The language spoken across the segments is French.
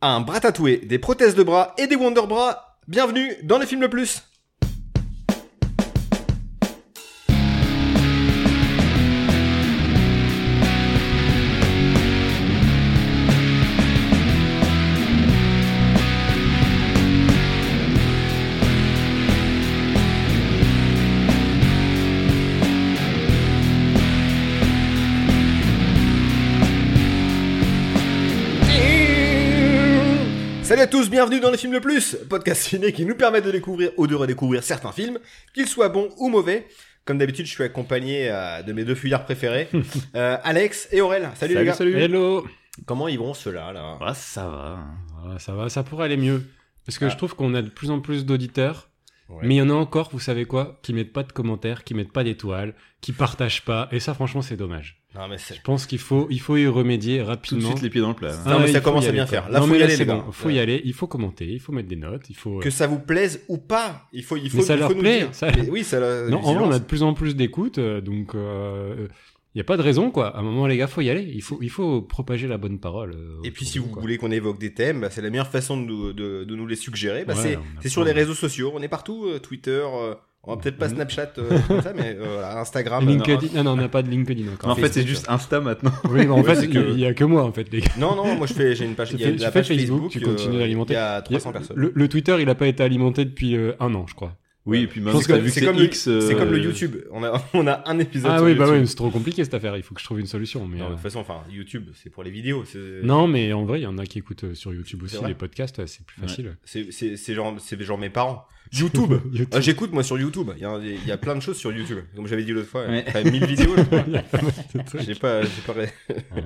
un bras tatoué, des prothèses de bras et des Wonder Bras. Bienvenue dans les films le plus. Salut à tous, bienvenue dans les films le plus, podcast ciné qui nous permet de découvrir ou de redécouvrir certains films, qu'ils soient bons ou mauvais. Comme d'habitude, je suis accompagné euh, de mes deux fuyards préférés, euh, Alex et Aurel. Salut, les gars. Hello Comment ils vont ceux-là là Ah, Ça va, Ah, ça va, ça pourrait aller mieux. Parce que hein. Ah. je trouve qu'on a de plus en plus d'auditeurs, Ouais. mais il y en a encore, vous savez quoi, qui mettent pas de commentaires, qui mettent pas d'étoiles, qui partagent pas, et ça franchement c'est dommage. Non mais, c'est- Je pense qu'il faut, il faut y remédier tout de rapidement. Ah, suite les pieds dans le plat. Non, mais il ça faut commence y à aller, bien quoi. faire. Là, Non, faut mais y aller, c'est les gars. bon, faut y aller, il faut commenter, il faut mettre des notes, il faut... euh, que ça vous plaise ou pas, il faut il faut Mais ça il faut leur nous plaît, dire. ça- Mais euh, Oui, ça leur- Non, en vrai, on a silence. de plus en plus d'écoutes, euh, donc il n'y a pas de raison, quoi. À un moment, les gars, faut y aller. Il faut, il faut propager la bonne parole. euh, Et puis autour si de vous quoi. voulez qu'on évoque des thèmes, bah, c'est la meilleure façon de nous, de, de nous les suggérer. Bah, Ouais, c'est- on a c'est plein sur les de- réseaux sociaux, on est partout, euh, Twitter, euh, on va peut-être pas Mhm. Snapchat, euh, comme ça, mais euh, voilà, Instagram. euh, LinkedIn... Ah non, on n'a pas de LinkedIn encore. en fait, Facebook. c'est juste Insta maintenant. Oui, mais en Ouais, fait, c'est il que- n'y a que moi, en fait, les gars. Non, non, moi je fais, j'ai une page, Tu il y a fais- de tu la fais page Facebook, euh, Facebook, tu continues d'alimenter. Il y a 300 Il y a- personnes. Le, le Twitter, il n'a pas été alimenté depuis euh, un an, je crois. Oui, et puis maintenant, pense que t'as vu que c'est c'est comme le- X. euh, C'est comme le YouTube, on a, on a un épisode Ah sur oui, bah YouTube. oui, mais c'est trop compliqué cette affaire. Il faut que je trouve une solution. Mais, Non, euh, de toute façon, enfin, YouTube, c'est pour les vidéos. c'est- non, mais en vrai, il y en a qui écoutent euh, sur YouTube aussi vrai. les podcasts. euh, C'est plus Ouais. facile. C'est c'est- c'est genre, c'est genre mes parents. YouTube YouTube. Ah, J'écoute moi sur YouTube, il y, a, il y a plein de choses sur YouTube. Comme j'avais dit l'autre fois, Ouais. t'as 1000 vidéos, je crois. C'est ça. J'ai pas, j'ai pas ré- Ouais,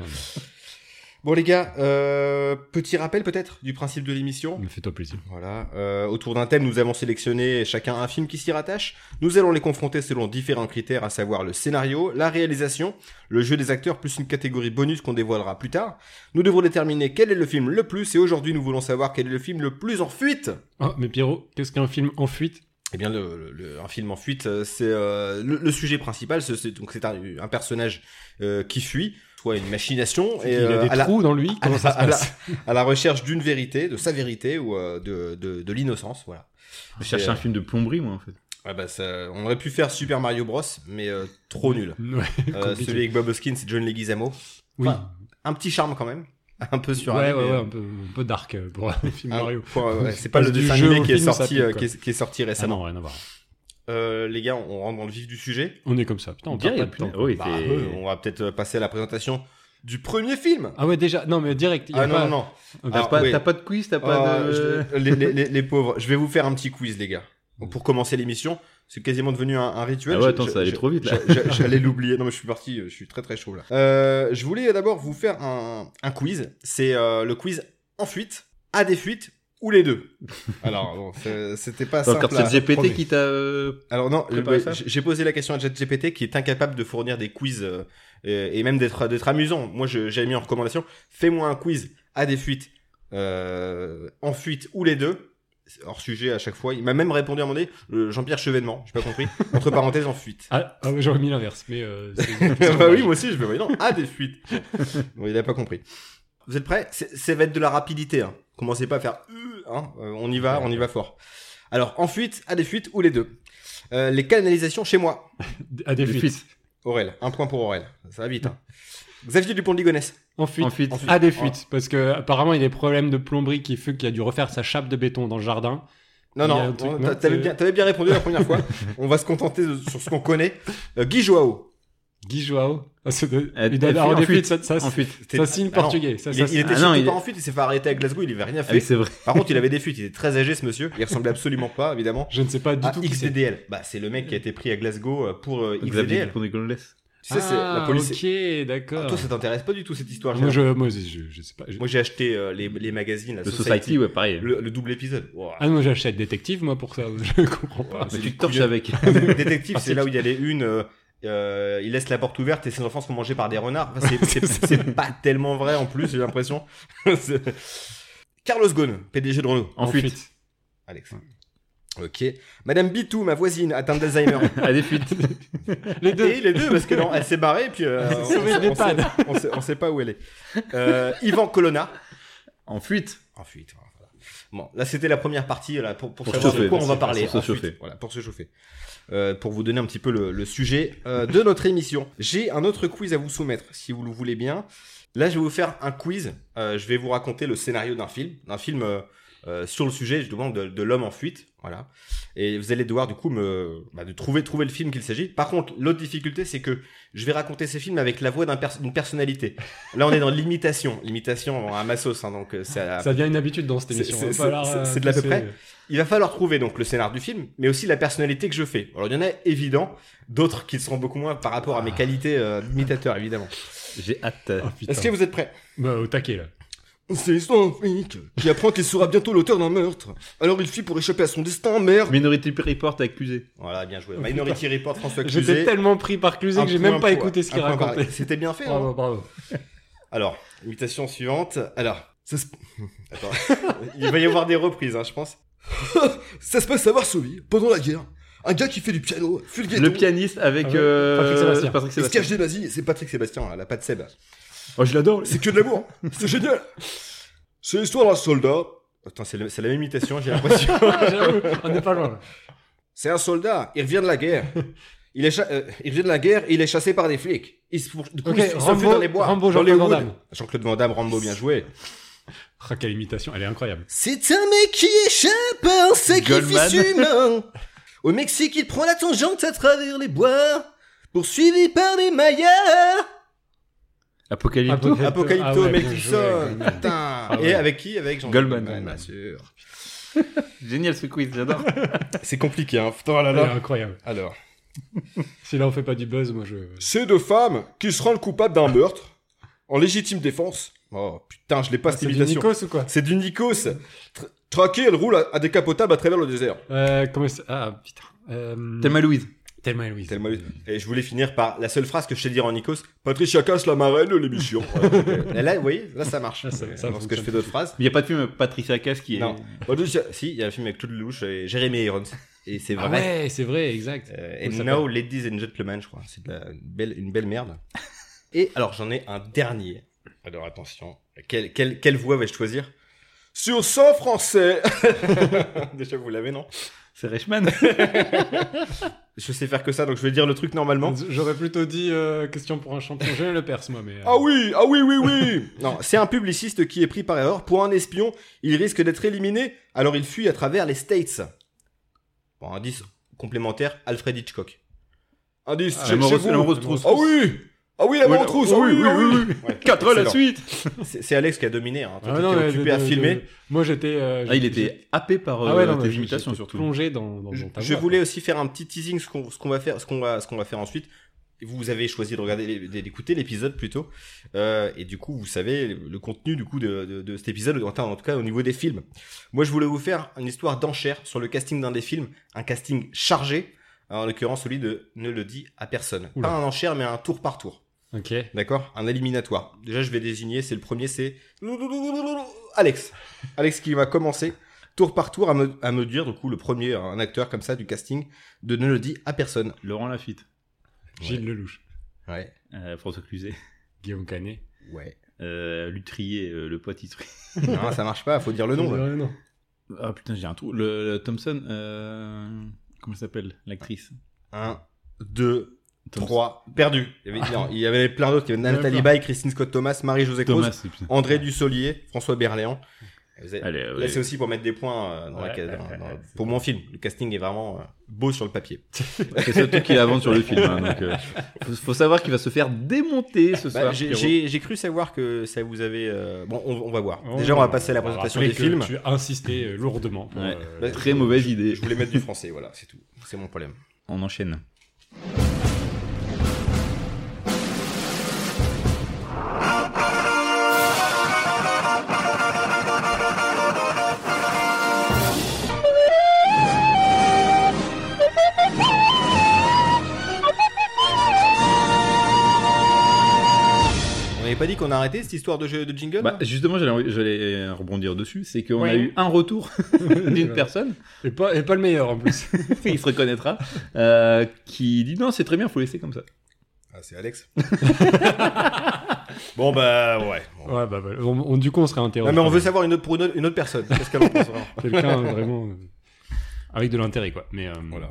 Bon les gars, euh, petit rappel peut-être du principe de l'émission. mais Fais-toi plaisir. Voilà, euh, autour d'un thème, nous avons sélectionné chacun un film qui s'y rattache. Nous allons les confronter selon différents critères, à savoir le scénario, la réalisation, le jeu des acteurs, plus une catégorie bonus qu'on dévoilera plus tard. Nous devrons déterminer quel est le film le plus, et aujourd'hui nous voulons savoir quel est le film le plus en fuite. Ah, mais Pierrot, qu'est-ce qu'un film en fuite Eh bien, le, le- le- un film en fuite, euh, c'est euh, le, le sujet principal. c'est- C'est donc c'est un, un personnage euh, qui fuit, soit une machination, et Il a euh, à des la, trous dans lui. à Comment la- ça se à la- passe à la recherche d'une vérité, de sa vérité ou euh, de, de, de l'innocence. Voilà. Je cherche un film de plomberie, moi, en fait. Ah bah ça, on aurait pu faire Super Mario Bros, mais euh, trop nul. Ouais, Euh, compliqué. celui avec Bob Hoskins, c'est John Leguizamo. Oui. Enfin, un petit charme quand même, un hein. Ah, peu sur ouais, ouais, ouais, un peu, un peu dark euh, pour un film Mario. c'est pas le Passe du dessin jeu animé au qui est film, ça sorti, pique, euh, quoi. qui est, qui est sorti Ah récemment. non, rien à voir. Euh, les gars, on rentre dans le vif du sujet. On est comme ça. Putain, on Direct, perd pas de putain. temps. Oui, Bah, c'est- euh, on va peut-être passer à la présentation du premier film. Ah ouais, déjà. Non, mais direct. il y a Ah non, pas- non, non. Ok. T'as Alors, pas, oui. t'as pas de quiz, t'as pas Ah, de. je- les, les- les- les pauvres, je vais vous faire un petit quiz, les gars. Pour commencer l'émission, c'est quasiment devenu un, un rituel. Ah ouais, Je- attends, je- ça allait je- trop vite, là. je- je- J'allais l'oublier. Non, mais je suis parti, je suis très très chaud là. Euh, je voulais d'abord vous faire un, un quiz. C'est euh, le quiz en fuite, à des fuites ou les deux. Alors, bon, c'est- c'était pas C'est simple. encore cette à- GPT premier. qui t'a. euh, Alors non, Préparer le- ça j- j'ai posé la question à ChatGPT qui est incapable de fournir des quiz euh, euh, et même d'être d'être amusant. Moi, je- j'avais mis en recommandation, fais-moi un quiz à des fuites, euh, en fuite ou les deux. C'est Hors sujet à chaque fois. Il m'a même répondu à mon nez, euh, Jean-Pierre Chevènement, j'ai pas compris. Entre parenthèses, en fuite. Ah, ah, j'aurais mis l'inverse, mais. euh, c'est- bah oui, moi aussi, je me voyais non, à des fuites. Bon, il a pas compris. Vous êtes prêts C'est- Ça va être de la rapidité. Hein. Commencez pas à faire. euh, Hein. Euh, on y va, on y va fort. Alors, en fuite, à des fuites ou les deux. Euh, les canalisations chez moi. À des Des fuites. Aurel, un point pour Aurel. Ça va vite. hein. Xavier Dupont de Ligonnès. En fuite. En fuite. À des fuites. Parce que, apparemment, il y a des problèmes de plomberie qui fait qu'il a dû refaire sa chape de béton dans le jardin. Non, Il y a non, un truc, on- non, t'a- t'avais c'est- bien, t'avais bien répondu la première fois. On va se contenter de- sur ce qu'on connaît. Euh, Guy Joao. Guy Joao. Ah, c'est de- Euh, il doit- des alors, fuites, en des fuites, fuite. ça, ça, En fuite. C'était- ça signe Ah non. portugais. Ça, Il, ça, il était ah surtout non, il pas est- en fuite, il s'est fait arrêter à Glasgow, il avait rien Ah oui, fait. c'est vrai. Par contre, il avait des fuites, il était très âgé ce monsieur. Il ressemblait absolument pas, évidemment. Je ne sais pas du à tout qui c'est. XDDL. Bah, c'est le mec qui a été pris à Glasgow euh, pour euh, Xavier XDDL. Dupont des Tu sais, c'est la Ah, police. Ok, Ah, d'accord. Ah, toi, ça t'intéresse pas du tout cette histoire. Moi, Gérard. je, moi, je, je- je sais pas. Je- Moi, j'ai acheté euh, les, les magazines, la Le Society, Society, ouais, pareil. le, le double épisode. Wow. Ah, moi, j'achète détective, moi, pour ça. Je comprends Wow, pas. c'est Mais du tu te torches couillon. avec. Détective, c'est là où il y a les une. euh, euh, il laisse la porte ouverte et ses enfants sont mangés par des renards. Enfin, c'est- c'est c'est pas tellement vrai en plus, j'ai l'impression. C'est- Carlos Ghosn, PDG de Renault. En fuite. Alex. Mm. Ok. Madame Bitou, ma voisine, atteinte d'Alzheimer. À des fuites. Les deux. Et les deux, parce que non, elle s'est barrée, et puis euh, Elle s'est sauvée de on, sait, l'EHPAD. on sait- on sait pas où elle est. Euh, Yvan Colonna, En fuite. en fuite. hein, voilà. Bon, là c'était la première partie là, pour, pour Pour savoir de chauffer, quoi on va merci, parler. pour se en fuite. chauffer. Voilà, pour se chauffer. Euh, pour vous donner un petit peu le, le sujet euh, de notre émission. J'ai un autre quiz à vous soumettre, si vous le voulez bien. Là, je vais vous faire un quiz. Euh, je vais vous raconter le scénario d'un film, d'un film euh, euh, sur le sujet justement de, de l'homme en fuite. Voilà. Et vous allez devoir du coup me bah, de trouver trouver le film qu'il s'agit. Par contre, l'autre difficulté, c'est que je vais raconter ces films avec la voix d'un pers- d'une personnalité. Là, on est dans l'imitation, l'imitation à ma sauce. hein, donc, euh, c'est à- Ça devient une habitude dans cette C'est- émission. on va c'est- pas leur, c'est- euh, c'est de l'à peu pousser- près. il va falloir trouver donc le scénar du film, mais aussi la personnalité que je fais. Alors il y en a évident, d'autres qui le seront beaucoup moins par rapport à Ah. mes qualités euh, d'imitateur évidemment. J'ai hâte. euh, Ah, putain. Est-ce que vous êtes prêts Bah, au taquet, là. C'est l'histoire d'un flic qui apprend qu'il sera bientôt l'auteur d'un meurtre. Alors il fuit pour échapper à son destin, merde. Minority Report accusé. Voilà, bien Oh, joué. Minority Report, François J'étais Cluzet. tellement pris par Cluzet Un que j'ai point, même pas un écouté ce qu'il point, un point racontait. pareil. C'était bien fait. hein Bravo, bravo. Alors, imitation suivante. Alors, ça se... Attends. il va y avoir des reprises, hein, je pense. Ça se passe à Varsovie, pendant la guerre. Un gars qui fait du piano, fuit le ghetto, Le pianiste avec Ah ouais. euh, Patrick Sébastien. Patrick il se Sébastien. cache des nazis. C'est Patrick hein, Sébastien, la patte Seb. Oh, je l'adore. C'est que de l'amour, hein. c'est génial. C'est l'histoire d'un soldat. Attends, c'est le- c'est la même imitation, j'ai l'impression. J'avoue, on n'est pas loin. là. C'est un soldat, il revient de la guerre. Il, est cha- euh, il revient de la guerre et il est chassé par des flics. Il se, du coup, Ok, il se- il s'enfuit Rambo- dans les bois. Rambo, dans Jean-Claude les Van woods. Damme. Jean-Claude Van Damme, Rambo, bien joué. Ah, quelle imitation, elle est incroyable. C'est un mec qui échappe à un sacrifice Goldman. humain. Au Mexique, il prend la tangente à travers les bois, poursuivi par des Mayas. Apocalypto. Apocalypto, Ah ouais, bien joué, Mel Gibson, Goldman. putain. Ah ouais. Et avec qui Avec Jean-Claude Goldman, Van Damme, Goldman. bien sûr. Génial ce quiz, j'adore. C'est compliqué, hein. Putain, là, Elle est là. incroyable. Alors. Si là on fait pas du buzz, moi je. C'est deux femmes qui se rendent coupables d'un meurtre en légitime défense. Oh putain, je l'ai pas Ah, cette c'est du imitation. Nikos ou quoi C'est du Nikos. Tra- traquée, elle roule à, à des capotables à travers le désert. euh, Comment ça Ah putain. Euh... Thelma Louise. Thelma et Louise. Tellement- Et je voulais finir par la seule phrase que je sais dire en Nikos. Patricia casse la marraine de l'émission. Voilà, c'était- là, là, vous voyez, là ça marche. Là, Ah, ça- ça Parce que je fonctionne. fais d'autres phrases. Il n'y a pas de film avec Patricia Cass qui est. Non. Patricia- Si, il y a un film avec Claude Lelouch et Jérémy Irons. Et c'est Ah vrai. ouais, c'est vrai, exact. Euh, Comment and ça now, ladies and gentlemen, je crois. C'est de la- une, belle, une belle merde. Et alors, j'en ai un dernier. Alors, attention. Quelle, quelle, quelle voix vais-je choisir Sur 100 français Déjà, vous l'avez, non C'est Reichman. Je sais faire que ça, donc je vais dire le truc normalement. J'aurais plutôt dit euh, question pour un champion. J'aime le Perse moi, mais. euh, Ah oui, ah oui, oui, oui Non, c'est un publiciste qui est pris par erreur. Pour un espion, il risque d'être éliminé, alors il fuit à travers les States. Bon, indice complémentaire, Alfred Hitchcock. Indice, Ah, chez- l'amour chez au- vous. l'amour- Ah oui Ah oui, la Oui, mort en trousse, oui, ah oui, oui, ah oui, oui, Ouais, Quatre à la excellent. suite. C'est c'est Alex qui a dominé, hein. Toi, ah t'étais non, mais occupé de- à de- filmer. de- Moi j'étais. euh, Ah, il j'étais- était happé par euh, Ah ouais, non, mais tes j'étais imitations surtout. Plongé dans, dans, Je- dans ta Je voix, voulais aussi faire un petit teasing ce qu'on ce qu'on va faire, ce qu'on va ce qu'on va faire ensuite. Vous avez choisi de regarder les- d'écouter l'épisode plutôt, Euh, et du coup vous savez le le contenu du coup de, de- de cet épisode, enfin, en tout cas au niveau des films. Moi je voulais vous faire une histoire d'enchère sur le casting d'un des films, un casting chargé, en l'occurrence celui de ne le dit à personne. Oula. Pas un enchère mais un tour par tour, quoi. Ok. d'accord Un éliminatoire. Déjà je vais désigner, c'est le premier, c'est Alex. Alex qui va commencer tour par tour à me, à me dire, du coup, le premier, un acteur comme ça du casting, de ne le dire à personne. Laurent Lafitte. Gilles Lelouch. Ouais. Euh, François Cluzet. Guillaume Canet. Ouais. Euh, Lutrier, euh, le pote Itri. non, ça marche pas, faut dire le nom. là. Ouais, non. Ah putain, j'ai un trou. Le, le Thompson. euh, Comment elle s'appelle L'actrice. Un, deux, Thompson. trois, perdu. Il y avait, non, il y avait plein d'autres, il y avait Il y en Nathalie a Baye, Christine Scott Thomas, Marie-Josée Cause, Thomas. c'est- putain. André Dussolier, François Berléand. Vous avez- Allez, Là, ouais. c'est aussi pour mettre des points euh, dans la- Ouais, dans- ouais, dans- ouais, pour mon film. Le casting est vraiment euh, beau sur le papier. C'est surtout qu'il avance sur le film. hein, donc, euh, faut, faut savoir qu'il va se faire démonter ce Bah, soir. j'ai- Pierrot. J'ai j'ai cru savoir que ça vous avait. euh, Bon, on, on va voir. Oh, Déjà, on va passer à la on va présentation rappeler des films. que Tu as insisté euh, lourdement. pour, Ouais. euh, Bah, Très mauvaise idée. Je voulais mettre du français, voilà, c'est tout. C'est mon problème. On enchaîne. On n'avait pas dit qu'on arrêtait cette histoire de jeu de jingle Bah, là justement, j'allais j'allais rebondir dessus. C'est qu'on a Ouais. eu un retour d'une personne, Et pas, et pas le meilleur en plus. il se reconnaîtra, euh, qui dit non, c'est très bien, faut laisser comme ça. Ah, c'est Alex. Ah, Bon, bah, ouais. Bon. Ouais, bah, voilà. on, on- du coup, on serait Non, interrogé. mais on veut savoir une autre, pour une autre, une autre personne. Qu'est-ce qu'elle en pense vraiment Quelqu'un vraiment euh, avec de l'intérêt, quoi. Mais euh, Voilà.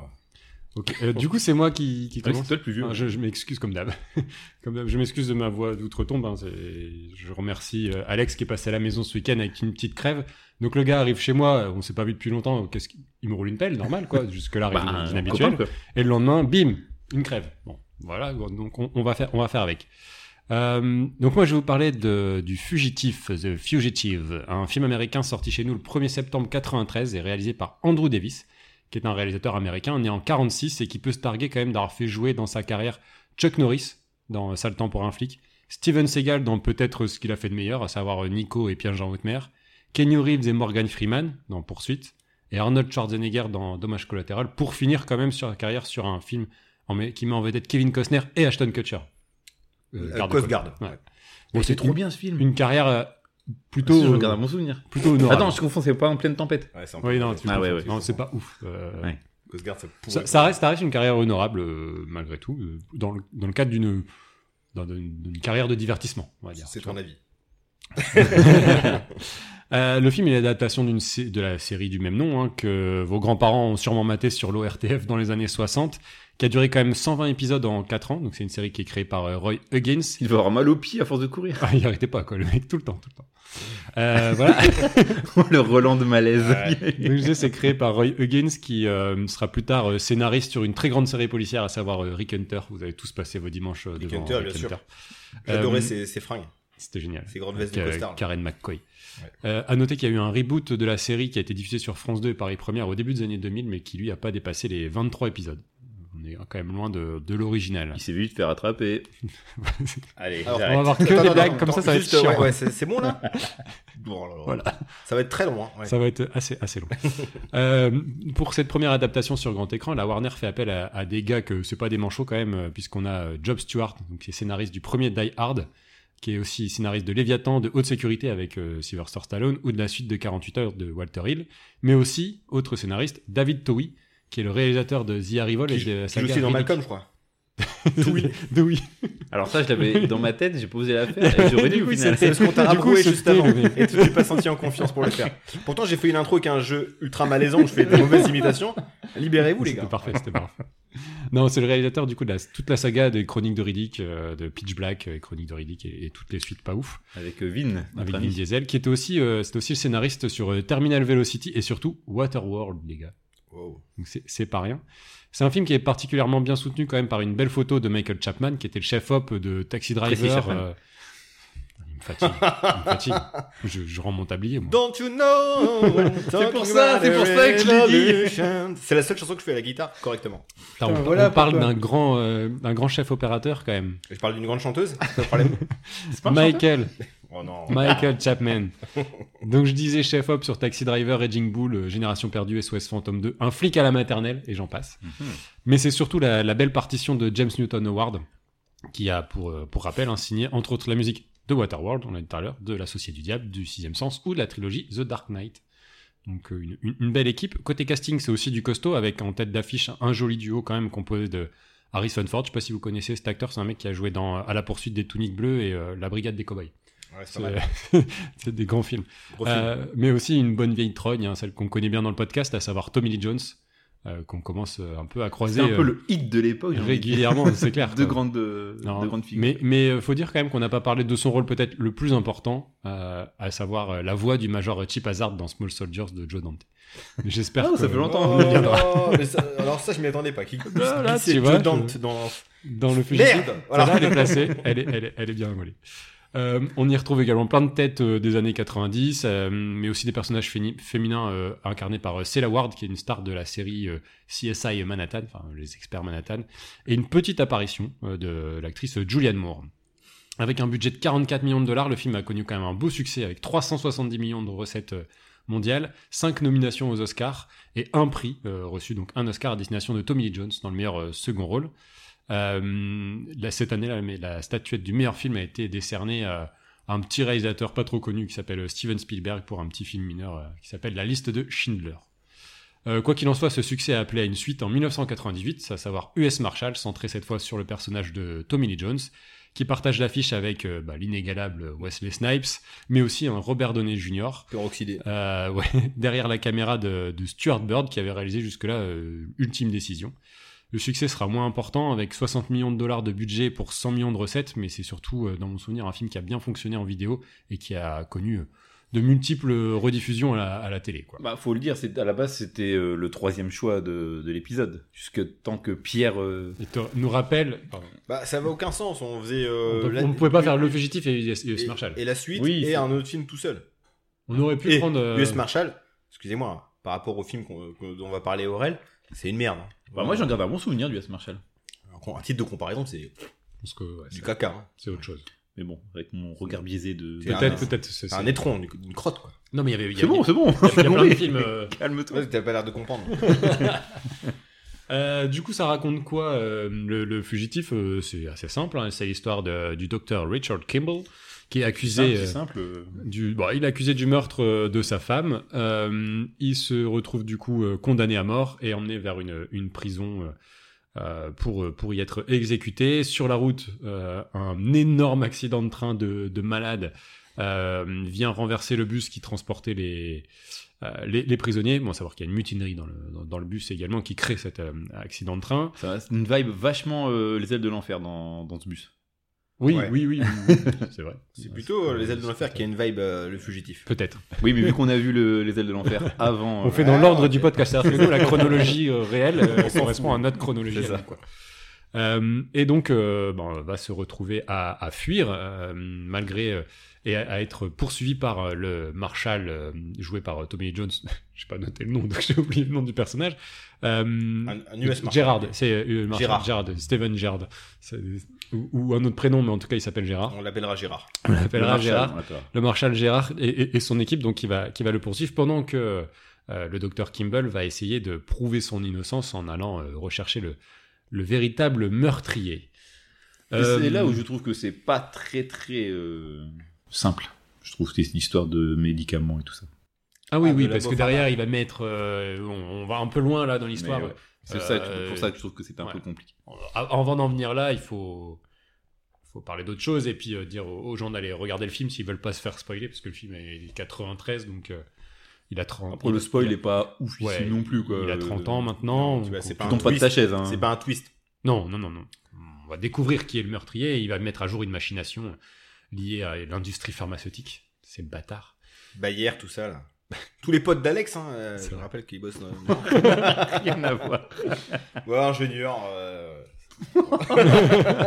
ok. Euh, du coup, c'est moi qui, qui Ah oui, commence. c'est toi le plus vieux. Ah, je je m'excuse comme d'hab. Comme d'hab, je m'excuse de ma voix d'outre-tombe. hein, c'est- Je remercie euh, Alex qui est passé à la maison ce week-end avec une petite crève. Donc le gars arrive chez moi, euh, on s'est pas vu depuis longtemps. Qu'est-ce qu'il il me roule une pelle, normal quoi. Jusque-là, rien Bah, d'inhabituel. copain, quoi. Et le lendemain, bim, une crève. Bon, voilà, donc on, on va, faire, on va faire avec. Euh, donc moi je vais vous parler de, du Fugitif, The Fugitive, un film américain sorti chez nous le 1er septembre 93 et réalisé par Andrew Davis, qui est un réalisateur américain né en 46 et qui peut se targuer quand même d'avoir fait jouer dans sa carrière Chuck Norris dans Sale temps pour un flic, Steven Seagal dans peut-être ce qu'il a fait de meilleur, à savoir Nico et Pierre-Jean Otmer, Kenny Reeves et Morgan Freeman dans Poursuite, et Arnold Schwarzenegger dans Dommage collatéral, pour finir quand même sur la carrière sur un film en mai- qui met en vedette Kevin Costner et Ashton Kutcher. Euh, garde Coastguard. côte. Ouais. Mais Donc c'est trop une- bien ce film. Une carrière euh, Ah, plutôt, si, je regarde à mon souvenir. plutôt honorable. Attends, je confonds, c'est pas en pleine tempête. Ouais, c'est un peu- Oui, non, tu Ah, comprends. ouais, ouais. Non, c'est pas ouf. Euh, Ouais. Coastguard, ça pourrait- ça, ça reste, ça reste une carrière honorable, euh, malgré tout, euh, dans, le, dans le cadre d'une dans- d'une d'une carrière de divertissement, on va dire. C'est ton avis. Euh, le film est l'adaptation d'une sé- de la série du même nom hein, que vos grands-parents ont sûrement maté sur l'ORTF dans les années 60, qui a duré quand même 120 épisodes en 4 ans. Donc c'est une série qui est créée par euh, Roy Huggins. Il va avoir mal aux pieds à force de courir. Ah, il arrêtait pas quoi, le mec tout le temps, tout le temps. Euh, voilà. Oh, le Roland de malaise. Donc, je disais, c'est créé par Roy Huggins, qui euh, sera plus tard euh, scénariste sur une très grande série policière, à savoir euh, Rick Hunter. Vous avez tous passé vos dimanches euh, Rick devant Hunter, bien Rick sûr. Hunter. J'adorais Euh, ces ces fringues, C'était génial. ces grandes vestes de Avec, euh, costard. là. Karen McCoy. Ouais. Euh, à noter qu'il y a eu un reboot de la série qui a été diffusé sur France 2 et Paris Première au début des années 2000, mais qui lui a pas dépassé les 23 épisodes. On est quand même loin de, de l'original. Il s'est vite fait rattraper. Allez, Alors, j'arrête. on va avoir que Attends, des attends, blagues, attends, comme ça, ça va être juste, chiant. ouais, ouais, c'est c'est bon là Bon, alors, Voilà. Ça va être très long. hein, ouais. Ça va être assez, assez long. Euh, pour cette première adaptation sur grand écran, la Warner fait appel à, à des gars que c'est pas des manchots quand même, euh, puisqu'on a euh, Job Stewart, donc qui est scénariste du premier Die Hard, qui est aussi scénariste de Léviathan, de Haute Sécurité avec euh, Sylvester Stallone, ou de la suite de 48 heures de Walter Hill, mais aussi, autre scénariste, David Towie, qui est le réalisateur de The Arrival Qui et de la joue saga aussi dans Riddick. Malcolm, je crois. Towie. Towie. Alors ça, je l'avais dans ma tête, j'ai posé l'affaire et j'aurais Du dû au coup, final. C'est ce qu'on t'a Du coup, rabroué c'était juste avant. le mec. Et tu t'es pas senti en confiance pour le faire. Pourtant, j'ai fait une intro avec un jeu ultra malaisant où je fais des mauvaises imitations. Libérez-vous, les C'était gars. parfait, c'était parfait. Non, c'est le réalisateur du coup de la- toute la saga des Chroniques de Riddick, euh, de Pitch Black, euh, Chroniques de Riddick et, et toutes les suites pas ouf, Avec euh, Vin, avec notre Vin ami. Diesel, qui était aussi, euh, c'était aussi le scénariste sur euh, Terminal Velocity et surtout Waterworld, les gars. Wow. Donc c'est- c'est pas rien. C'est un film qui est particulièrement bien soutenu quand même par une belle photo de Michael Chapman, qui était le chef-op de Taxi Tracy Driver. Chapman. euh, Il me fatigue, il me fatigue. Je, je rends mon tablier. moi. Don't you know C'est pour ça, c'est pour ça que je l'ai dit. C'est la seule chanson que je fais à la guitare correctement. Putain, euh, on, voilà on parle pourquoi. d'un grand, euh, d'un grand chef opérateur quand même. Je parle d'une grande chanteuse, pas de problème. Michael. Oh non. Michael Chapman. Donc je disais Chef Hop sur Taxi Driver, Raging Bull, euh, Génération Perdue, SOS Phantom 2, Un flic à la maternelle, et j'en passe. Mais c'est surtout la, la belle partition de James Newton Howard, qui a, pour, euh, pour rappel, hein, signé entre autres la musique de Waterworld, on l'a dit tout à l'heure, de L'Associé du Diable, du Sixième Sens, ou de la trilogie The Dark Knight. Donc euh, une, une- une belle équipe. Côté casting, c'est aussi du costaud, avec en tête d'affiche un joli duo quand même composé de Harrison Ford. Je sais pas si vous connaissez cet acteur, c'est un mec qui a joué dans euh, À la poursuite des tuniques bleues et euh, La Brigade des Cobayes. Ouais, c'est euh, C'est pas mal. c'est des grands films. Gros film. Euh, mais aussi une bonne vieille trogne, hein, celle qu'on connaît bien dans le podcast, à savoir Tommy Lee Jones, euh, qu'on commence euh, un peu à croiser C'est un peu euh, le hein. hit de l'époque. j'ai envie de dire. régulièrement, c'est clair. Deux quoi. grandes, deux Non, grandes figures. Mais, mais euh, faut dire quand même qu'on n'a pas parlé de son rôle peut-être le plus important, euh, à savoir euh, la voix du major Chip Hazard dans Small Soldiers de Joe Dante. J'espère Ah, que ça fait longtemps. Oh on y viendra. là, mais ça- alors ça je m'y attendais pas. Qui Ah, là, c'est tu vois, Dante je- dans dans le fugitif, Merde. Voilà. Voilà. elle est placée, elle est, elle est, elle est bien mollée. Euh, on y retrouve également plein de têtes euh, des années 90, euh, mais aussi des personnages féni- féminins euh, incarnés par euh, Cella Ward, qui est une star de la série euh, CSI Manhattan, enfin les experts Manhattan, et une petite apparition euh, de l'actrice Julianne Moore. Avec un budget de 44 millions de dollars, le film a connu quand même un beau succès avec 370 millions de recettes euh, mondiales, 5 nominations aux Oscars et un prix euh, reçu, donc un Oscar à destination de Tommy Lee Jones dans le meilleur euh, second rôle. Euh, là, cette année, la, la statuette du meilleur film a été décernée euh, à un petit réalisateur pas trop connu qui s'appelle euh, Steven Spielberg pour un petit film mineur euh, qui s'appelle La liste de Schindler. Euh, quoi qu'il en soit, ce succès a appelé à une suite en 1998, à savoir US Marshall, centré cette fois sur le personnage de Tommy Lee Jones, qui partage l'affiche avec euh, bah, l'inégalable Wesley Snipes, mais aussi un Robert Downey Jr. Peroxydé. Euh, ouais, derrière la caméra de, de Stuart Bird qui avait réalisé jusque-là euh, Ultime Décision. Le succès sera moins important avec 60 millions de dollars de budget pour 100 millions de recettes, mais c'est surtout, euh, dans mon souvenir, un film qui a bien fonctionné en vidéo et qui a connu euh, de multiples rediffusions à la, à la télé. Quoi. Bah, faut le dire, c'est à la base c'était euh, le troisième choix de, de l'épisode, jusque tant que Pierre. euh, Et te- nous rappelle, pardon, Bah, ça va aucun sens. On faisait. on euh, peut- la- on ne pouvait pas faire le fugitif et US, et, Marshall. et la suite Oui, et c'est- un autre film tout seul. on aurait pu et prendre. euh, US Marshall, excusez-moi, hein, par rapport au film qu'on- qu'on- dont on va parler Aurel, c'est une merde. hein. bah, moi j'en garde un bon souvenir du S. Marshall. Alors qu'en- Un titre de comparaison, c'est parce que, ouais, du c'est- caca. hein. c'est autre chose. Mais bon, avec mon regard biaisé de. C'est un- Peut-être, peut-être. C'est c'est- c'est- un étron, du- une crotte quoi. Non, mais il y avait. il y C'est bon, avait- c'est bon. il y a plein de films. euh, Calme-toi. Ouais, T'as pas l'air de comprendre. Euh, du coup, ça raconte quoi euh, le, le fugitif euh, C'est assez simple. hein, c'est l'histoire de- du docteur Richard Kimball qui est accusé. C'est euh, simple. euh, du, bon, il est accusé du meurtre euh, de sa femme. Euh, il se retrouve du coup euh, condamné à mort et emmené vers une, une prison euh, euh, pour, euh, pour y être exécuté. Sur la route, euh, un énorme accident de train de, de malade euh, vient renverser le bus qui transportait les, euh, les, les prisonniers. Bon, à savoir qu'il y a une mutinerie dans le, dans, dans le bus également qui crée cet euh, accident de train. ça a une vibe vachement euh, les ailes de l'enfer dans, dans ce bus. Oui, Ouais. oui, oui, oui, oui, oui, c'est vrai. C'est plutôt euh, les ailes de l'enfer qui a une vibe euh, le fugitif. Peut-être. Oui, mais vu qu'on a vu le- les ailes de l'enfer avant. On euh, fait dans Ah, l'ordre ok. du podcast. C'est-à-dire que nous, la chronologie euh, réelle euh, correspond à notre chronologie. C'est ça. à nous, quoi. Euh, et donc, euh, bon, on va se retrouver à, à fuir, euh, malgré. euh, et à, à être poursuivi par euh, le marshal euh, joué par euh, Tommy Lee Jones. J'ai pas noté le nom, donc j'ai oublié le nom du personnage. Euh, Un, un US Marshall. Gérard, c'est euh, Marshall Gérard. Gérard, Steven Gérard, C'est- ou, ou un autre prénom, mais en tout cas il s'appelle Gérard. On l'appellera Gérard. On l'appellera Marshall, Gérard attends. le marshal Gérard et, et- et son équipe donc qui va, qui va le poursuivre pendant que euh, le docteur Kimball va essayer de prouver son innocence en allant euh, rechercher le, le véritable meurtrier. Et Euh, C'est là où je trouve que c'est pas très très euh, simple. Je trouve que c'est l'histoire de médicaments et tout ça. Ah oui Ah, oui de parce que Labo Pharma. derrière il va mettre euh, on, on va un peu loin là dans l'histoire. Mais ouais. C'est ça, tu- Euh, pour ça que je trouve que c'est un ouais. peu compliqué. A- Avant d'en venir là, il faut faut parler d'autre chose et puis euh, dire aux, aux gens d'aller regarder le film s'ils veulent pas se faire spoiler parce que le film est 93 donc euh, il a 30 Après, le spoil il est pas ouf Ouais, non plus. Quoi. il a 30 ans maintenant. Tu vois, c'est on- pas Tu un tombes pas de ta twist. chaise. Hein. C'est pas un twist. Non, non, non, non. On va découvrir qui est le meurtrier et il va mettre à jour une machination liée à l'industrie pharmaceutique. C'est bâtard. Bayer, Bah, tout ça là. Tous les potes d'Alex, hein, euh, C'est je vrai. rappelle qu'ils bossent dans. rien à voir. ouais, ingénieur. euh,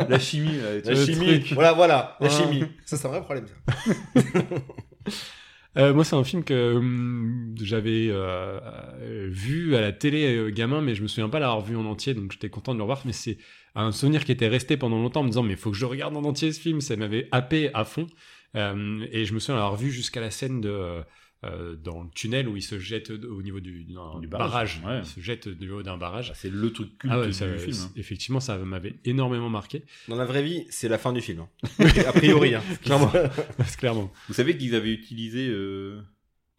La chimie. là, tu La vois, chimie. truc. Voilà, voilà. La Ouais. chimie. Ça, c'est un vrai problème. Ça. Euh, moi, c'est un film que hum, j'avais euh, euh, vu à la télé euh, gamin, mais je me souviens pas l'avoir vu en entier, donc j'étais content de le revoir. Mais c'est un souvenir qui était resté pendant longtemps en me disant, mais faut que je regarde en entier ce film, ça m'avait happé à fond. Euh, et je me souviens l'avoir vu jusqu'à la scène de. euh, euh, dans le tunnel où il se jette au niveau du, d'un Du barrage, barrage, ouais. il se jette du haut d'un barrage. C'est le truc culte Ah ouais, du ça- film. c'est- hein. Effectivement, ça m'avait énormément marqué. Dans la vraie vie, c'est la fin du film. hein. A priori, hein, clairement. Parce que clairement, Vous savez qu'ils avaient utilisé euh,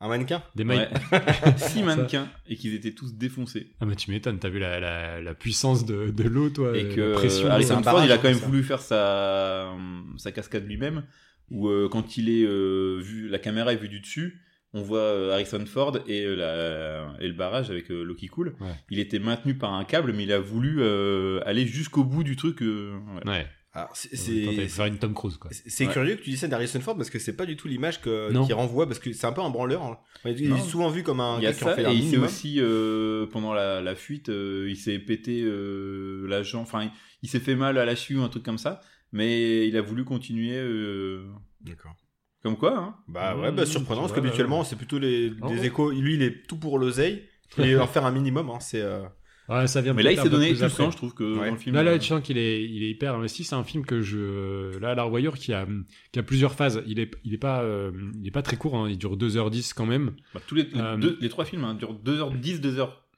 Un mannequin. des mailles. ouais, six mannequins et qu'ils étaient tous défoncés. Ah, mais tu m'étonnes, t'as vu la, la, la puissance de, de l'eau, toi. et la que euh, pression. Harrison un Ford, il barrage, a quand même ça. voulu faire sa, sa cascade lui-même. Où euh, quand il est euh, vu, la caméra est vue du dessus. On voit euh, Harrison Ford et, euh, la- et le barrage avec euh, l'eau qui coule. Ouais. Il était maintenu par un câble, mais il a voulu euh, aller jusqu'au bout du truc. euh, ouais. Ouais, Alors, c'est- c'est. c'est. Euh, faire une Tom Cruise, quoi. c'est- C'est Ouais. curieux que tu dises ça d'Harrison Ford parce que c'est pas du tout l'image que- Non. qu'il renvoie parce que c'est un peu un branleur. hein. Il Non. est souvent vu comme un Il y a gars qui en ça, fait et un il s'est minimum. aussi, euh, pendant la, la fuite, euh, il s'est pété euh, la jambe, enfin, il, il s'est fait mal à la cheville ou un truc comme ça, mais il a voulu continuer euh, D'accord. comme quoi, hein. Bah ouais, bah, surprenant parce Ouais, qu'habituellement c'est plutôt les, Ah des ouais. échos. Lui, il est tout pour l'oseille. Il est en faire un minimum. Hein, c'est. euh, Ouais, ça vient Mais là, il peut-être s'est un peu donné plus tout le après. sang, je trouve, que Ouais. dans le film. Là, là, euh, tu sens qu'il est, il est hyper investi. C'est un film que je. euh, Là, à la revoyure, qui a, qui a plusieurs phases. Il est, il est, pas, euh, il est pas très court, hein. il dure 2h10 quand même. bah, tous les, les Euh, deux- les trois films hein, durent 2h10,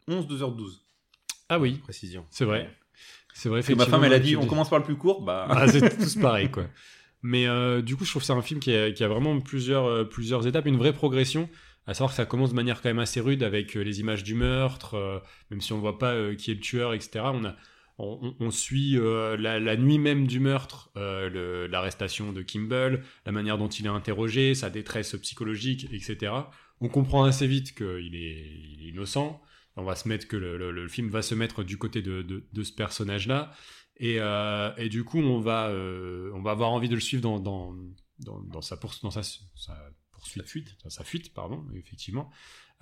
2h11, 2h12. Ah oui, Précision. c'est vrai. C'est vrai, Parce que ma effectivement, femme, elle a tu dit, on dis- commence par le plus court, bah. Ah, c'est tous pareil, quoi. Mais euh, du coup, je trouve que c'est un film qui a, qui a vraiment plusieurs, euh, plusieurs étapes, une vraie progression. À savoir que ça commence de manière quand même assez rude avec euh, les images du meurtre, euh, même si on voit pas euh, qui est le tueur, etc. On a on, on- on suit euh, la, la nuit même du meurtre, euh, le- l'arrestation de Kimball, la manière dont il est interrogé, sa détresse psychologique, etc. On comprend assez vite qu'il est, il est innocent. On va se mettre que le, le- le film va se mettre du côté de, de- de ce personnage-là. Et, euh, et du coup, on va, euh, on va avoir envie de le suivre dans, dans, dans, dans sa, poursu- dans sa, sa poursuite, fuite, sa fuite, pardon, effectivement.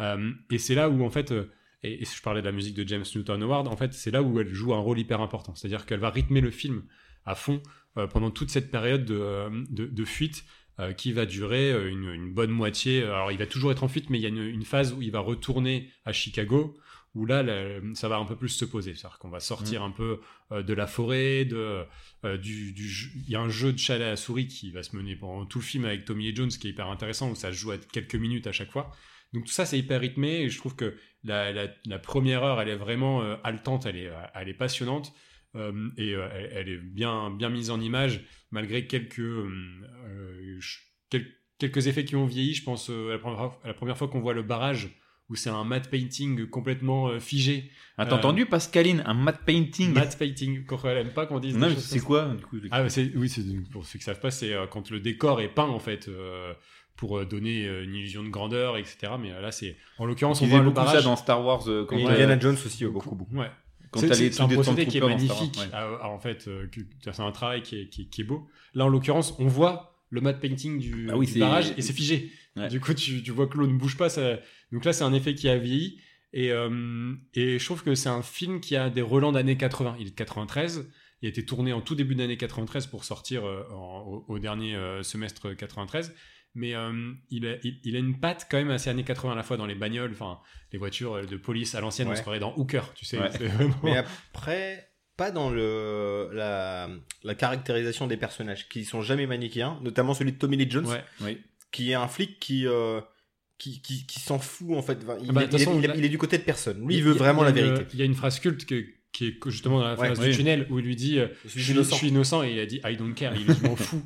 Euh, et c'est là où, en fait, euh, et, et je parlais de la musique de James Newton Howard, en fait, c'est là où elle joue un rôle hyper important. C'est-à-dire qu'elle va rythmer le film à fond euh, pendant toute cette période de, euh, de- de fuite euh, qui va durer euh, une, une bonne moitié. Alors, il va toujours être en fuite, mais il y a une, une phase où il va retourner à Chicago, où là, la- ça va un peu plus se poser. C'est-à-dire qu'on va sortir un peu euh, de la forêt, de, euh, du, du jeu- il y a un jeu de chalet à la souris qui va se mener pendant tout le film avec Tommy Lee Jones, qui est hyper intéressant, où ça se joue à quelques minutes à chaque fois. Donc tout ça, c'est hyper rythmé, et je trouve que la, la- la première heure, elle est vraiment euh, haletante, elle est, elle est passionnante, euh, et euh, elle, elle est bien, bien mise en image, malgré quelques, euh, euh, ch- quel- quelques effets qui ont vieilli. Je pense euh, à la première, à la première fois qu'on voit le barrage, où c'est un matte painting complètement euh, figé. Ah, Euh, t'as entendu Pascaline, un matte painting Matte painting, quand elle aime pas qu'on dise. des Non, mais choses c'est comme quoi du coup je- ça. Ah, c'est- oui, c'est- pour ceux qui savent pas, c'est euh, quand le décor est peint, en fait. euh, pour euh, donner euh, une illusion de grandeur, etc. Mais euh, là, c'est en l'occurrence, on Ils voit faisaient le beaucoup ça barrage. dans Star Wars euh, quand Oui, t'as- Indiana Jones aussi, euh, beaucoup, beaucoup. Ouais. quand C'est- t'as les c'est trucs un des procédé qui est Stormtroopers dans Star Wars, magnifique. ouais. Ah, ah, en fait, euh, que- que- c'est un travail qui est, qui, est- qui est beau. Là, en l'occurrence, on voit le matte painting du, Ah oui, du c'est- barrage et c'est figé. Ouais. Du coup, tu, tu vois que l'eau ne bouge pas. ça- Donc là, c'est un effet qui a vieilli. Et, euh, et je trouve que c'est un film qui a des relents d'années 80. Il est de 93. Il a été tourné en tout début d'année 93 pour sortir euh, en- au, au dernier euh, semestre 93. Mais euh, il, a, il, il a une patte quand même assez années 80 à la fois dans les bagnoles, enfin les voitures euh, de police à l'ancienne, on Ouais. se croirait dans Hooker, tu sais. Ouais. c'est vraiment- Mais après, pas dans le, la, la caractérisation des personnages, qui sont jamais manichéens, notamment celui de Tommy Lee Jones, Ouais. Oui. qui est un flic qui, euh, qui, qui, qui s'en fout en fait. Enfin, Il, Ah bah, est, de toute il est- façon, il est- là- il est du côté de personne. Lui, y- il veut y a- vraiment y la a une- euh, vérité. Il y a une phrase culte que- qui est justement dans la Ouais, phase oui. du tunnel où il lui dit euh, Je je, suis suis- innocent. je suis innocent et il a dit I don't care, il dit, je m'en fous.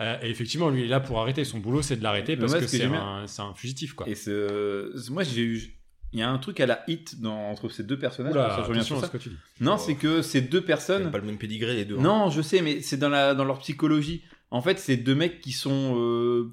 Euh, et effectivement, lui il est là pour arrêter. Son boulot c'est de l'arrêter Mais parce moi, que ce que c'est j'aime un, c'est un fugitif quoi. Et ce... ce- moi, j'ai eu. Il y a un truc à la hit dans... entre ces deux personnages. Oula, pour ça, je reviens attention sur à ça. ce que tu dis. Non, c'est que ces deux personnes. C'est pas le même pedigree les deux. hein. Non, je sais, mais c'est dans, la... dans leur psychologie. En fait, c'est deux mecs qui sont euh,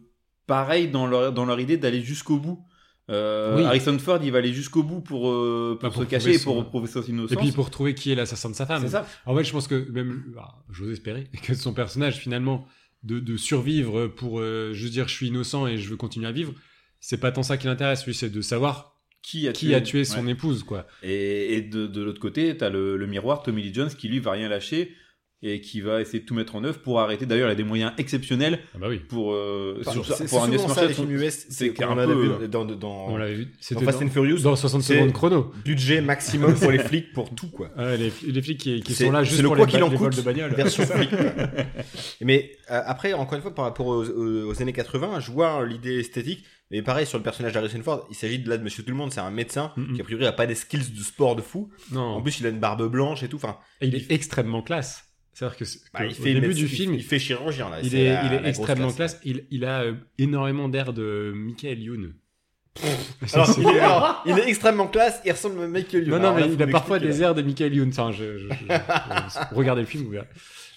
pareils dans leur... dans leur idée d'aller jusqu'au bout. Euh, Oui. Harrison Ford, il va aller jusqu'au bout pour, euh, Bah, pour, pour se cacher et prouver pour son- prouver son innocence. Et puis pour trouver qui est l'assassin de sa femme. c'est ça. En fait, je pense que même, bah, j'ose espérer que son personnage finalement de, de survivre pour euh, juste dire je suis innocent et je veux continuer à vivre, c'est pas tant ça qui l'intéresse. Lui, c'est de savoir Qui a qui tué, a tué son Ouais. épouse quoi. Et, et de, de l'autre côté, t'as le, le miroir, Tommy Lee Jones, qui lui va rien lâcher et qui va essayer de tout mettre en œuvre pour arrêter. D'ailleurs, il a des moyens exceptionnels Ah bah oui. pour, euh, Enfin, sur- c'est- c'est pour un souvent ça, esmarchette, les films US, c'est c'est qu'on un en a peu, vu euh, dans, dans- dans- On l'avait vu. dans C'était Fast and Furious, dans 60 C'est- secondes chrono. budget maximum pour les flics pour tout quoi. Ah Ouais, les, les flics qui, qui C'est- sont là c'est juste le pour quoi les, qu'il ba- en les vols coûte de bagnole. version flic. quoi. Mais euh, après, encore une fois, par rapport aux, aux- aux années 80, je vois euh, l'idée esthétique. Mais pareil, sur le personnage d'Harrison Ford, il s'agit de là de Monsieur Tout-le-Monde, c'est un médecin Mhm. qui, a priori, a pas des skills de sport de fou. En Non, plus, il a une barbe blanche et tout. Enfin, et il est extrêmement classe. C'est-à-dire que, c'est- bah, que il au fait début médecin- du il- film, il fait chirurgien là. il, C'est est, la- il la est grosse extrêmement classe. classe. Il, il a euh, énormément d'air de Michael Youn. Alors, il est, alors, il est extrêmement classe, il ressemble à Michael Non, Youn. non, Alors là, mais faut il a m'expliquer, parfois là. des airs de Michael Youn. Enfin, je, je- je- je- regardez le film, vous verrez.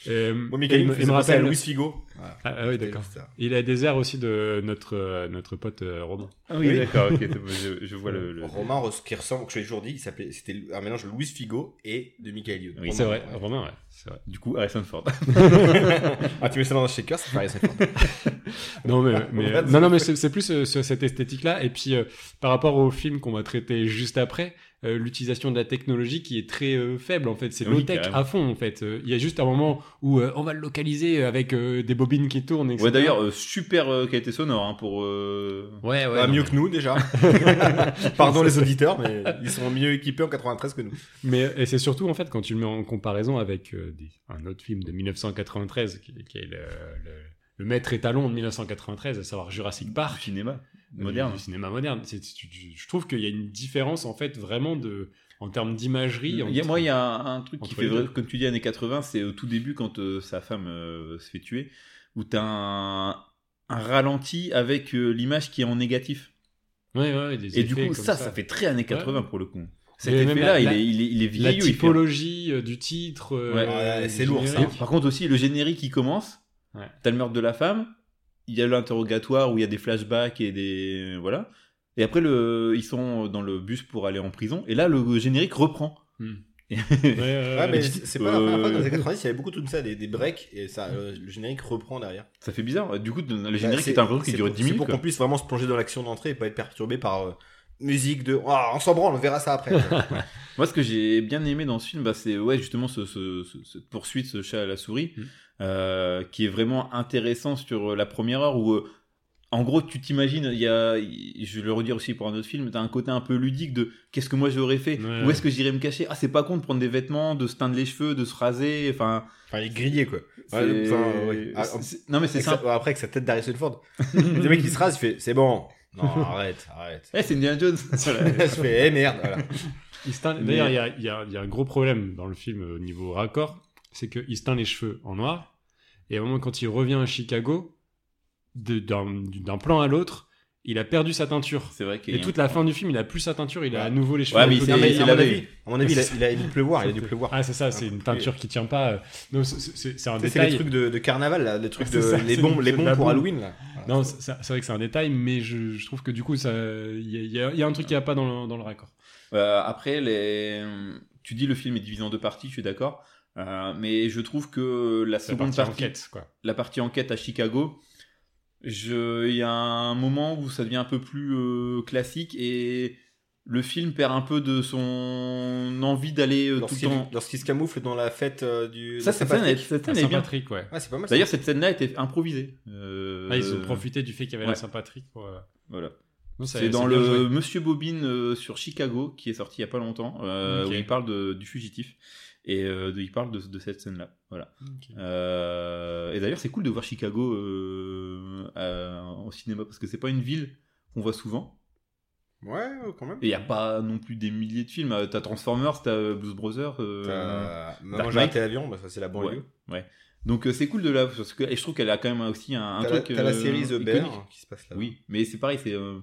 Euh, Moi, et Michael il Youn me me- il faisait me penser à rappelle- Louis Figo. Ah, ah oui, d'accord. Il a des airs aussi de notre, euh, notre pote euh, Romain. Ah oui, d'accord, ok, c'est bon, je, je vois le. le- Romain, Ros- qui ressemble, que je l'ai toujours dit, il s'appelait, c'était un mélange de Louis Figo et de Michael Youn. Oui, C'est Romain, vrai, ouais. Romain, ouais. C'est vrai. Du coup, Harrison Ford. Ah, tu mets ça dans un shaker, ça paraît ça. Non mais, mais- Ouais, non, non, mais c'est c'est plus euh, sur cette esthétique-là. Et puis euh, par rapport au film qu'on va traiter juste après, euh, l'utilisation de la technologie qui est très euh, faible en fait. C'est Oui, low tech carrément. à fond en fait. Euh, Il y a juste un moment où euh, on va le localiser avec euh, des bobines qui tournent. Etc. Ouais, d'ailleurs, euh, super euh, qualité sonore hein, pour. euh, Ouais, ouais. Bah, non, mieux mais- que nous déjà. Pardon les auditeurs, mais ils sont mieux équipés en 93 que nous. Mais euh, et c'est surtout en fait quand tu le mets en comparaison avec euh, des- un autre film de 1993 qui, qui est le, le- le maître étalon de 1993, à savoir Jurassic Park. du cinéma du- moderne. du cinéma moderne. C'est- tu- tu- je trouve qu'il y a une différence en fait vraiment de en termes d'imagerie. Il y a, entre- moi, il y a un, un truc qui entre fait, les deux. vrai- comme tu dis, années 80, c'est au tout début quand euh, sa femme euh, se fait tuer, où t'as un, un ralenti avec euh, l'image qui est en négatif. Ouais, ouais, des Et du effets coup, comme ça, ça, fait très années 80 pour le coup. Cet Mais même effet-là, la- il la- est, il est, il est La vieillot. il fait- typologie euh, du titre. euh, Ouais, ouais, du c'est lourd, ça. générique. Par contre aussi, le générique qui commence, Ouais. t'as le meurtre de la femme, il y a l'interrogatoire où il y a des flashbacks et des... Voilà. Et après, le... ils sont dans le bus pour aller en prison, et là, le générique reprend. Hmm. Et- Ouais, ouais, Ouais, ouais. mais c'est pas la euh, première fois dans les années 90, il y avait beaucoup de ça, des, des breaks, et ça, euh, le générique reprend derrière. Ça fait bizarre. Du coup, le Bah, générique c'est- est un peu qui c'est dure pour- 10 C'est minutes. pour qu'on quoi. puisse vraiment se plonger dans l'action d'entrée et pas être perturbé par euh, musique de. Ah, on s'en branle, on verra ça après. Moi, ce que j'ai bien aimé dans ce film, bah, c'est ouais, justement ce, ce- ce- cette poursuite, ce chat à la souris, Mm. euh, qui est vraiment intéressant sur euh, la première heure où, euh, en gros, tu t'imagines, il y a, y- je vais le redire aussi pour un autre film, t'as un côté un peu ludique de qu'est-ce que moi j'aurais fait, Ouais. où est-ce que j'irais me cacher, ah, c'est pas con de prendre des vêtements, de se teindre les cheveux, de se raser, enfin. enfin, il est grillé, quoi. Ouais, c'est- enfin, ouais. Ah, en- c'est- Non, mais c'est Avec sa- ça. après, avec sa tête d'Harrison Ford. le mec, il se rase, il fait C'est bon. Non, arrête, arrête. Eh, c'est Indiana Jones. Voilà. je fais Eh merde, voilà. Il se teint- Mais- D'ailleurs, il y a- il y, a- il y a un gros problème dans le film euh, au niveau raccord, c'est qu'il se teint les cheveux en noir, et à un moment, quand il revient à Chicago, de- d'un d'un plan à l'autre, il a perdu sa teinture. C'est vrai qu'il y Et a un- toute la fin du film, il a plus sa teinture, il a Ouais. à nouveau les cheveux. Ouais, un mais peu il Non, s'est- mais décollés. il à mon l'avait. avis, à mon avis, il a, il a dû pleuvoir, il a dû pleuvoir. Ah, c'est ça, c'est une teinture qui tient pas. euh, Non, c'est- c'est c'est un C'est les détail. trucs de, de carnaval, là, les trucs C'est de, ça, les c'est bombes, une- les c'est bombes la pour bombe. Halloween, là. Voilà. Non, c'est c'est vrai que c'est un détail, mais je, je trouve que du coup, ça- il y, a- il y a- il y a un truc qui va pas dans le, dans le raccord. Euh, après, les... tu dis le film est divisé en deux parties, je suis d'accord. Euh, mais je trouve que la C'est la seconde partie partie, enquête, quoi. la partie enquête à Chicago, je- il y a un moment où ça devient un peu plus euh, classique et le film perd un peu de son envie d'aller euh, tout le Lorsqu'il temps. lorsqu'il se camoufle dans la fête euh, du. Ça, de cette scène, Saint-Patrick. elle- cette Ah, scène est bien. Euh, Saint-Patrick, ouais. Ouais, c'est pas mal. ça. D'ailleurs, cette scène-là était improvisée. Euh, Ah, ils ont profité du fait qu'il y avait la ouais. Saint-Patrick pour. euh, Voilà. non, ça- C'est dans bien joué. le Monsieur Bobine euh, sur Chicago qui est sorti il y a pas longtemps euh, Ok. où il parle de- du fugitif et euh, de- il parle de, de cette scène là. Voilà. Ok. Euh, et d'ailleurs c'est cool de voir Chicago euh, euh, en cinéma parce que c'est pas une ville qu'on voit souvent Ouais, quand même. et il y a pas non plus des milliers de films. Euh, T'as Transformers, t'as euh, Blues Brothers. euh, Euh, Maman Dark j'ai Knight. raté l'avion, bah, ça c'est la banlieue. Donc euh, c'est cool de la parce que et je trouve qu'elle a quand même aussi un, un T'as la, truc. t'as la euh, série The iconique. Bear qui se passe là. Oui, mais c'est pareil, c'est euh,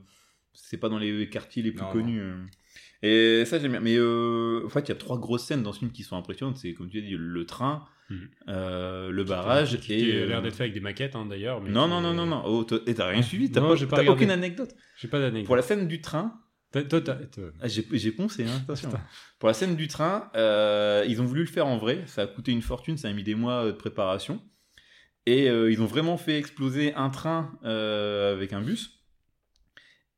c'est pas dans les quartiers les plus Non, connus. euh. Et ça j'aime bien. Mais euh, en fait, il y a trois grosses scènes dans ce film qui sont impressionnantes. C'est comme tu as dit, le train, Mhm. euh, le Qui- barrage qui et. a l'air euh, d'être fait avec des maquettes hein, d'ailleurs. mais Non, qui- non, non, non, non. Oh, t'as- et t'as rien suivi, t'as Non, pas, j'ai pas t'as regardé. aucune anecdote. J'ai pas d'année. Pour la scène du train, Toi, toi, t'as- t'as- ah, j'ai j'ai poncé, hein, attention. Pour la scène du train, euh, ils ont voulu le faire en vrai. Ça a coûté une fortune, ça a mis des mois euh, de préparation. Et euh, ils ont vraiment fait exploser un train euh, avec un bus.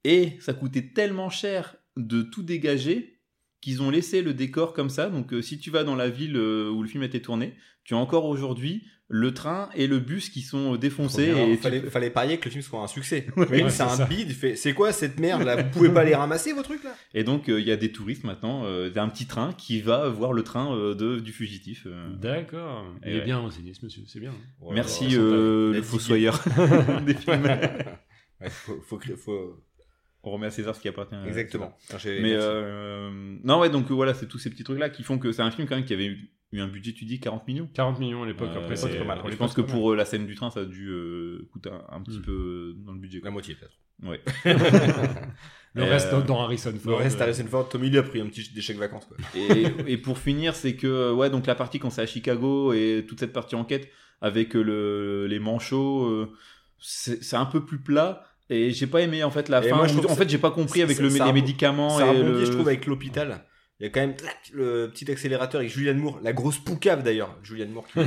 Et ça coûtait tellement cher de tout dégager qu'ils ont laissé le décor comme ça. Donc euh, si tu vas dans la ville euh, où le film a été tourné, tu as encore aujourd'hui le train et le bus qui sont euh, défoncés. Fallait- Et tu- fallait, fallait parier que le film soit un succès. Ouais, Mais c'est c'est un ça. bide, il fait c'est quoi cette merde là Vous pouvez pas les ramasser vos trucs là Et donc, euh, il y a des touristes maintenant, euh, d'un petit train qui va voir le train euh, de, du fugitif. euh. D'accord. Et Il est ouais. bien renseigné ce monsieur, c'est bien. hein. Merci, Ouais, euh, La le digue. fossoyeur des films. ouais, faut, faut, cré- faut- On remet à César ce qui appartient à Exactement. César. Mais euh, non, ouais, donc euh, voilà, c'est tous ces petits trucs-là qui font que c'est un film quand même qui avait eu, eu un budget, tu dis, 40 millions. 40 millions à l'époque. Euh, après, c'est c'est pas mal. Mm. pour Je l'époque, pense que c'est pas mal. pour euh, la scène du train, ça a dû euh, coûter un, un petit Hmm. peu euh, dans le budget. la quoi. moitié peut-être. Ouais. le reste euh, dans Harrison Le Ford. reste, euh, Harrison Ford, Tommy Lee a pris un petit déchec vacances quoi. et, et pour finir, c'est que euh, ouais, donc la partie quand c'est à Chicago et toute cette partie enquête avec euh, le, les manchots, euh, c'est c'est un peu plus plat. Et j'ai pas aimé en fait la Et fin. moi, je où- trouve que en fait, j'ai pas compris avec c'est- le, ça les rebond- médicaments Ça et rebondit, le- je trouve, avec l'hôpital. Il y a quand même clac, le petit accélérateur avec Julianne Moore, la grosse poucave d'ailleurs. Julianne Moore qui,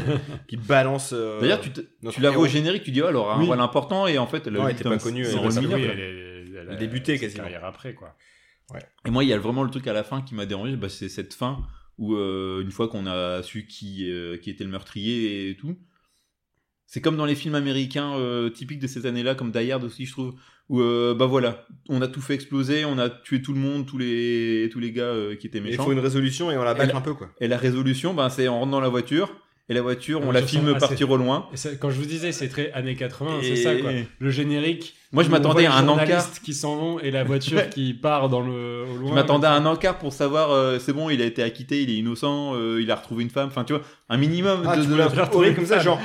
qui balance. euh, D'ailleurs, tu, te- notre tu la vois au héros. générique, tu dis, oh, elle aura un Oui. rôle important, et en fait, elle a Non, eu elle était un- pas connue, un elle rôle était pas mineur, connue. oui, quoi. elle est- elle a- Elle débutait sa quasiment. Carrière après, quoi. Et moi, il y a vraiment le truc à la fin qui m'a dérangé, bah, c'est cette fin où, euh, une fois qu'on a su qui, euh, qui était le meurtrier et tout, c'est comme dans les films américains euh, typiques de ces années-là, comme Die Hard aussi, je trouve, où, euh, bah voilà, on a tout fait exploser, on a tué tout le monde, tous les, tous les gars euh, qui étaient Mais il méchants. faut une résolution et on la bat Elle- un peu quoi. Et la résolution, bah, c'est en rentrant dans la voiture, et la voiture, La on la voiture filme s'en- ah, partir au loin. Et ça, quand je vous disais, c'est très années 80, Et- c'est ça, quoi. Le générique. Moi, je où on m'attendais voit à un les encart. journalistes qui s'en vont et la voiture qui part dans le, au loin. Je m'attendais à un encart pour savoir, euh, c'est bon, il a été acquitté, il est innocent, euh, il a retrouvé une femme, enfin tu vois, un minimum Ah, de, tu de- voulais un truc horrible comme ça, genre.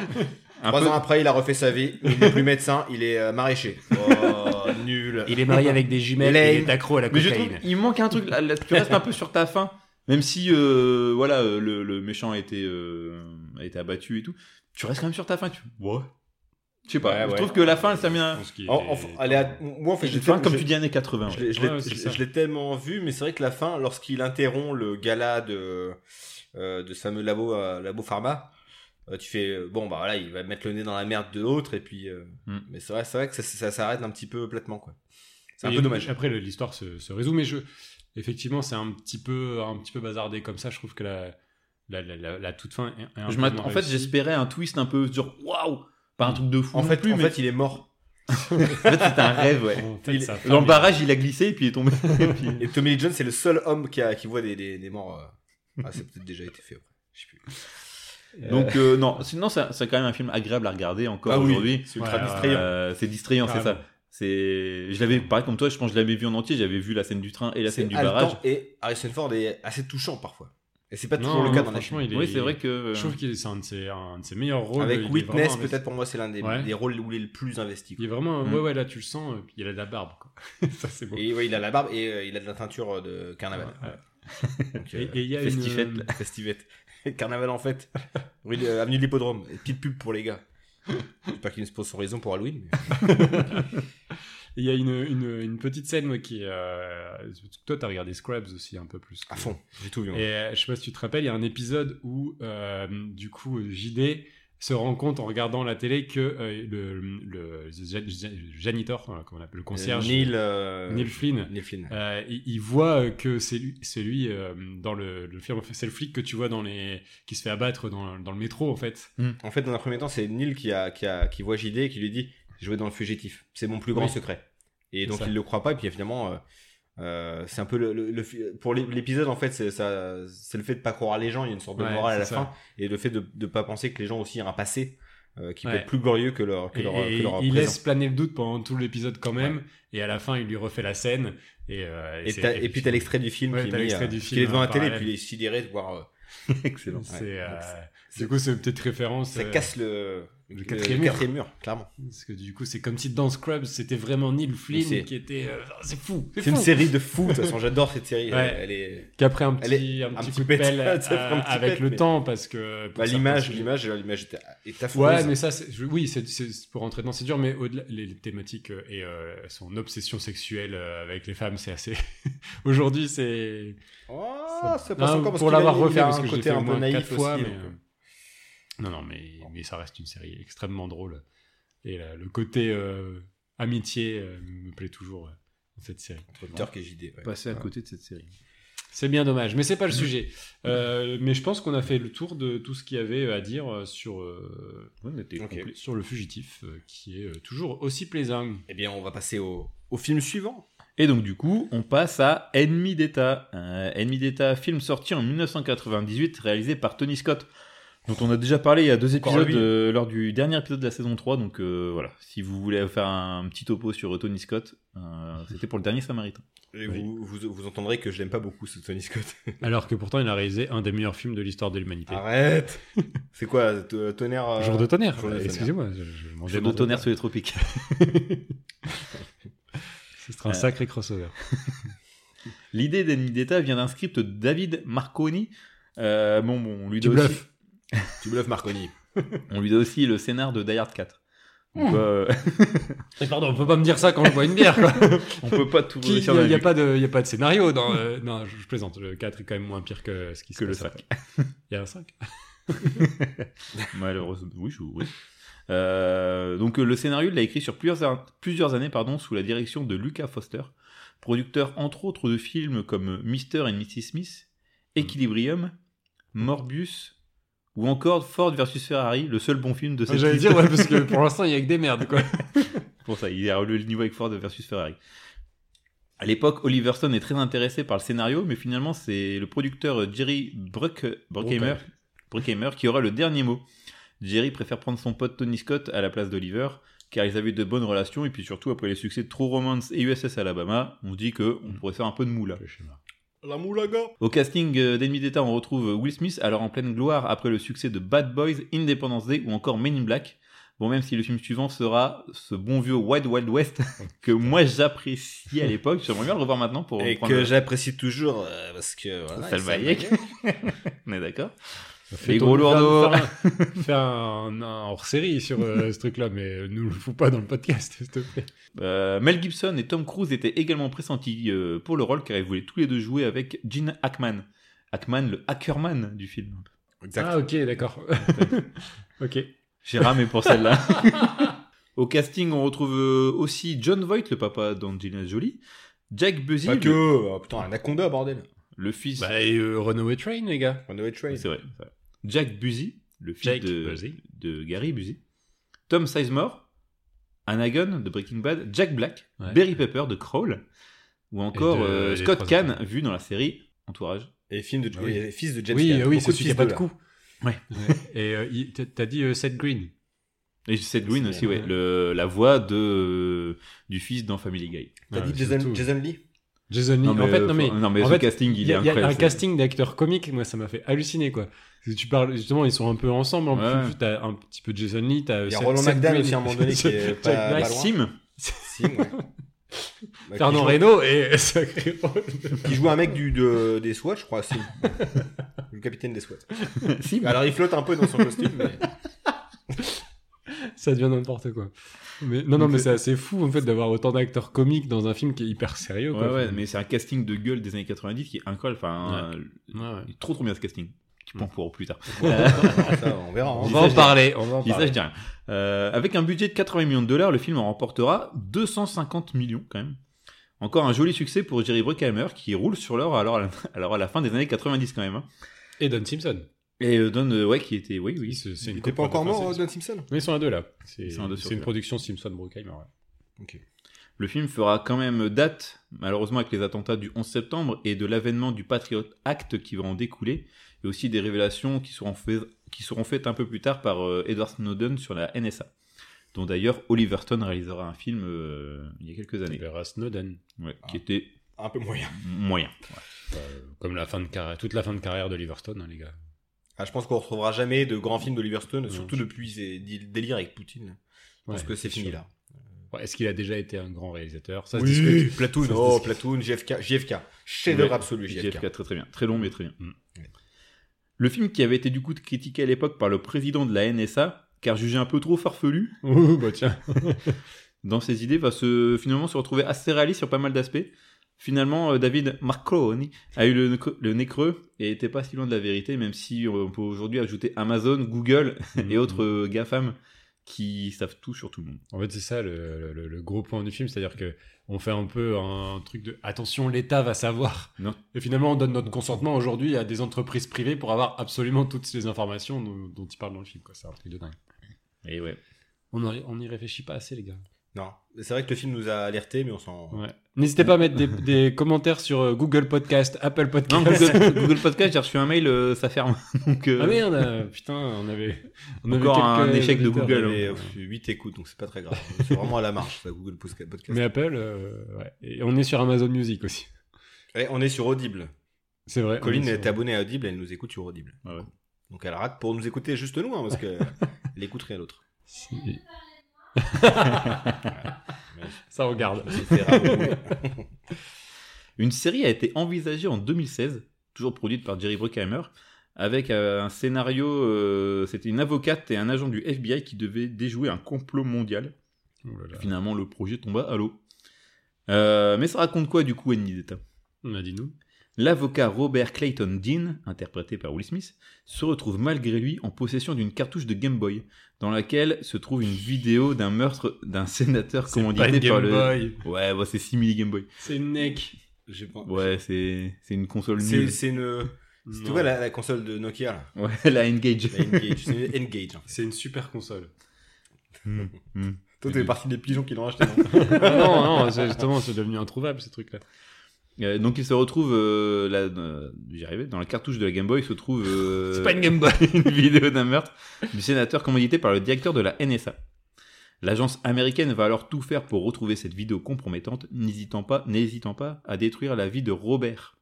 Un Trois peu- ans après, il a refait sa vie. Il n'est plus médecin, il est euh, maraîcher. Oh, nul. Il est marié avec des jumelles et Lame. il est accro à la Mais je trouve cocaïne. il manque un truc. là, là, tu restes un peu sur ta fin, même si euh, voilà euh, le, le méchant a été euh, a été abattu et tout. Tu restes quand même sur ta fin. Tu ouais. Je sais pas. Ouais, je ouais. trouve que la fin, elle s'amène. à- Je pense qu'il En- est- en- allez, oh, à- moi, en fait, J'ai j'ai fin tellement- comme j'ai- tu dis années 80. je ouais. l'ai- je l'ai- Ouais, c'est je- ça. je l'ai tellement vu, mais c'est vrai que la fin, lorsqu'il interrompt le gala de, euh, de ce fameux labo, euh, labo pharma, euh, tu fais euh, bon, bah voilà, il va mettre le nez dans la merde de l'autre, et puis. euh, Mm. Hmm. Mais c'est vrai, c'est vrai que ça, ça s'arrête un petit peu platement, quoi. C'est un Et peu dommage. Après, le- l'histoire se, se résout, mais je, effectivement, c'est un petit peu, un petit peu bazardé comme ça. Je trouve que la, la, la, la- la toute fin est, est un Je peu m'attends- moins en fait, réussie. j'espérais un twist un peu genre waouh, pas un truc de fou. En non fait, plus, en mais fait, il est mort. en fait, c'était un rêve, ouais. En fait, Il- ça fait- Dans le barrage, il a glissé et puis il est tombé. Et puis- Et Tommy Lee Jones, c'est le seul homme qui, a, qui voit des, des, des morts. euh. Ah, c'est peut-être déjà été fait. après. Je sais plus. Donc euh, non, sinon c'est c'est quand même un film agréable à regarder encore Ah oui, aujourd'hui. c'est ultra Ouais, distrayant. Euh, c'est distrayant, c'est ça. Carrément. C'est, je l'avais pareil comme toi, je pense que je l'avais vu en entier. J'avais vu la scène du train et la C'est scène du haletant barrage. Et Harrison Ford est assez touchant parfois. Et c'est pas Non, toujours le non, cas dans les franchement, films. il est. Oui, c'est vrai que. Je trouve que c'est un, de ses- un de ses meilleurs rôles. Avec Il est Witness, vraiment investi. peut-être pour moi, c'est l'un des, Ouais. des rôles où il est le plus investi. quoi. Il est vraiment. Mm. Ouais, ouais, là, tu le sens. euh, puis Il a de la barbe. quoi. ça, c'est beau. Et ouais, il a la barbe et euh, il a de la teinture de carnaval. Donc, euh, Et- et il y a une- festifette, là. festivette. Carnaval en fait. Oui, le- avenue de l'hippodrome. Et Petite pub pour les gars. J'espère qu'ils nous sponsorisons pour Halloween. mais- Il y a une, une, une petite scène moi, qui. Euh... Toi, t'as regardé Scrubs aussi un peu plus. À fond, j'ai tout vu. moi. Et euh, je sais pas si tu te rappelles, il y a un épisode où, euh, du coup, euh, JD se rend compte en regardant la télé que euh, le, le ja- ja- janitor, euh, comment on appelle, le concierge, Euh, Neil, euh, Neil Flynn, Neil Flynn. euh, il, il voit euh, que c'est lui, c'est lui euh, dans le, le film, c'est le flic que tu vois dans les, qui se fait abattre dans, dans le métro en fait. En fait, dans un premier temps, c'est Neil qui, a, qui, a, qui voit JD et qui lui dit Je vais dans le fugitif. C'est mon plus grand Oui. secret. Et C'est donc, ça. il le croit pas. Et puis, finalement, euh, euh, c'est un peu le. le- le fi- pour l'é- l'épisode, en fait, c'est ça- c'est le fait de pas croire les gens. Il y a une sorte de Ouais, morale à c'est la ça. fin. Et le fait de ne pas penser que les gens aussi ont un passé euh, qui peut Ouais. être plus glorieux que leur, que Et- leur, et que leur il présent. laisse planer le doute pendant tout l'épisode quand même, et à la fin il lui refait la scène. Et, euh, Et, c'est- t'as- et puis, t'as l'extrait du film Ouais, qui est t'as mis, l'extrait euh, du qui film est devant en la télé. Et parallèle. puis, il est sidéré de voir. euh, Excellent. c'est, Ouais, euh, donc du coup, c'est une petite référence. ça euh, casse le, le quatrième mur. mur, clairement. Parce que du coup, c'est comme si dans Scrubs, c'était vraiment Neil Mais c'est- Flynn qui était. euh, c'est fou! C'est une fou. série de fou. De toute façon, j'adore cette série. Ouais. Elle est. Qu'après un Elle petit, un petit petit coup de pet, pelle ça fait euh, un petit avec pet, le mais- temps, parce que. pour Bah, certains l'image, sujets- l'image, alors, l'image était- est affreuse. Ouais, mais ça, c'est- je- oui, c'est c'est- pour rentrer dedans, c'est dur, mais au-delà, les thématiques euh, et euh, son obsession sexuelle euh, avec les femmes, c'est assez. Aujourd'hui, c'est. Oh, c'est pas Non, encore parce pour qu'il a- l'avoir il a refait, un parce que je l'ai côté fait un au peu moins naïf quatre fois, aussi, mais... donc, euh, euh, Non, non, mais, mais ça reste une série extrêmement drôle. Et euh, le côté euh, amitié euh, me plaît toujours euh, dans cette série. entre Turk et JD. ouais. Passer à euh, côté de cette série. C'est bien dommage, mais c'est Mm-hmm. pas le sujet. Euh, mais je pense qu'on a fait le tour de tout ce qu'il y avait à dire euh, sur, euh, Ouais, mais t'es Ok. complet. sur le fugitif, euh, qui est euh, toujours aussi plaisant. Eh bien, on va passer au, au film suivant. Et donc du coup, on passe à Ennemi d'État. Euh, Ennemi d'État, film sorti en 1998, réalisé par Tony Scott, dont on a déjà parlé il y a deux Encore épisodes lui. euh, lors du dernier épisode de la saison 3. Donc euh, voilà, si vous voulez faire un petit topo sur euh, Tony Scott, euh, c'était pour le dernier Samaritain. Et Oui. vous, vous, vous entendrez que je l'aime pas beaucoup, ce Tony Scott. Alors que pourtant, il a réalisé un des meilleurs films de l'histoire de l'humanité. Arrête C'est quoi, t- Tonnerre euh, Ah, Jour de tonnerre, Jour de tonnerre. excusez-moi. je- je Jour m'en de démordais tonnerre pas. sur les tropiques. Ce serait un sacré crossover. L'idée d'Ennemi d'État vient d'un script de David Marconi. Euh, bon, bon, on lui Tu doit aussi, bluffes. Tu bluffes, Marconi. on lui doit aussi le scénar de Die Hard 4. Hmm. Donc, euh, Mais Eh, pardon, on peut pas me dire ça quand je bois une bière, quoi. on peut pas tout Qui- Il n'y réussir a, d'un il y a coup. pas de, il y a pas de scénario dans. euh, non, je, je plaisante. Le 4 est quand même moins pire que Ah, ce qui se Que le passe 5. après. Il y a un 5 Malheureusement, oui, je- oui. Euh, donc euh, le scénario, il l'a écrit sur plusieurs, ar- plusieurs années pardon, sous la direction de Lucas Foster, producteur entre autres de films comme Mr. and Mrs. Smith, Hmm. Equilibrium, Morbius ou encore Ford versus Ferrari, le seul bon film de cette J'allais liste. dire ouais, parce que pour l'instant il y a que des merdes quoi. Pour ça, il a relevé le niveau avec Ford versus Ferrari. À l'époque, Oliver Stone est très intéressé par le scénario, mais finalement, c'est le producteur euh, Jerry Bruck, Bruckheimer, Bruckheimer qui aura le dernier mot. Jerry préfère prendre son pote Tony Scott à la place d'Oliver, car ils avaient de bonnes relations, et puis surtout, après les succès de True Romance et USS Alabama, on se dit qu'on pourrait faire un peu de Ah, moula. La moulaga Au casting euh, d'Ennemis d'État, on retrouve Will Smith, alors en pleine gloire après le succès de Bad Boys, Independence Day ou encore Men in Black. Bon, même si le film suivant sera ce bon vieux Wild Wild West que moi j'appréciais à l'époque, j'aimerais bien le revoir maintenant pour Et reprendre que le- j'apprécie toujours euh, parce que. Voilà, Salma Salma Hayek. Hayek. On est d'accord Fais Les ton- gros lourdeaux. Faire un, faire un- un hors-série sur euh, ce truc-là, mais euh, nous le fous pas dans le podcast, s'il te plaît. Euh, Mel Gibson et Tom Cruise étaient également pressentis euh, pour le rôle car ils voulaient tous les deux jouer avec Gene Hackman. Hackman, le Hackerman du film. Exact. Ah, ok, d'accord. ok. J'ai ramé pour celle-là. Au casting, on retrouve euh, aussi John Voight, le papa d'Angelina Jolie, Jack Busy, Pas le, que. euh, putain, Anaconda, bordel. le fils. Bah, et, euh, Runaway Train, les gars. On avait Oui, train. c'est vrai, c'est vrai. Jack Busy, le fils Jake de, Busey. de Gary Busy, Tom Sizemore, Anagon de Breaking Bad, Jack Black, Ouais. Barry Pepper de Crawl, ou encore Et de- euh, les Scott trois Kahn, vu dans la série Entourage. Et film de, Ah oui. et fils de James oui, Caan. oui, Beaucoup c'est celui qui a fils pas de là. coup. Ouais. Et euh, il- t'as- t'as dit euh, Seth Green. Et Seth Green C'est aussi, bien. ouais, le, la voix de, du fils dans Family Guy. T'as Ouais, dit c'est Jason, tout. Jason Lee Jason Lee. en fait, non, mais. faut- non, mais en ce fait, casting, il, Il y est a, il y a incroyable. un c'est- casting d'acteurs comiques, moi ça m'a fait halluciner quoi. Parce que Tu parles justement, ils sont un peu ensemble. En Ouais. plus, t'as un petit peu Jason Lee, t'as euh, Il y a Seth- Roland Seth McDan Green. aussi à un moment donné qui est Jack pas- Black, pas loin. Sim, Si, ouais. Bah, Fernand qui joue- Reynaud et sacré rôle. Qui joue un mec du, de- des SWAT, je crois. Sim. le capitaine des SWAT. Sim. Alors il flotte un peu dans son costume, mais. ça devient n'importe quoi. Mais, non, non, Donc, euh, mais c'est- c'est assez fou en fait d'avoir autant d'acteurs comiques dans un film qui est hyper sérieux. Ouais, quoi. ouais, mais c'est un casting de gueule des années 90 qui est incroyable. Enfin, euh, Ouais, ouais. il est trop trop bien ce casting. Tu prends pour plus tard. Alors, ça, on verra. On hein. va en parler. On va en Je dis ça, parler. je dis rien. Euh, avec un budget de 80 millions de dollars, le film en remportera 250 millions quand même. Encore un joli succès pour Jerry Bruckheimer qui roule sur l'or alors, à la- alors à la fin des années 90 quand même. hein. Et Don Simpson. Et euh, donne, euh, ouais, qui était, oui, oui. c'est c'est Il une était pas coprode encore mort, française. Don Simpson Mais ils sont à deux là. C'est Ils sont à deux sur c'est une deux. production Simpson Brockheimer. ouais. Le film fera quand même date, malheureusement, avec les attentats du 11 septembre et de l'avènement du Patriot Act qui va en découler, et aussi des révélations qui seront, faites- qui seront faites un peu plus tard par euh, Edward Snowden sur la NSA, dont d'ailleurs Oliver Stone réalisera un film euh, il y a quelques années, Vera Snowden. ouais, qui était Un peu moyen. moyen. Comme la fin de carrière, toute la fin de carrière d'Oliver Stone, hein, les gars. Ah, je pense qu'on retrouvera jamais de grands films d'Oliver Stone, Non. surtout depuis ses dé- délires avec Poutine. Je pense Ouais, que c'est sûr. fini là. Ouais, Est-ce qu'il a déjà été un grand réalisateur Ça se Oui, discute. Platoon, Ça se oh, discute. Platoon, JFK, JFK. Chef-d'œuvre Ouais, absolu, JFK. JFK, très très bien. Très long, mais très bien. Mm. Ouais. Le film qui avait été du coup critiqué à l'époque par le président de la NSA, car jugé un peu trop farfelu Ouh, bah tiens. dans ses idées, va se, finalement se retrouver assez réaliste sur pas mal d'aspects. Finalement, euh, David Marconi a eu le, nec- le nez creux et était pas si loin de la vérité, même si euh, on peut aujourd'hui ajouter Amazon, Google et autres euh, GAFAM qui savent tout sur tout le monde. En fait, c'est ça le, le- le gros point du film, c'est-à-dire que on fait un peu un truc de attention, l'État va savoir. Non. Et finalement, on donne notre consentement aujourd'hui à des entreprises privées pour avoir absolument toutes les informations dont, dont ils parlent dans le film. quoi. C'est un truc de dingue. Et ouais. On en- on n'y réfléchit pas assez, les gars. Non, c'est vrai que le film nous a alertés, mais on s'en. Ouais. N'hésitez pas à mettre des, des commentaires sur euh, Google Podcast, Apple Non, Podcast. Google, Google Podcast, j'ai reçu un mail, euh, ça ferme. Donc, euh, Ah merde, euh, putain, on avait, on avait Encore un quelques échec de auditeurs. Google, Mais, hein. euh, 8 écoutes, donc c'est pas très grave. C'est vraiment à la marche, ça, Google Posca- Podcast. Mais Apple, euh, ouais. Et on est sur Amazon Music aussi. Eh, on est sur Audible. C'est vrai. on Colline est est, sur- abonnée à Audible, elle nous écoute sur Audible. Ah ouais. Donc elle rate pour nous écouter juste nous, hein, parce que elle écoute rien d'autre. Si. Ça regarde. Une série a été envisagée en 2016, toujours produite par Jerry Bruckheimer, avec euh, un scénario. euh, C'était une avocate et un agent du FBI qui devaient déjouer un complot mondial. Ouh Oh là là. Finalement, le projet tomba à l'eau. Euh, mais ça raconte quoi du coup, Annie Detta On a dit nous. L'avocat Robert Clayton Dean, interprété par Will Smith, se retrouve malgré lui en possession d'une cartouche de Game Boy, dans laquelle se trouve une vidéo d'un meurtre d'un sénateur Pas une commandité par Game le. Boy. Ouais, bon, c'est 6 Game Boy. C'est une NEC. J'ai pas- Ouais, c'est c'est une console C'est nulle. c'est une. C'est Non. quoi la, la console de Nokia là Ouais, la Engage. La Engage. E, C'est une Engage. en fait. C'est une super console. Hmm, hmm. Toi, t'es parti des pigeons qui l'ont acheté. non non, non, c'est- justement, c'est devenu introuvable ces trucs-là. Euh, donc il se retrouve euh, là, euh, j'y arrivais, dans la cartouche de la Game Boy, il se trouve euh, Game Boy. une vidéo d'un meurtre du sénateur commandité par le directeur de la NSA. L'agence américaine va alors tout faire pour retrouver cette vidéo compromettante, n'hésitant pas, n'hésitant pas à détruire la vie de Robert.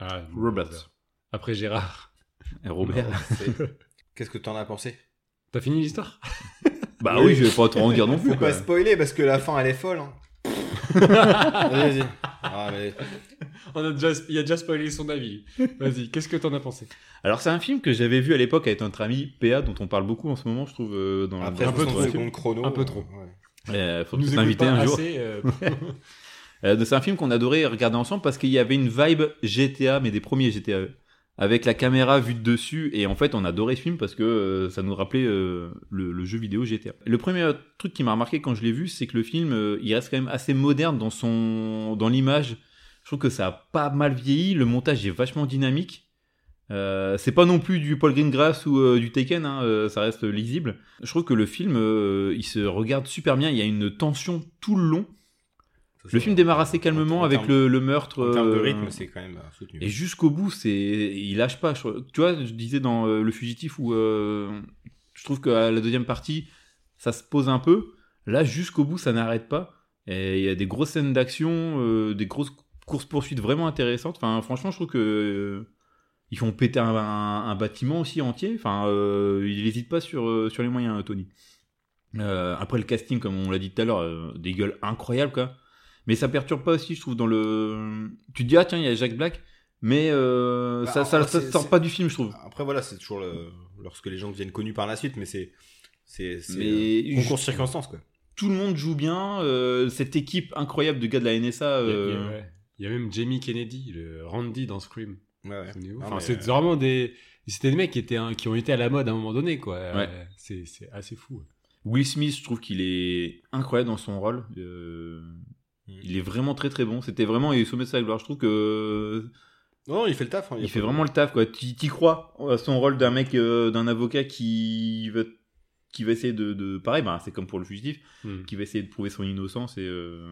Ah, bon, Robert. Après Gérard. Euh, Robert. C'est- Qu'est-ce que t'en as pensé T'as fini l'histoire Bah oui, je vais pas trop en dire non plus. Faut quoi. pas spoiler parce que la fin elle est folle. hein. Vas-y, vas-y. Ah, mais- On a déjà, il a déjà spoilé son avis. Vas-y, qu'est-ce que t'en as pensé Alors c'est un film que j'avais vu à l'époque avec notre ami PA dont on parle beaucoup en ce moment, je trouve. euh, dans Après Ah, un dans peu dans- trop. 60 secondes chrono. Un peu trop. ouais. Euh, faut écoute nous inviter pas un jour. assez, euh, Euh, donc, c'est un film qu'on adorait regarder ensemble parce qu'il y avait une vibe GTA, mais des premiers GTA. euh, Avec la caméra vue de dessus, et en fait, on adorait ce film parce que euh, ça nous rappelait euh, le, le jeu vidéo GTA. Le premier truc qui m'a remarqué quand je l'ai vu, c'est que le film, euh, il reste quand même assez moderne dans son, dans l'image. Je trouve que ça a pas mal vieilli. Le montage est vachement dynamique. Euh, c'est pas non plus du Paul Greengrass ou euh, du Taken, hein, euh, ça reste lisible. Je trouve que le film, euh, il se regarde super bien. Il y a une tension tout le long. Le film démarre assez calmement En avec termes- le, le meurtre. En termes de euh, rythme, c'est quand même euh, soutenu. Et jusqu'au bout, c'est il lâche pas. Je- Tu vois, je disais dans euh, Le Fugitif où euh, je trouve que à la deuxième partie, ça se pose un peu. Là, jusqu'au bout, ça n'arrête pas. Et il y a des grosses scènes d'action, euh, des grosses courses-poursuites vraiment intéressantes. Enfin, franchement, je trouve que euh, ils font péter un, un- un bâtiment aussi entier. Enfin, euh, il n'hésite pas sur, euh, sur les moyens, Tony. Euh, après le casting, comme on l'a dit tout à l'heure, euh, des gueules incroyables, quoi. Mais ça perturbe pas aussi, je trouve, dans le. Tu te dis, ah tiens, il y a Jack Black, mais euh, Bah, ça, ça, en- ça c'est- sort c'est- pas du film, je trouve. Bah, Après, voilà, c'est toujours le- lorsque les gens deviennent connus par la suite, mais c'est. C'est. c'est, euh, Mais Concours de je- circonstances, quoi. tout le monde joue bien, euh, cette équipe incroyable de gars de la NSA. il y a- il y euh, a- ouais. Il y a même Jamie Kennedy, le Randy dans Scream. Ouais, ouais. Souvenez-vous. Non, Enfin, mais, c'est euh, vraiment des. C'était des mecs qui, étaient, hein, qui ont été à la mode à un moment donné, quoi. Euh, Ouais. C'est c'est assez fou. Will Smith, je trouve qu'il est incroyable dans son rôle. Euh, Mm. Il est vraiment très très bon. C'était vraiment il est au sommet de sa gloire. Je trouve que euh, Non, il fait le taf. hein, y a il fait pas de- vraiment le taf quoi. T'y t'y crois à son rôle d'un mec, euh, d'un avocat qui va qui va essayer de, de- pareil. Bah, c'est comme pour le fugitif, Hmm. qui va essayer de prouver son innocence et euh,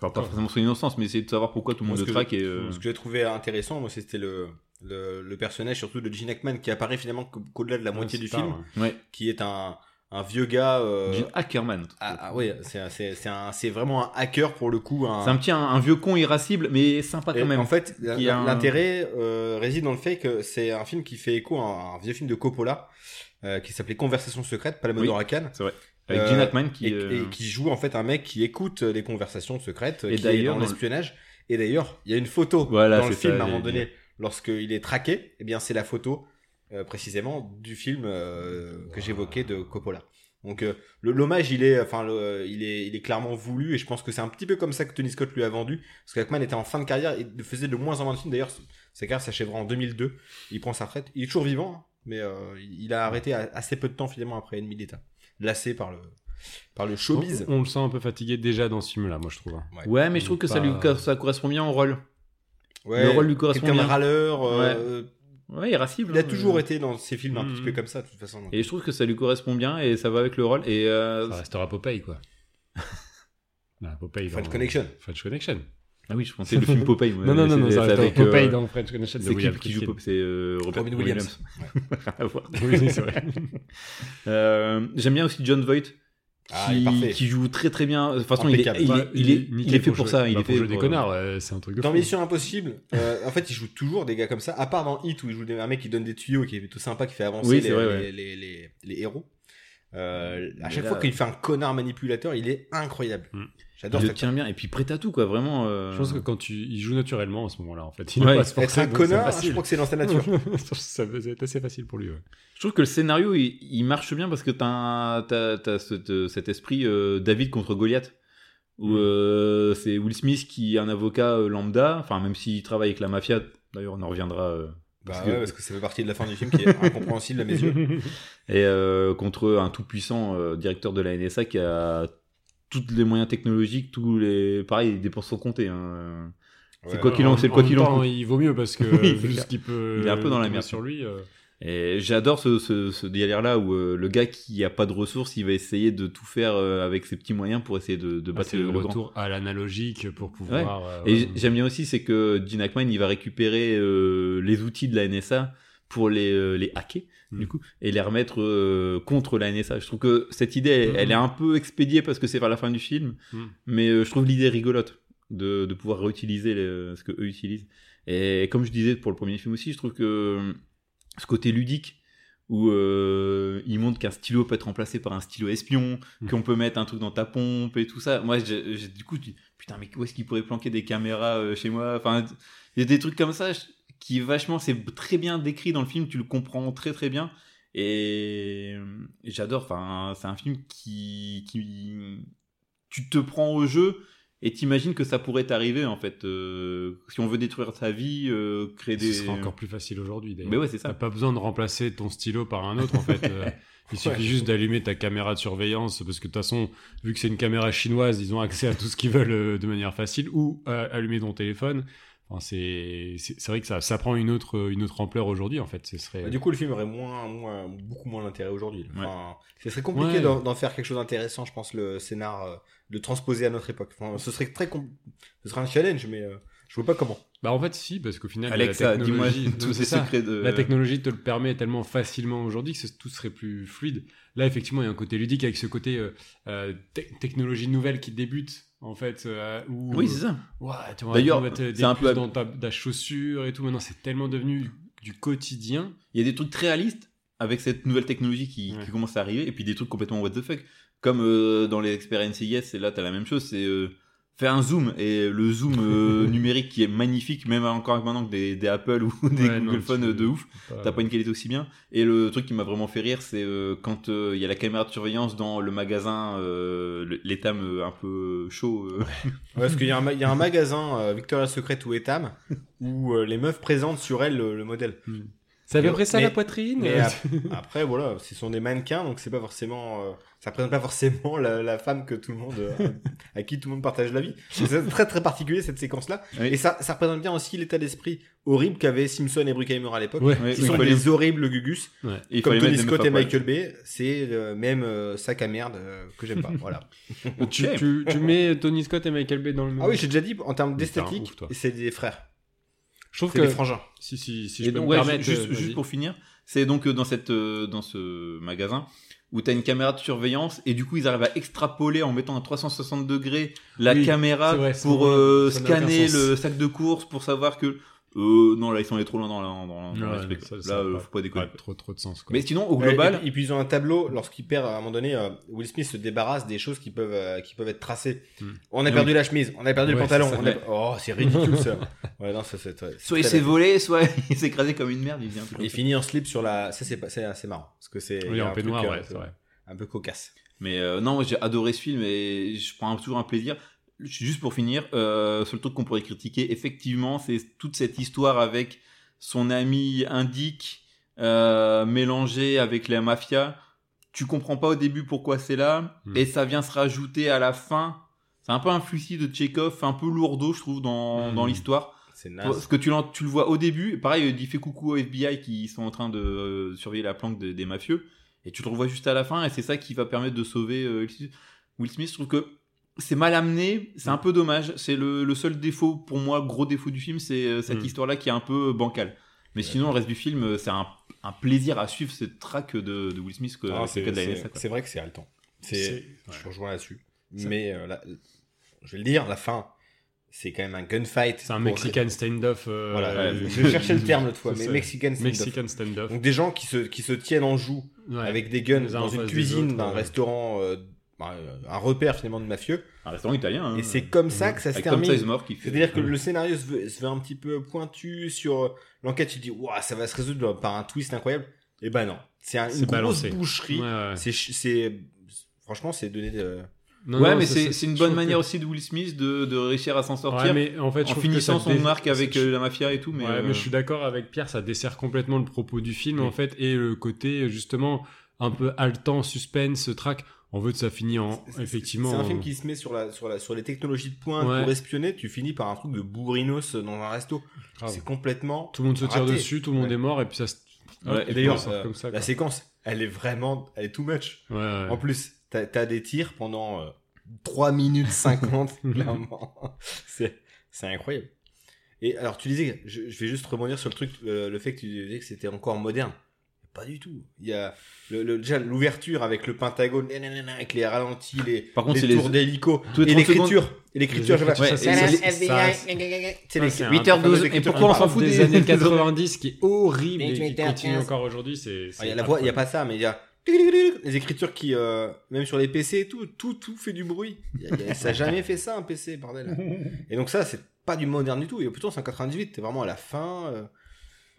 enfin pas Ouais. forcément son innocence, mais essayer de savoir pourquoi tout le monde Parce le que- traque et euh, Ce que j'ai trouvé intéressant, moi, c'était le, le, le personnage, surtout de Gene Hackman, qui apparaît finalement qu'au- qu'au-delà de la moitié Ouais, du Ah, c'est tard, film, ouais. ouais. qui est un, un vieux gars. euh, Gene Ackerman. ah, ah, oui, c'est un- c'est c'est un- c'est vraiment un hacker pour le coup. Un, C'est un petit un, un vieux con irascible, mais sympa Et quand même. En fait, Il y a un- l'intérêt euh, réside dans le fait que c'est un film qui fait écho à un, un vieux film de Coppola euh, qui s'appelait Conversation secrète, Palmador Khan, Avec euh, Gene Hackman qui et, euh, et qui joue en fait un mec qui écoute euh, les conversations secrètes, Et et qui est d'ailleurs, dans dans le- l'espionnage. Et d'ailleurs, il y a une photo Voilà, dans le c'est ça, film à un j'allais moment donné, dire. lorsqu'il est traqué. Eh bien, c'est la photo euh, précisément du film euh, que j'évoquais de Coppola. Donc euh, le- l'hommage, il est, enfin, le- il est, il est clairement voulu, et je pense que c'est un petit peu comme ça que Tony Scott lui a vendu, parce qu'Ackman était en fin de carrière, il faisait de moins en moins de films. D'ailleurs, sa carrière s'achèvera en 2002. Il prend sa retraite. Il est toujours vivant, hein, mais euh, il a arrêté à- assez peu de temps finalement après Ennemi d'État, lassé par le, par le showbiz. hein. Oh, On, on le sent un peu fatigué déjà dans ce film-là, moi je trouve. hein. Ouais, mais je trouve que ça lui Pas- ça correspond bien au rôle. Ouais, le rôle lui correspond Quelqu'un de bien. râleur. euh, Ouais, irascible. Il a hein, toujours euh. été dans ces films un Mhm. petit peu comme ça, de toute façon. donc. Et je trouve que ça lui correspond bien et ça va avec le rôle. Et euh, Ça restera Popeye, quoi. Bah, Popeye French dans- Connection. French Connection. ah oui, je pensais le film Popeye. moi. non, non, non, non, C'est- ça c'est restera avec, euh, Popeye dans French Connection. de C'est qui William qui joue Friedkin. Popeye C'est euh, Robert Robin Williams. Rien à voir. Oui, c'est vrai. Euh, J'aime bien aussi John Voight. Ah, qui, il est parfait. qui joue très très bien. De toute façon, il est, Impeccable. il, Bah, est, il, est, il nickel est fait pour jouer- ça. Il bah, est pour fait jouer des pour- euh, connards, ouais, c'est un truc de Dans fou. Mission Impossible, euh, en fait, il joue toujours des gars comme ça, à part dans Hit où il joue des, un mec qui donne des tuyaux, qui est plutôt sympa, qui fait avancer Oui, c'est les, vrai, ouais. les, les- les- les héros. Euh, à Mais chaque là, Mm. fois qu'il fait un connard manipulateur, il est incroyable. Mhm. J'adore Il le cet tient bien. Et puis prête à tout quoi, vraiment. euh, Je pense que quand tu, il joue naturellement en ce moment-là, en fait. Il Ouais, va se Être forcer, un donc connard, c'est je crois que c'est Mhm. dans sa nature. facile. ça va être assez facile pour lui. ouais. Je trouve que le scénario, il, il marche bien parce que t'as, un- t'as, t'as cet, euh, cet esprit euh, David contre Goliath. Mm. Où euh, c'est Will Smith qui est un avocat euh, lambda, enfin même s'il travaille avec la mafia, d'ailleurs on en reviendra, euh, Bah Parce ouais, que- parce que Mhm. ça fait partie de la fin du film qui est incompréhensible à mes yeux. et euh, contre un tout-puissant euh, directeur de la NSA qui a tous les moyens technologiques, tous les... Pareil, les dépenses sont comptées. hein. C'est Ouais. quoi qu'il en- c'est le quoi même qu'il en temps, coûte. Il vaut mieux parce que Oui, vu c'est ce clair. qu'il peut. Il est un peu dans la tomber merde. sur lui. euh, Et j'adore ce, ce, ce délire-là où euh, le gars qui a pas de ressources, il va essayer de tout faire euh, avec ses petits moyens pour essayer de, de bah, battre c'est le le grand. retour à l'analogique pour pouvoir. euh, Et ouais. j- j'aime bien aussi, c'est que Gene Hackman, il va récupérer euh, les outils de la NSA pour les, euh, les hacker, Mm. du coup, et les remettre euh, contre la NSA. Je trouve que cette idée, elle, Mm. elle est un peu expédiée parce que c'est vers la fin du film, Mm. mais euh, je trouve l'idée rigolote de, de pouvoir réutiliser les- ce que eux utilisent. Et comme je disais pour le premier film aussi, je trouve que euh, ce euh, côté ludique où euh, il montre qu'un stylo peut être remplacé par un stylo espion, Mhm. qu'on peut mettre un truc dans ta pompe et tout ça. Moi, j'ai- j'ai- du coup, tu- putain, mais où est-ce qu'il pourrait planquer des caméras euh, chez moi Enfin, il y a des trucs comme ça je- qui vachement, c'est très bien décrit dans le film, tu le comprends très très bien. Et euh, j'adore, enfin, c'est un film qui, qui. Tu te prends au jeu et t'imagines que ça pourrait t'arriver en fait. euh, si on veut détruire ta vie, euh, créer des. Ce sera encore plus facile aujourd'hui d'ailleurs. Mais ouais, c'est T'as ça. pas besoin de remplacer ton stylo par un autre en fait. Euh, il suffit juste d'allumer ta caméra de surveillance parce que de toute façon, vu que c'est une caméra chinoise, ils ont accès à tout ce qu'ils veulent euh, de manière facile ou euh, allumer ton téléphone. Enfin, c'est c'est c'est vrai que ça ça prend une autre euh, une autre ampleur aujourd'hui en fait. Ce serait Bah, du coup, le film aurait moins, moins, beaucoup moins d'intérêt aujourd'hui. là. Ouais. Enfin, ce serait compliqué Ouais. d'en d'en faire quelque chose d'intéressant, je pense, le scénar, euh, de le transposer à notre époque. Enfin, ce serait très, com- ce serait un challenge, mais euh, je vois pas comment. Bah en fait si parce qu'au final la Alexa, dis-moi technologie Non, tous c'est ces ça. secrets de. La technologie te le permet tellement facilement aujourd'hui que ce- tout serait plus fluide. Là, effectivement, il y a un côté ludique avec ce côté euh, euh, te- technologie nouvelle qui débute, en fait. euh, où, Oui, c'est ça. Ouah, tu vois, D'ailleurs, on va te c'est des un puces peu- dans ta, ta chaussure et tout. Maintenant, c'est tellement devenu du quotidien. Il y a des trucs très réalistes avec cette nouvelle technologie qui, Ouais. qui commence à arriver, et puis des trucs complètement what the fuck. Comme euh, dans les expériences yes, et là t'as la même chose, c'est euh, faire un zoom, et le zoom euh, numérique qui est magnifique, même encore maintenant que des, des Apple ou des Ouais, non, Google Phone tu- de ouf, Euh, t'as pas une qualité aussi bien. Et le truc qui m'a vraiment fait rire, c'est euh, quand euh, il y a la caméra de surveillance dans le magasin, euh, le- l'étam euh, un peu chaud. euh. Ouais, parce qu'il y, a un ma- il y a un magasin, euh, Victoria's Secret ou Etam, où euh, les meufs présentent sur elles le, le modèle. C'est à peu peu près près ça, ça Mais- la la poitrine. euh, mais Après, voilà, ce sont des mannequins, donc c'est pas forcément, euh, ça présente pas forcément la, la femme que tout le monde, euh, à qui tout le monde partage la vie. C'est très très particulier cette séquence-là, Oui. et ça, ça représente bien aussi l'état d'esprit horrible qu'avaient Simpson et Bruckheimer à l'époque. Ouais. Ouais, Ils il sont fallait- des horribles Gugus. et il Comme Tony fallait mettre des Scott meufs à et poil. Michael Bay, c'est le même euh, sac à merde euh, que j'aime pas. voilà. Ok. Tu, tu- tu mets Tony Scott et Michael Bay dans le même. Ah oui, j'ai déjà dit, en termes Mais t'es un ouf, d'esthétique, toi. c'est des frères. je trouve C'est des que frangins. si si si Et je peux donc, me ouais, permettre, ju- juste, euh, juste vas-y. pour finir, c'est donc euh, dans, cette, euh, dans ce magasin où tu as une caméra de surveillance et du coup ils arrivent à extrapoler en mettant à 360 degrés la Oui, caméra c'est vrai, ce pour moment-là, euh, ça n'a aucun scanner sens. le sac de course pour savoir que euh, non là ils sont allés trop loin dans, la, dans, la- dans Ouais, l'aspect, quoi. ça- ça là va euh, pas. faut pas déconner. Ouais, trop trop de sens. Quoi. Mais sinon au global, Et, puis- et puis ils ont un tableau, lorsqu'il perd, à un moment donné, euh, Will Smith se débarrasse des choses qui peuvent, euh, qui peuvent être tracées. Hmm. On a Ah perdu la chemise, on a perdu le Ouais, pantalon. c'est ça, on a- ouais. Oh, c'est ridicule ça. Ouais, non, ça, c'est- ouais, c'est soit il très s'est laid. volé, soit il s'est écrasé comme une merde. Il vient Il finit en slip sur la. Ça, c'est pas- c'est assez marrant. Parce que c'est. il oui, y a en un truc, peignoir, euh, ouais, c'est vrai. Un peu cocasse. Mais euh, non, moi, j'ai adoré ce film et je prends toujours un plaisir. Juste pour finir, euh, seul truc qu'on pourrait critiquer, effectivement, c'est toute cette histoire avec son ami indique euh, mélangé avec la mafia. Tu comprends pas au début pourquoi c'est là Hmm. et ça vient se rajouter à la fin. C'est un peu un fusil de Tchekhov, un peu lourdeau, je trouve, dans, Hmm. dans l'histoire. C'est Parce naze. que tu, l'en- tu le vois au début, pareil, il fait coucou au FBI qui sont en train de euh, surveiller la planque des- des mafieux, et tu le revois juste à la fin, et c'est ça qui va permettre de sauver euh, Will Smith. Will Smith, je trouve que c'est mal amené, c'est Mm. un peu dommage, c'est le, le seul défaut pour moi, gros défaut du film, c'est euh, cette Mm. histoire-là qui est un peu bancale. Mais sinon, le reste du film, euh, c'est un, un plaisir à suivre cette traque de, de Will Smith que, Ah, avec le C'est cas de la c'est- NSA, quoi. c'est vrai que c'est haletant. C'est. ouais. Je te rejoins là-dessus. Ça- Mais euh, la- je vais le dire, la fin, c'est quand même un gunfight. C'est un pour- Mexican stand-off. euh, Voilà, euh, je cherchais le terme l'autre fois, C'est mais ça. Mexican standoff. Mexican stand-off. Donc des gens qui se, qui se tiennent en joue Ouais. avec des guns Les uns dans en une face des cuisine autres, d'un ouais. restaurant, euh, bah, euh, un repère finalement de mafieux. Un restaurant italien. hein, Mmh. Et c'est comme ça que ça se avec Tom termine. Sizemore qui fait. C'est-à-dire que le scénario se veut, se veut un petit peu pointu sur euh, l'enquête. Tu te dis, Ouah, ça va se résoudre par un twist incroyable. Et ben non, c'est un- C'est une grosse balancé. boucherie. Ouais, ouais. C'est, ch- c'est- franchement, c'est donné. de- Non, Ouais, non, mais ça, c'est ça, c'est une je bonne trouve manière que- aussi de Will Smith de, de réussir à s'en sortir. Ouais, mais en fait, je en trouve finissant que ça son dé- arc avec je- euh, la mafia et tout, mais, ouais, euh, mais je suis d'accord avec Pierre, ça dessert complètement le propos du film Oui. en fait et le côté justement un peu haletant, suspense, track. En veut ça finit en C'est- c'est- Oh, effectivement. C'est un en- film qui se met sur, la, sur, la, sur les technologies de pointe Ouais. pour espionner. Tu finis par un truc de bourrinos dans un resto. Grave. C'est complètement Tout le monde se tire raté. dessus, tout le monde Ouais. est mort et puis ça. se- Ouais, Hop, et on d'ailleurs, sort euh, comme ça. La quoi. séquence, elle est vraiment, elle est too much. Ouais, ouais. En plus, t'as as des tirs pendant euh, 3 minutes 50, clairement. C'est c'est incroyable. Et alors, tu disais, je, je vais juste rebondir sur le truc, euh, le fait que tu disais que c'était encore moderne. Pas du tout. Il y a le, le- déjà l'ouverture avec le Pentagone, nanana, avec les ralentis, les, Par contre, les c'est les- tours d'hélico tous les et 30 secondes. l'écriture. Et l'écriture, je sais pas. Ouais, C'est et les- c'est- c'est les- c'est un 8h12, fameux et écriture pourquoi on s'en parle fout des années 90 qui est horrible Mais tu et qui m'étais à continue 15. encore aujourd'hui. C'est. Il hein. Ah, y a la voix, il y a pas ça, mais il y a les écritures qui, euh, même sur les PC et tout, tout, tout fait du bruit. Il y a- il y a- ça a jamais fait ça un PC, bordel. Et donc ça, c'est pas du moderne du tout. Et plutôt, c'est en 98, t'es vraiment à la fin. euh.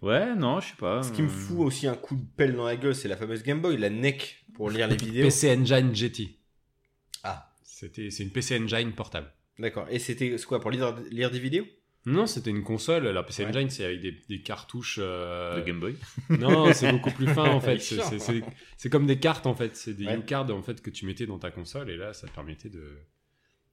Ouais, non, je sais pas. Ce qui me fout aussi un coup de pelle dans la gueule, c'est la fameuse Game Boy, la NEC pour lire les vidéos. PC Engine GT. Ah. C'était, c'est une PC Engine portable. D'accord. Et c'était c'est quoi pour lire, lire des vidéos Non, c'était une console. La PC Ouais. Engine, c'est avec des, des cartouches. euh, De Game Boy. Non, c'est beaucoup plus fin en fait. Il C'est, chante. c'est- c'est- c'est comme des cartes en fait. C'est des Ouais. U-cards en fait que tu mettais dans ta console et là, ça te permettait de,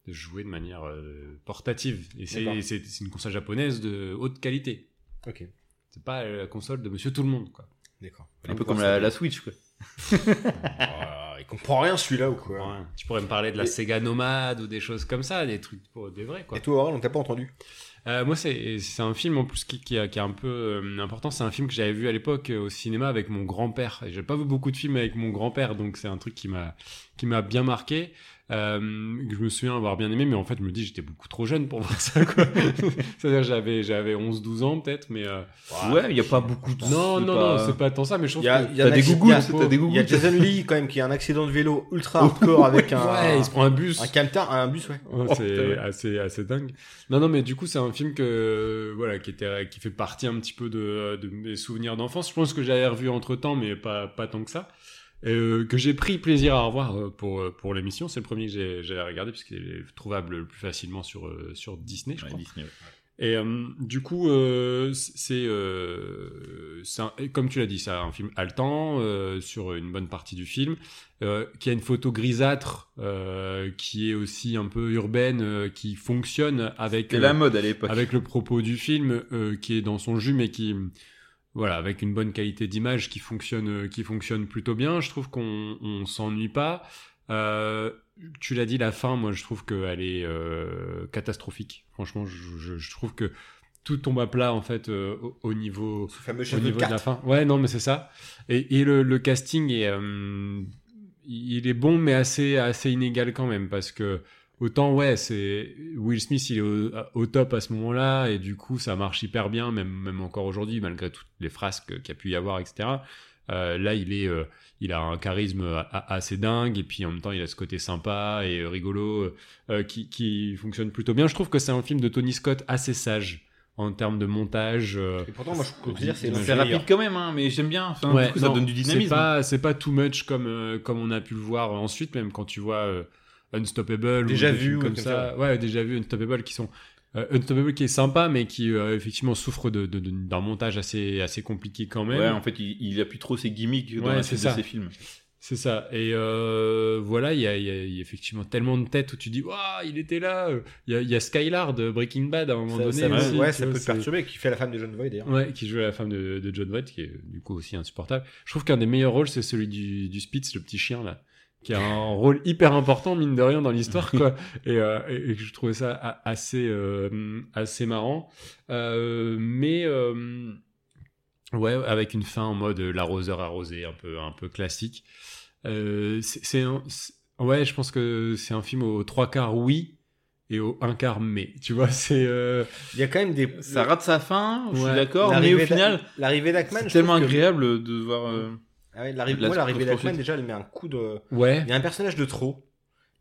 de jouer de manière euh, portative. Et c'est, D'accord. c'est- c'est une console japonaise de haute qualité. Ok. C'est pas la console de Monsieur Tout le Monde quoi. D'accord. Un peu comme la, la Switch, quoi. Ah, il comprend rien celui-là ou quoi Ouais. Tu pourrais me parler de la Et- Sega Nomade ou des choses comme ça, des trucs pour des vrais quoi. Et toi, Aurel, on t'a pas entendu Euh, moi, c'est c'est un film en plus qui, qui a, qui a un peu euh, important. C'est un film que j'avais vu à l'époque euh, au cinéma avec mon grand-père. Et J'ai pas vu beaucoup de films avec mon grand-père, donc c'est un truc qui m'a qui m'a bien marqué. Euh, que je me souviens avoir bien aimé, mais en fait, je me dis j'étais beaucoup trop jeune pour voir ça. quoi. C'est-à-dire j'avais j'avais 11-12 ans peut-être, mais euh, Ouais, il y a pas beaucoup de. non non pas- non, c'est pas tant ça. Mais je trouve Il Bah, y a, que il y a T'as un des accident- gougounes, il y a- c'est- t'as des Il y a gougounes. Jason Lee quand même qui a un accident de vélo ultra hardcore avec un, ouais, il se prend un bus. un camtar, un bus, ouais. Ouais, Oh, c'est putain. assez, assez dingue. Non, non, mais du coup, c'est un film que, euh, voilà, qui, était, qui fait partie un petit peu de, de mes souvenirs d'enfance. Je pense que j'avais revu entre temps, mais pas, pas tant que ça. Euh, que j'ai pris plaisir à revoir euh, pour, euh, pour l'émission. C'est le premier que j'ai- j'ai regardé, puisqu'il est trouvable le plus facilement sur, euh, sur Disney, je Ouais, crois. Disney, ouais. Et euh, du coup, euh, c'est euh, c'est un- et comme tu l'as dit, c'est un film haletant euh, sur une bonne partie du film, euh, qui a une photo grisâtre, euh, qui est aussi un peu urbaine, euh, qui fonctionne avec C'était euh, la mode à l'époque. avec le propos du film euh, qui est dans son jus mais qui voilà avec une bonne qualité d'image qui fonctionne euh, qui fonctionne plutôt bien je trouve qu'on on s'ennuie pas Euh, tu l'as dit la fin moi je trouve qu'elle est euh, catastrophique franchement je, je- je trouve que tout tombe à plat en fait euh, au- au niveau Ce fameux au chef de niveau de la carte. fin. Ouais, non, mais c'est ça. Et, et le, le casting est, euh, il est bon, mais assez, assez inégal quand même, parce que autant ouais, c'est Will Smith, il est au, au top à ce moment-là, et du coup, ça marche hyper bien, même, même encore aujourd'hui, malgré toutes les frasques qu'il y a pu y avoir, etc. Euh, là, il est, euh, il a un charisme a- a- assez dingue, et puis en même temps, il a ce côté sympa et euh, rigolo euh, qui, qui fonctionne plutôt bien. Je trouve que c'est un film de Tony Scott assez sage en termes de montage. euh, Et pourtant, moi, je considère que c'est C'est l'un des C'est rapide meilleurs. quand même, hein, mais j'aime bien. Enfin, Ouais, du coup, ça non, donne du C'est dynamisme. hein. pas, c'est pas too much comme, euh, comme on a pu le voir euh, ensuite, même quand tu vois euh, Unstoppable. Déjà ou des vu, films ou comme comme ça. Ouais, déjà vu Unstoppable qui sont. euh, Unstoppable qui est sympa, mais qui euh, effectivement souffre de- de- de- d'un montage assez, assez compliqué quand même. Ouais, en fait, il, il appuie trop ses gimmicks dans Ouais, la c'est suite ça. de ses films. C'est ça. Et euh, voilà, il y a, il y a- il y a effectivement tellement de têtes où tu dis Waouh, il était là. Euh, Il y a, il y a Skylar de Breaking Bad à un moment Ça, donné. ça peut- aussi, ouais, tu ça vois, peut te c'est- perturber, qui fait la femme de John Voight d'ailleurs. Ouais, qui joue la femme de, de John Voight, qui est du coup aussi insupportable. Je trouve qu'un des meilleurs rôles, c'est celui du, du Spitz, le petit chien là, qui a un rôle hyper important, mine de rien, dans l'histoire, quoi. Et, euh, et- et je trouvais ça a- assez, euh, assez marrant. Euh, mais. euh, Ouais, avec une fin en mode euh, l'arroseur arrosé, un peu, un peu classique. Euh, c'est c'est un- c'est- ouais, je pense que c'est un film aux trois quarts oui et au un quart mais. Tu vois, c'est euh, Il y a quand même des. Ça rate sa fin, je Ouais. suis d'accord, mais au l'arrivée d'A- final, l'arrivée d'Ackman, c'est je tellement trouve que- agréable de voir. euh, Ah ouais, l'arrivée- La- moi, l'arrivée la- d'Ackman, déjà, elle met un coup de. ouais. Il y a un personnage de trop,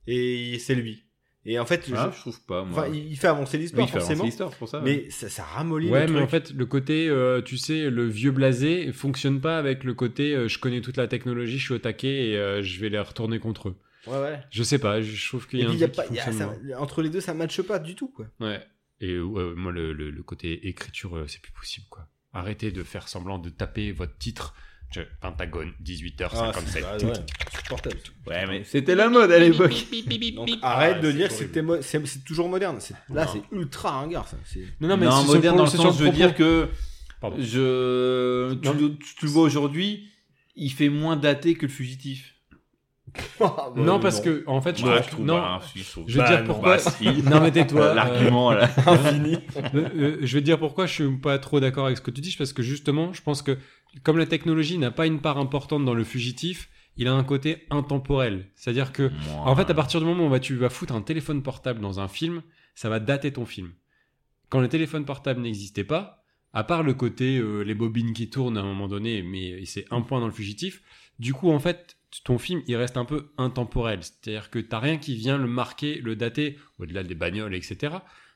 et c'est lui. Et en fait, ah, je- je trouve pas, moi. enfin, il il fait avancer Oui, l'histoire, il fait avancer forcément. l'histoire pour ça. ouais. Mais ça, ça ramollit Ouais, le mais en truc. fait, le côté, euh, tu sais, le vieux blasé fonctionne pas avec le côté euh, je connais toute la technologie, je suis au taquet et euh, je vais les retourner contre eux. Ouais, ouais. Je sais pas, je trouve qu'il y Et a puis, un il y a truc pas- qui il y a- fonctionne ça- entre les deux, ça matche pas du tout, quoi. moins. Ouais. Et euh, moi, le, le- le côté écriture, euh, c'est plus possible, quoi. Arrêtez de faire semblant de taper votre titre. Je- Pentagone, Ah, 18h57. supportable. Ouais, mais c'était la mode à l'époque. Donc arrête Ah, de c'est dire que horrible. c'était mo- c'est c'est toujours moderne. C'est- Là, Non. c'est ultra ringard, ça. C'est- non, Non, mais c'est sur- moderne dans le c'est sur sens, je veux propos. dire que Pardon. je, tu, Non. le- tu- tu le vois aujourd'hui, il fait moins daté que le fugitif. bah, non, parce que, en fait, je Moi, trouve- je trouve. non, bah, si, je trouve- je vais bah, dire non, pourquoi. bah, si. non, mais tais-toi. euh, L'argument, là. Infini. Euh, euh, je vais te dire pourquoi je suis pas trop d'accord avec ce que tu dis, parce que justement, je pense que comme la technologie n'a pas une part importante dans le fugitif, il a un côté intemporel. C'est-à-dire que, en euh, fait, à partir du moment où on va- tu vas foutre un téléphone portable dans un film, ça va dater ton film. Quand le téléphone portable n'existait pas, à part le côté euh, les bobines qui tournent à un moment donné, mais c'est un point dans le fugitif, du coup, en fait, ton film, il reste un peu intemporel. C'est-à-dire que t'as rien qui vient le marquer, le dater, au-delà des bagnoles, etc.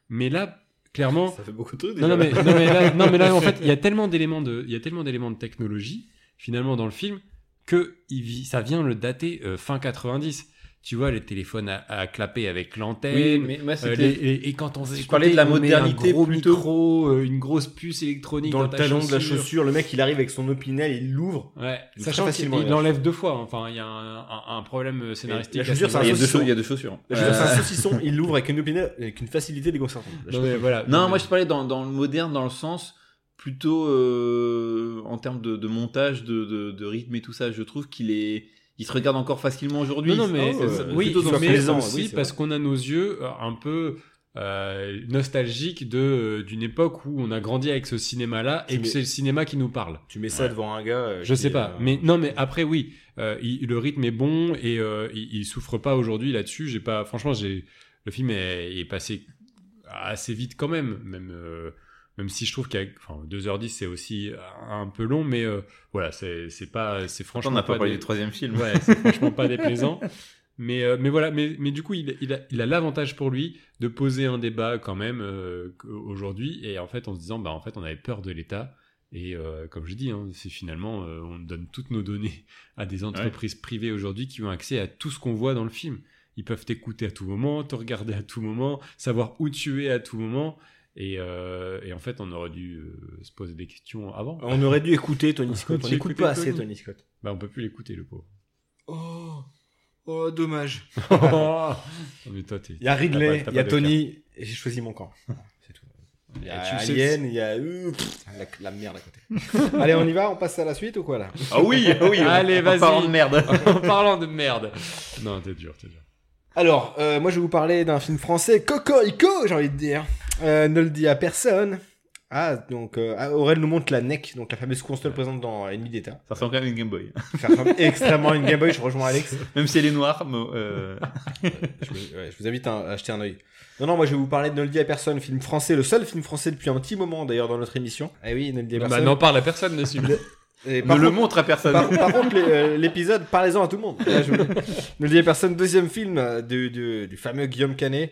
Mais là, clairement, Ça fait beaucoup de trucs non, déjà. là. non, mais, non, mais là, non, mais là, en fait, il y a tellement d'éléments de, il y a tellement d'éléments de technologie, finalement, dans le film, que il vit- ça vient le dater euh, fin 90. Tu vois, les téléphones à, à clapper avec l'antenne. Oui, mais moi, euh, c'était. les- et, et quand on Je parlais de la on met modernité un gros plutôt. micro, euh, une grosse puce électronique Dans le ta talon de la chaussure. chaussure, le mec il arrive avec son opinel, il l'ouvre. Ouais, Très sachant qu'il facilement, il là. l'enlève deux fois. Enfin, il y a un, un- un problème scénaristique. la à ce chaussure, c'est un Il y niveau-là. a deux saucisson. chaussures. Il y a deux chaussures. Euh. Euh, Je veux dire, C'est un saucisson, il l'ouvre avec une opinel, avec une facilité déconcertante. La Non, mais voilà. Non, moi je parlais dans, dans le moderne, dans le sens plutôt euh, en termes de, de montage, de, de- de rythme et tout ça. Je trouve qu'il est, il se regarde encore facilement aujourd'hui. Non, non, mais oh, euh, hein, oui, plutôt dans mais le présent, aussi oui, c'est parce qu'on a nos yeux euh, un peu euh, nostalgiques de euh, d'une époque où on a grandi avec ce cinéma-là et Tu que mets- c'est le cinéma qui nous parle. Tu mets ça devant un gars. euh, Je qui, sais pas, euh, mais non, mais après oui, euh, il- le rythme est bon et euh, il, il souffre pas aujourd'hui là-dessus. J'ai pas, franchement, j'ai le film est, est passé assez vite quand même, même. euh, même si je trouve qu'il y a enfin, 2h10, c'est aussi un peu long, mais euh, voilà, c'est c'est pas, c'est Attends, franchement on n'a pas parlé des- du troisième film. Ouais, c'est franchement pas déplaisant. Mais, euh, mais voilà, mais, mais du coup, il, il a il a l'avantage pour lui de poser un débat quand même euh, qu- aujourd'hui. Et en fait, en se disant, bah, en fait, on avait peur de l'État. Et euh, comme je dis, hein, c'est finalement, euh, on donne toutes nos données à des entreprises privées aujourd'hui qui ont accès à tout ce qu'on voit dans le film. Ils peuvent t'écouter à tout moment, te regarder à tout moment, savoir où tu es à tout moment. Et, euh, et en fait, on aurait dû euh, se poser des questions avant. On aurait dû écouter Tony Scott. Tu On n'écoute écoutais pas assez Tony. Tony Scott. Bah, on peut plus l'écouter, le pauvre. Oh, oh, dommage. Non, mais toi, t'es- Il y a Ridley, T'as pas- t'as il y a pas de Tony, et j'ai choisi mon camp. Voilà, C'est tout. Il y a Et tu sais- Alien, il y a euh, pff, la, la merde à côté. Allez, on y va, on passe à la suite ou quoi là Ah oui, ah oui. Allez, en vas-y. parlant de merde. en parlant de merde. Non, t'es dur, t'es dur. Alors, euh, moi je vais vous parler d'un film français, Cocorico, j'ai envie de dire. Euh, ne le dis à personne. Ah, donc euh, ah, Aurel nous montre la NEC, donc la fameuse console présente dans Ennemi d'État. Ça ressemble quand même à une Game Boy. Ça ressemble extrêmement à une Game Boy, je rejoins Alex. Même si elle est noire, mais, euh, je, vous- ouais, je vous invite à, à jeter un oeil. Non, non, moi je vais vous parler de Ne le dis à personne, film français, le seul film français depuis un petit moment d'ailleurs dans notre émission. Ah oui, Ne le dis à bah, personne. n'en parle à personne dessus. Et ne par le contre- montre à personne. par, par contre, l'é- euh, l'épisode, parlez-en à tout le monde. Là, je vous- Ne le dis à personne, deuxième film euh, du, du- du fameux Guillaume Canet.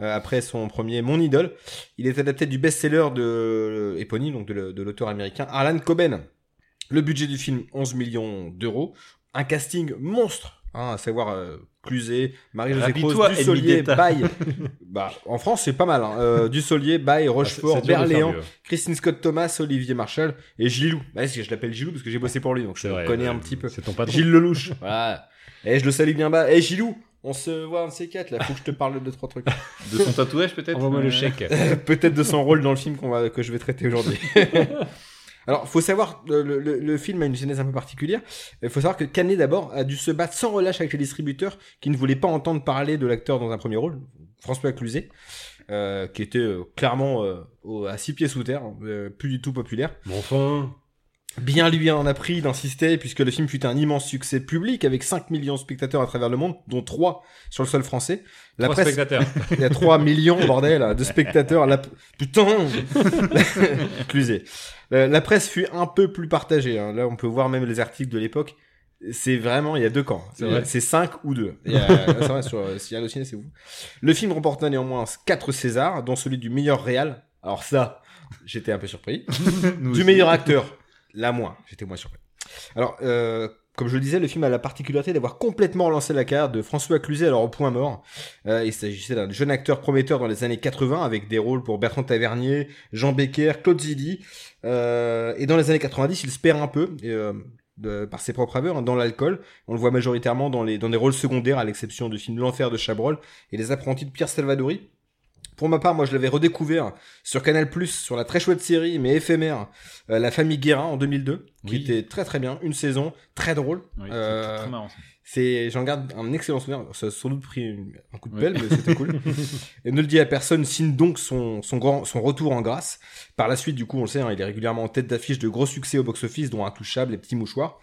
euh, après son premier Mon Idole, il est adapté du best-seller de euh, éponyme, donc de, le- de l'auteur américain Alan Coben. Le budget du film, 11 millions d'euros. Un casting monstre, hein, à savoir euh, Cluzet, Marie-Josée Habille-toi, Croce, ennemi Dussolier, d'État. Baye. Bah, en France, c'est pas mal. Hein. Euh, Dussolier, Baye, Rochefort, Bah, C'est dur de faire Berléand, mieux. Christine Scott Thomas, Olivier Marshall et Gilou. Ouais, c'est que je l'appelle Gilou parce que j'ai bossé pour lui, donc je C'est le vrai, connais euh, un petit peu. C'est ton patron. Gilles Lelouch. voilà. Et je le salue bien bas. Eh Gilou, on se voit un de ces quatre là. Faut que je te parle de deux trois trucs. De son tatouage, peut-être. Envoie-moi le Euh, chèque. Peut-être de son rôle dans le film qu'on va que je vais traiter aujourd'hui. Alors, faut savoir, euh, le, le- le film a une genèse un peu particulière. Il faut savoir que Canet, d'abord, a dû se battre sans relâche avec les distributeurs qui ne voulaient pas entendre parler de l'acteur dans un premier rôle, François Cluzet, euh, qui était euh, clairement euh, au- à six pieds sous terre, euh, plus du tout populaire. Mais enfin. Bien lui en a pris d'insister, puisque le film fut un immense succès public avec 5 millions de spectateurs à travers le monde, dont 3 sur le sol français. La Trois presse, spectateurs. il y a 3 millions, bordel, de spectateurs. La... Putain Cluzet. La, la presse fut un peu plus partagée. hein. Là, on peut voir même les articles de l'époque. C'est vraiment, il y a deux camps. hein. C'est vrai. C'est 5 ou 2. Il y a- c'est vrai, sur euh, si Allociné, c'est vous. Le film remporta néanmoins 4 Césars, dont celui du meilleur réal. Alors ça, j'étais un peu surpris nous du aussi. meilleur acteur. La moins, j'étais moins surpris. Alors, euh, comme je le disais, le film a la particularité d'avoir complètement lancé la carrière de François Cluzet alors au point mort. Euh, il s'agissait d'un jeune acteur prometteur dans les années 80 avec des rôles pour Bertrand Tavernier, Jean Becker, Claude Zilli. Euh, et dans les années 90, il se perd un peu. et, euh, de- par ses propres aveux, hein, dans l'alcool. On le voit majoritairement dans, les, dans des rôles secondaires, à l'exception du film L'Enfer de Chabrol et Les Apprentis de Pierre Salvadori. Pour ma part, moi, je l'avais redécouvert sur Canal+, sur la très chouette série, mais éphémère, euh, La Famille Guérin, en 2002, qui Oui. était très très bien, une saison, très drôle. Oui, Euh, c'est très marrant. ça. C'est, j'en garde un excellent souvenir. Ça a sans doute pris une- un coup de Ouais. pelle, mais c'était cool. Et ne le dit à personne, signe donc son, son, grand, son retour en grâce. Par la suite, du coup, on le sait, hein, il est régulièrement en tête d'affiche de gros succès au box-office, dont Intouchable et Petit Mouchoir.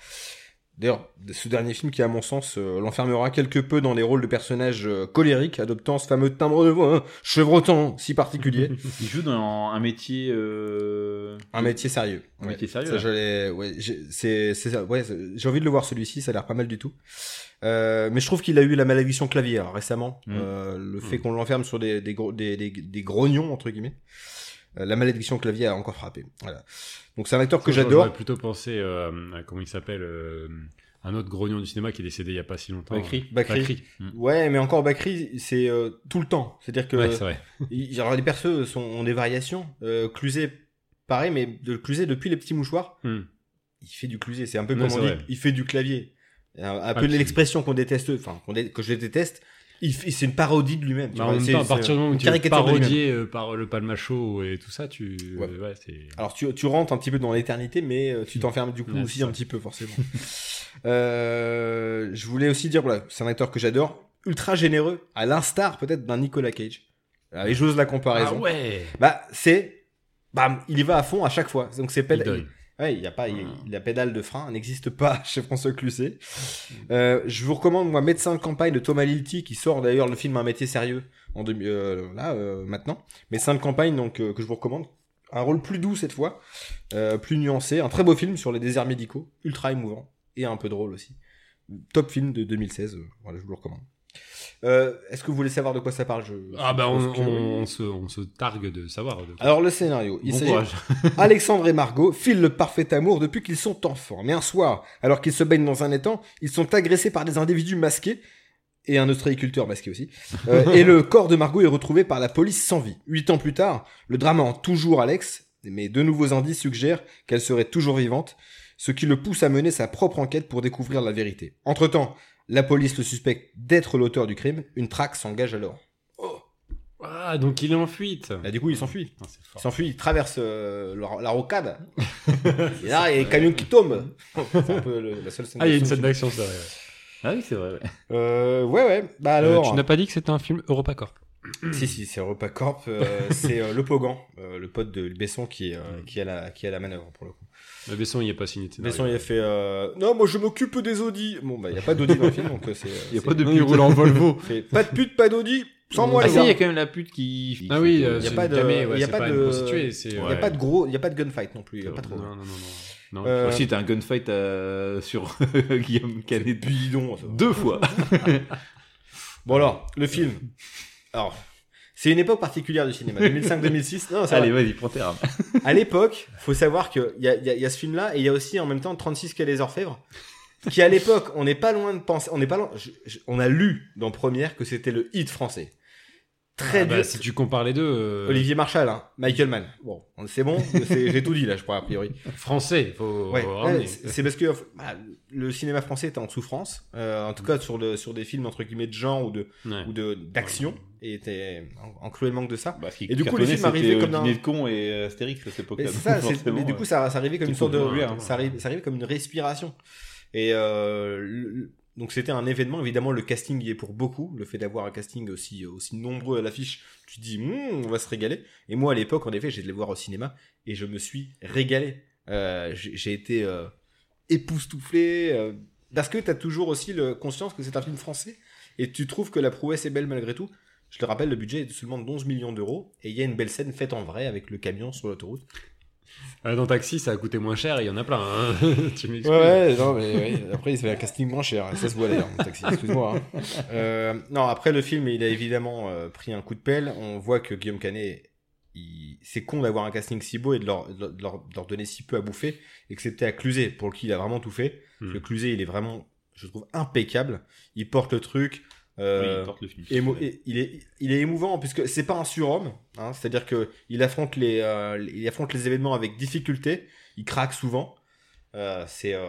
D'ailleurs, ce dernier film qui, à mon sens, euh, l'enfermera quelque peu dans les rôles de personnages euh, colériques, adoptant ce fameux timbre de voix hein, chevrotant si particulier. Il joue dans un métier. euh, un métier sérieux. Un Ouais. métier sérieux. Ça, ouais. je l'ai- ouais, j'ai- c'est, c'est ça. Ouais, c'est- j'ai envie de le voir celui-ci, ça a l'air pas mal du tout. Euh, mais je trouve qu'il a eu la malédiction clavier hein, récemment. Mm. Euh, le fait Mm. qu'on l'enferme sur des, des, gros- des, des, des grognons, entre guillemets. Euh, la malédiction clavier a encore frappé. Voilà. Donc c'est un acteur que j'adore. J'aurais plutôt pensé euh, à comment il s'appelle, euh, un autre grognon du cinéma qui est décédé il y a pas si longtemps. Bakri. Bakri. Bakri. Ouais, mais encore Bakri, c'est euh, tout le temps. C'est-à-dire que Ouais, c'est vrai. il- genre, les persos sont, ont des variations. Euh, Cluzet, pareil, mais de Cluzet depuis les petits mouchoirs. Hmm. il fait du clusier. C'est un peu Ouais, comme c'est on dit, vrai. Ah, il fait du clavier. Un, un peu Absolument. l'expression qu'on déteste, enfin qu'on dé- que je déteste. Il fait- c'est une parodie de lui-même. tu Bah, en vois, même c'est- temps, à c'est- partir du moment où une tu es caricature de lui-même. parodié euh, par le palmacho et tout ça, tu. Ouais. ouais, c'est. Alors tu, tu rentres un petit peu dans l'éternité, mais euh, tu t'enfermes du coup Ouais, aussi c'est un petit peu forcément. Euh, je voulais aussi dire, voilà, c'est un acteur que j'adore, ultra généreux, à l'instar peut-être d'un Nicolas Cage. Ah, Et j'ose la comparaison. Ah ouais Bah c'est, bam, il y va à fond à chaque fois. Donc c'est Il pèle- donne. Ouais, il y a pas, il y a- Ah. la pédale de frein n'existe pas chez François Cluzet. Mm. Euh, je vous recommande moi Médecin de campagne de Thomas Lilti qui sort d'ailleurs le film Un métier sérieux en deux- euh, là euh, maintenant. Médecin de campagne donc euh, que je vous recommande. Un rôle plus doux cette fois, euh, plus nuancé, un très beau film sur les déserts médicaux, ultra émouvant et un peu drôle aussi. Top film de 2016, euh, voilà, je vous le recommande. Euh, Est-ce que vous voulez savoir de quoi ça parle Je- Ah bah on, je- on- on se, on se targue de savoir. de- Alors le scénario, il bon s'agit courage. Alexandre et Margot filent le parfait amour depuis qu'ils sont enfants. Mais un soir, alors qu'ils se baignent dans un étang, ils sont agressés par des individus masqués et un ostréiculteur masqué aussi. Euh, et le corps de Margot est retrouvé par la police sans vie. Huit ans plus tard, le drame en toujours Alex, mais de nouveaux indices suggèrent qu'elle serait toujours vivante, ce qui le pousse à mener sa propre enquête pour découvrir la vérité. Entre-temps, la police le suspecte d'être l'auteur du crime. Une traque s'engage alors. Ah, donc il est en fuite. Bah, du coup, il s'enfuit. Putain, c'est fort. Il s'enfuit, il traverse euh, la, la rocade. et là, il y a un camion qui tombe. C'est un peu le- la seule scène Ah, il y a une d'action du scène d'action, ça. ouais, ouais. Ah oui, c'est vrai. ouais. film. Euh, ouais, ouais. Bah Euh, alors. tu n'as pas dit que c'était un film EuropaCorp. Si, si, c'est Europacorp. euh, c'est euh, le Pogan, euh, le pote de Besson qui, est, euh, qui, a la, qui a la manœuvre pour le coup. Le Euh, Besson, il n'y a pas signé. de scénario. Besson, il a fait euh, Non, moi je m'occupe des Audi. Bon, bah, il n'y a pas d'Audi dans le film, donc euh, c'est. Il y a c'est- pas de Il roule en Volvo. fait, pas de pute, pas d'Audi. Sans moi, ah, les si, il y gars. a quand même la pute qui. Ah oui, Il y a c'est pas une de- damée, il ouais, y a c'est pas pas de- une prostituée. c'est- Il ouais. n'y a pas de gros, il y a pas de gunfight non plus. Il y a pas trop. Non, non, non. non. Non. Euh, Aussi, t'as un gunfight euh, sur Guillaume Canet bidon. ça. deux fois. Bon alors, le film. Alors, c'est une époque particulière du cinéma, 2005-2006. Non, ça va. Allez, vas-y, prends tes rames. À l'époque, faut savoir qu'il y a, il y a- il y a ce film-là et il y a aussi en même temps 36 Quai des Orfèvres, qui à l'époque, on n'est pas loin de penser, on n'est pas loin, je- je- on a lu dans Première que c'était le hit français. Très Ah bah, dur. si tu compares les deux, euh, Olivier Marshall, hein, Michael Mann. Bon, c'est bon, c'est- j'ai tout dit là, je crois, a priori. français, faut Ouais, faut ouais, ramener. c'est c'est parce que bah, le cinéma français est en souffrance, euh, en Mm. tout cas sur, le, sur des films entre guillemets de genre ou de Ouais. ou de d'action, et était en, en cruel manque de ça. et du coup, les films arrivaient comme dans- Dîner de con et euh, Astérix à cette Mais époque-là. c'est ça, c'est- Forcément, mais du coup, euh, ça, ça arrivait comme tout une sorte de, convenu, hein. ça arrivait, ça arrivait comme une respiration. Et euh, le- le- donc c'était un événement. Évidemment, le casting y est pour beaucoup. Le fait d'avoir un casting aussi aussi nombreux à l'affiche, tu te dis, Hmm, on va se régaler. Et moi, à l'époque, en effet, j'ai de les voir au cinéma et je me suis régalé. Euh, j'ai j'ai été euh, époustouflé euh, parce que t'as toujours aussi le, conscience que c'est un film français et tu trouves que la prouesse est belle malgré tout. Je te rappelle, le budget est de seulement de 11 millions d'euros et il y a une belle scène faite en vrai avec le camion sur l'autoroute. Euh, Dans Taxi, ça a coûté moins cher, il y en a plein. hein. tu m'excuses. Ouais, ouais, non, mais oui. Après, il se fait un casting moins cher. Et ça se voit d'ailleurs, mon taxi. Excuse-moi. hein. Euh, non, après, le film, il a évidemment euh, pris un coup de pelle. On voit que Guillaume Canet, il- c'est con d'avoir un casting si beau et de leur, de leur- de leur- de leur donner si peu à bouffer, excepté à Cluzet, pour qui il a vraiment tout fait. Hmm. Le Cluzet, il est vraiment, je trouve, impeccable. Il porte le truc. oui, euh, il porte le film. émo- et- il, est, il est émouvant puisque c'est pas un surhomme, hein, c'est-à-dire que il affronte les, euh, il affronte les événements avec difficulté, il craque souvent. Euh, c'est euh,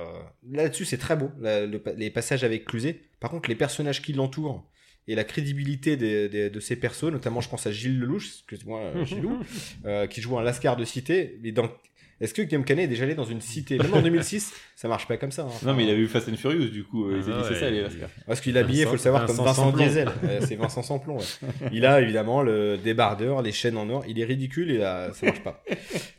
là-dessus c'est très beau la- le pa- les passages avec Cluzet. Par contre les personnages qui l'entourent et la crédibilité des- des- de ces persos, notamment je pense à Gilles Lelouch, excuse-moi euh, Gilou, euh, qui joue un Lascar de cité. Mais dans... Est-ce que Guillaume Canet est déjà allé dans une cité Même en 2006, ça marche pas comme ça. hein. Non, mais il a vu Fast and Furious, du coup. euh, Ah, il s'est dit, ouais, c'est ça, les il- Lascar. Parce qu'il est habillé, Vincent- faut le savoir, comme Vincent Vincent Samplon. Diesel. Euh, c'est Vincent Samplon. ouais. Il a évidemment le débardeur, les chaînes en or. Il est ridicule et là, ça marche pas.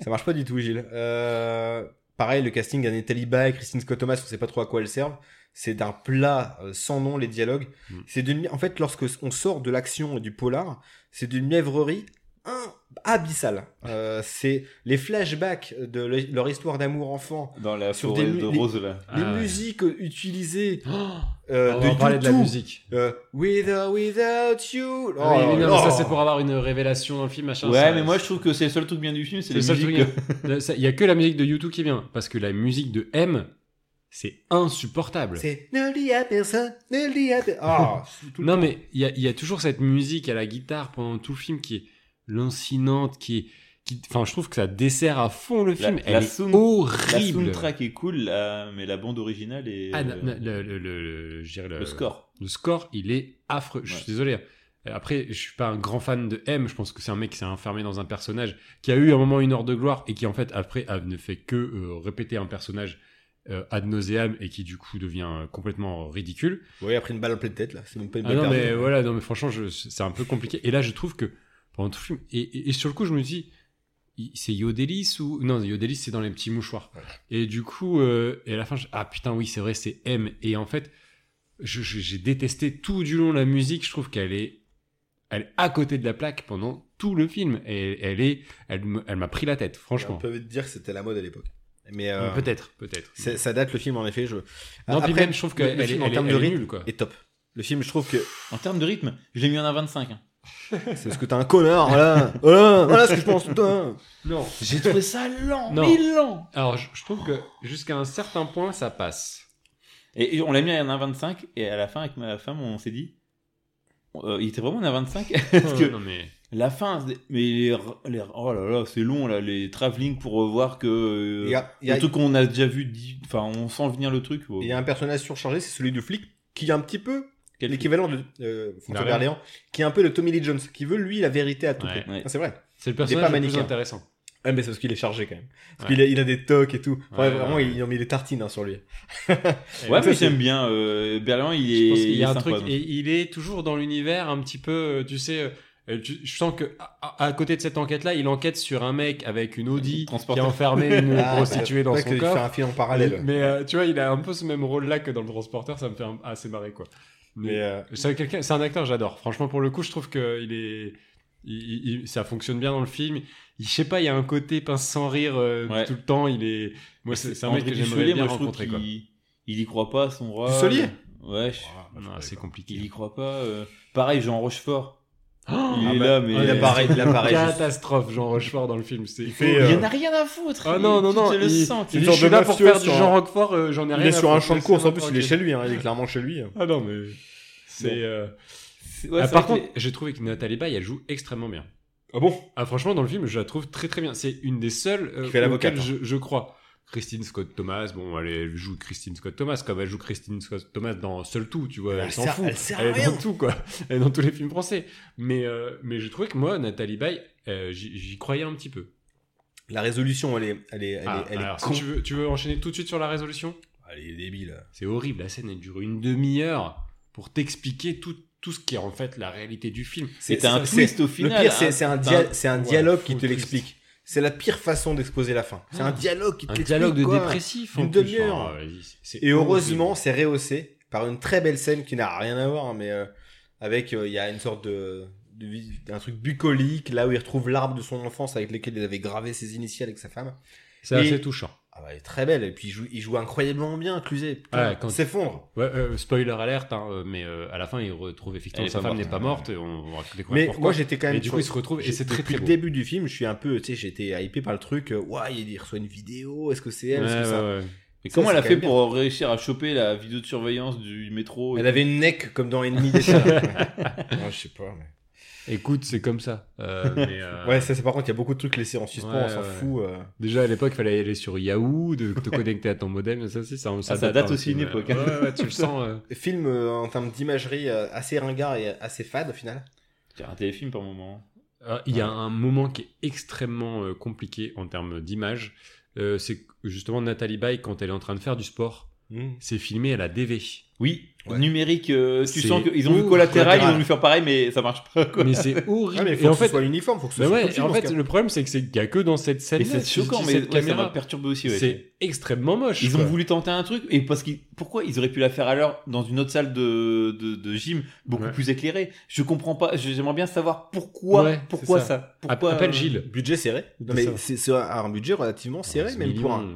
Ça marche pas du tout, Gilles. Euh, pareil, le casting d'Anne Taliba et Christine Scott Thomas, on sait pas trop à quoi elles servent. C'est d'un plat euh, sans nom, les dialogues. Mm. C'est d'une, mi- en fait, lorsque on sort de l'action et du polar, c'est d'une mièvrerie hein, abyssale. Euh, c'est les flashbacks de le- leur histoire d'amour enfant, Dans la Sur forêt des mu- de des- rose, là. les Ah ouais. Oh, musiques euh, utilisées On euh, de va parler de la YouTube. musique. Euh, with or without you. Oh, Ah Oui, oui, non, mais oh. ça c'est pour avoir une révélation, un film, machin. Ouais, ça- mais moi, je trouve que c'est le seul truc bien du film, c'est le les seul musiques. truc. hein. euh. Le- ça- Il y a que la musique de YouTube qui vient, parce que la musique de M, c'est insupportable. Oh. C'est ne lis à personne, ne lis à personne. Ah, tout le Non, mais il y a, il y a toujours cette musique à la guitare pendant tout le film qui est lancinante, qui est. qui- Enfin, je trouve que ça dessert à fond le film. Elle la est sound- La horrible. soundtrack est cool, là, mais la bande originale est. Ah, non, euh, non, le, le- le- je dirais le- le score. le score, il est affreux. Je Ouais. suis désolé. hein. Après, je suis pas un grand fan de M. Je pense que c'est un mec qui s'est enfermé dans un personnage, qui a eu un moment une heure de gloire et qui en fait après a- ne fait que euh, répéter un personnage euh, ad nauseam et qui du coup devient euh, complètement ridicule. Oui, après une balle en pleine tête, là. C'est même pas une Ah balle non, perdue. mais voilà, non, mais franchement, je- c'est un peu compliqué. Et là, je trouve que pendant tout le film, et, et- et sur le coup, je me dis, il- c'est Yodelis ou non, Yodelis, c'est dans les petits mouchoirs. Et du coup, euh, et à la fin, je- ah putain, oui, c'est vrai, c'est M. Et en fait, je- je- j'ai détesté tout du long la musique. Je trouve qu'elle est, elle est à côté de la plaque pendant tout le film. Et elle est, elle, me- elle m'a pris la tête, On franchement. peut te dire que c'était la mode à l'époque. Mais euh, Peut-être, peut-être. c'est- ça date le film, en effet. Je... Non, puis Après, même, je trouve le- le qu'elle est, film, en elle est- termes de elle est rythme, nulle, quoi. est top. Le film, je trouve que En termes de rythme, je l'ai mis en un 25. hein. c'est parce que t'es un connard, voilà, voilà, voilà ce que je pense. Euh, putain. Non. J'ai trouvé ça lent, Non. mais lent. Alors, je, je trouve que jusqu'à un certain point, ça passe. Et et on l'a mis en un 25, et à la fin, avec ma femme, on s'est dit. euh, il était vraiment en un 25 Parce que non, mais... la fin, c'est- mais les, les- oh là là, c'est long là, les travelling pour revoir que euh, Il y a, il y le a- truc qu'on a déjà vu, dix- enfin on sent venir le truc. il y a un personnage surchargé, c'est celui du flic, qui est un petit peu Quel- l'équivalent de euh, François Berléand. Berléand, qui est un peu le Tommy Lee Jones, qui veut lui la vérité à tout Ouais. prix. Ouais. Ah, C'est vrai. C'est le personnage personnage le le plus plus intéressant. Ouais, Ah, mais c'est parce qu'il est chargé quand même. Parce Ouais. qu'il a, il a des tocs et tout. Enfin, Ouais, vraiment, ouais, ouais. ils ont mis des tartines hein, sur lui. Ouais, Ça, mais c'est- j'aime bien. euh, Berlin, il Je est. pense qu'il il y est a un sympa, truc, donc. et il est toujours dans l'univers un petit peu, euh, tu sais, euh, tu- je sens que à- à, à côté de cette enquête-là, il enquête sur un mec avec une Audi qui a Transporteur. enfermé une Ah, prostituée dans ouais, que son tu fais corps. un film en parallèle. Mais euh, tu vois, il a un peu ce même rôle-là que dans le transporteur, ça me fait un- assez marrer quoi. Mais, euh, C'est quelqu'un, c'est un acteur, j'adore. Franchement, pour le coup, je trouve que il est, il- il- ça fonctionne bien dans le film. Il- Je sais pas, il y a un côté pince sans rire euh, Ouais. tout le temps. Il est, moi, c'est c'est un André mec que Dussolier, j'aimerais bien moi, je trouve rencontrer. Quoi. qu'il- Il y croit pas à son rôle. Dussolier Ouais, je- Ah, Non, c'est compliqué. il y croit pas. euh. Pareil, Jean Rochefort. Oh Il Ah est bah, là, mais. Il apparaît, il apparaît. juste. Catastrophe, Jean Rochefort dans le film. C'est. fait, Il y euh, en a rien à foutre. Ah non, non, non. Tu te le il- sens. une il dit, sorte je suis de là pour mafieux faire du sur Jean un- Rochefort, euh, j'en ai Il rien est à sur un foutre, champ de course, en plus, il est laissez-moi chez lui. hein, il est clairement chez lui. tranquille. Ah non, mais. C'est. euh, C'est- ouais, ah, c'est par vrai contre, j'ai trouvé que Nathalie Baye, elle joue extrêmement bien. Ah bon Ah, franchement, dans le film, je la trouve très très bien. C'est une des seules euh, Qui fait l'avocate, hein. auxquelles je, je crois. Christine Scott Thomas, bon, elle, elle joue Christine Scott Thomas, comme elle joue Christine Scott Thomas dans Seul Tout, tu vois, elle, Elle s'en sert- fout. elle sert à est dans rien. tout, quoi. Elle est dans tous les films français. Mais, euh, mais j'ai trouvé que moi, Nathalie Baye, euh, j'y j'y croyais un petit peu. La résolution, elle est, elle est, elle est, Ah, elle est alors, con. si tu, veux, tu veux enchaîner tout de suite sur la résolution Elle est débile. C'est horrible, la scène, elle dure une demi-heure pour t'expliquer tout, tout ce qui est en fait la réalité du film. Et t'as un c'est- twist au Le final. pire, hein. c'est c'est un, t'as dia- c'est un Bah, ouais, dialogue qui faux te twist. Ah. l'explique. C'est la pire façon d'exposer la fin. C'est un dialogue qui te Un l'explique. dialogue de quoi. dépressif. en Une plus. demi-heure. Ah, vas-y, c'est- c'est Et heureusement, horrible. c'est rehaussé par une très belle scène qui n'a rien à voir, hein, mais euh, avec euh, il y a une sorte de, de vi- un truc bucolique là où il retrouve l'arbre de son enfance avec lequel il avait gravé ses initiales avec sa femme. c'est et- assez touchant. Ah bah, elle est très belle et puis il joue, il joue incroyablement bien, Cluzet. Putain, Ouais, quand- s'effondre. Ouais, euh, spoiler alerte, hein, euh, mais euh, à la fin, il retrouve effectivement Elle est sa pas femme morte, n'est pas morte. et on va découvrir Mais pourquoi. moi j'étais quand même. Et du sur- coup, il se retrouve et j'ai- c'est très depuis très le beau. début du film, je suis un peu, tu sais, j'étais hypé par le truc. euh, Ouah, il il reçoit une vidéo. Est-ce que c'est elle Ouais, Est-ce que ça- ouais, ouais. Mais Ça, comment c'est elle a quand fait même pour réussir à choper la vidéo de surveillance du métro et Elle avait une neck comme dans Ennemi des Chats. Ouais, je sais pas. Mais... Écoute, c'est comme ça. Euh, mais, euh, Ouais, ça c'est par contre, il y a beaucoup de trucs laissés en suspens, Ouais, on s'en ouais. fout. euh. Déjà à l'époque, il fallait aller sur Yahoo, de te connecter à ton modem. Ça, aussi, ça, ça, Ah, ça date un aussi petit une peu. époque, Ouais, hein. ouais, ouais, tu le sens. euh. Film euh, en termes d'imagerie euh, assez ringard et assez fade au final. C'est un téléfilm par moment. Ah, Il y a un moment qui est extrêmement euh, compliqué en termes d'image. Euh, c'est que, justement Nathalie Baye quand elle est en train de faire du sport. Hmm. C'est filmé à la DV. Oui, Ouais. numérique, euh, tu C'est sens qu'ils ont vu ouf, collatéral, ils collatéral. ont voulu faire pareil, mais ça marche pas quoi. Mais c'est horrible. Ouais, mais faut et que en ce fait, soit l'uniforme, faut que ce bah soit ouais, possible, en en fait, tout cas. le problème c'est que c'est qu'il y a que dans cette scène. Mais c'est choquant, mais cette ouais, ça m'a caméra, perturbé aussi. ouais. c'est extrêmement moche. Ils ont quoi. voulu tenter un truc, et parce qu'ils, pourquoi ils auraient pu la faire à l'heure dans une autre salle de, de, de gym beaucoup Ouais. plus éclairée Je comprends pas, je- j'aimerais bien savoir pourquoi, Ouais, pourquoi c'est ça. ça. pourquoi, Appelle euh, Gilles. Budget serré. Non, C'est mais ça. c'est c'est un- un budget relativement serré, même pour un.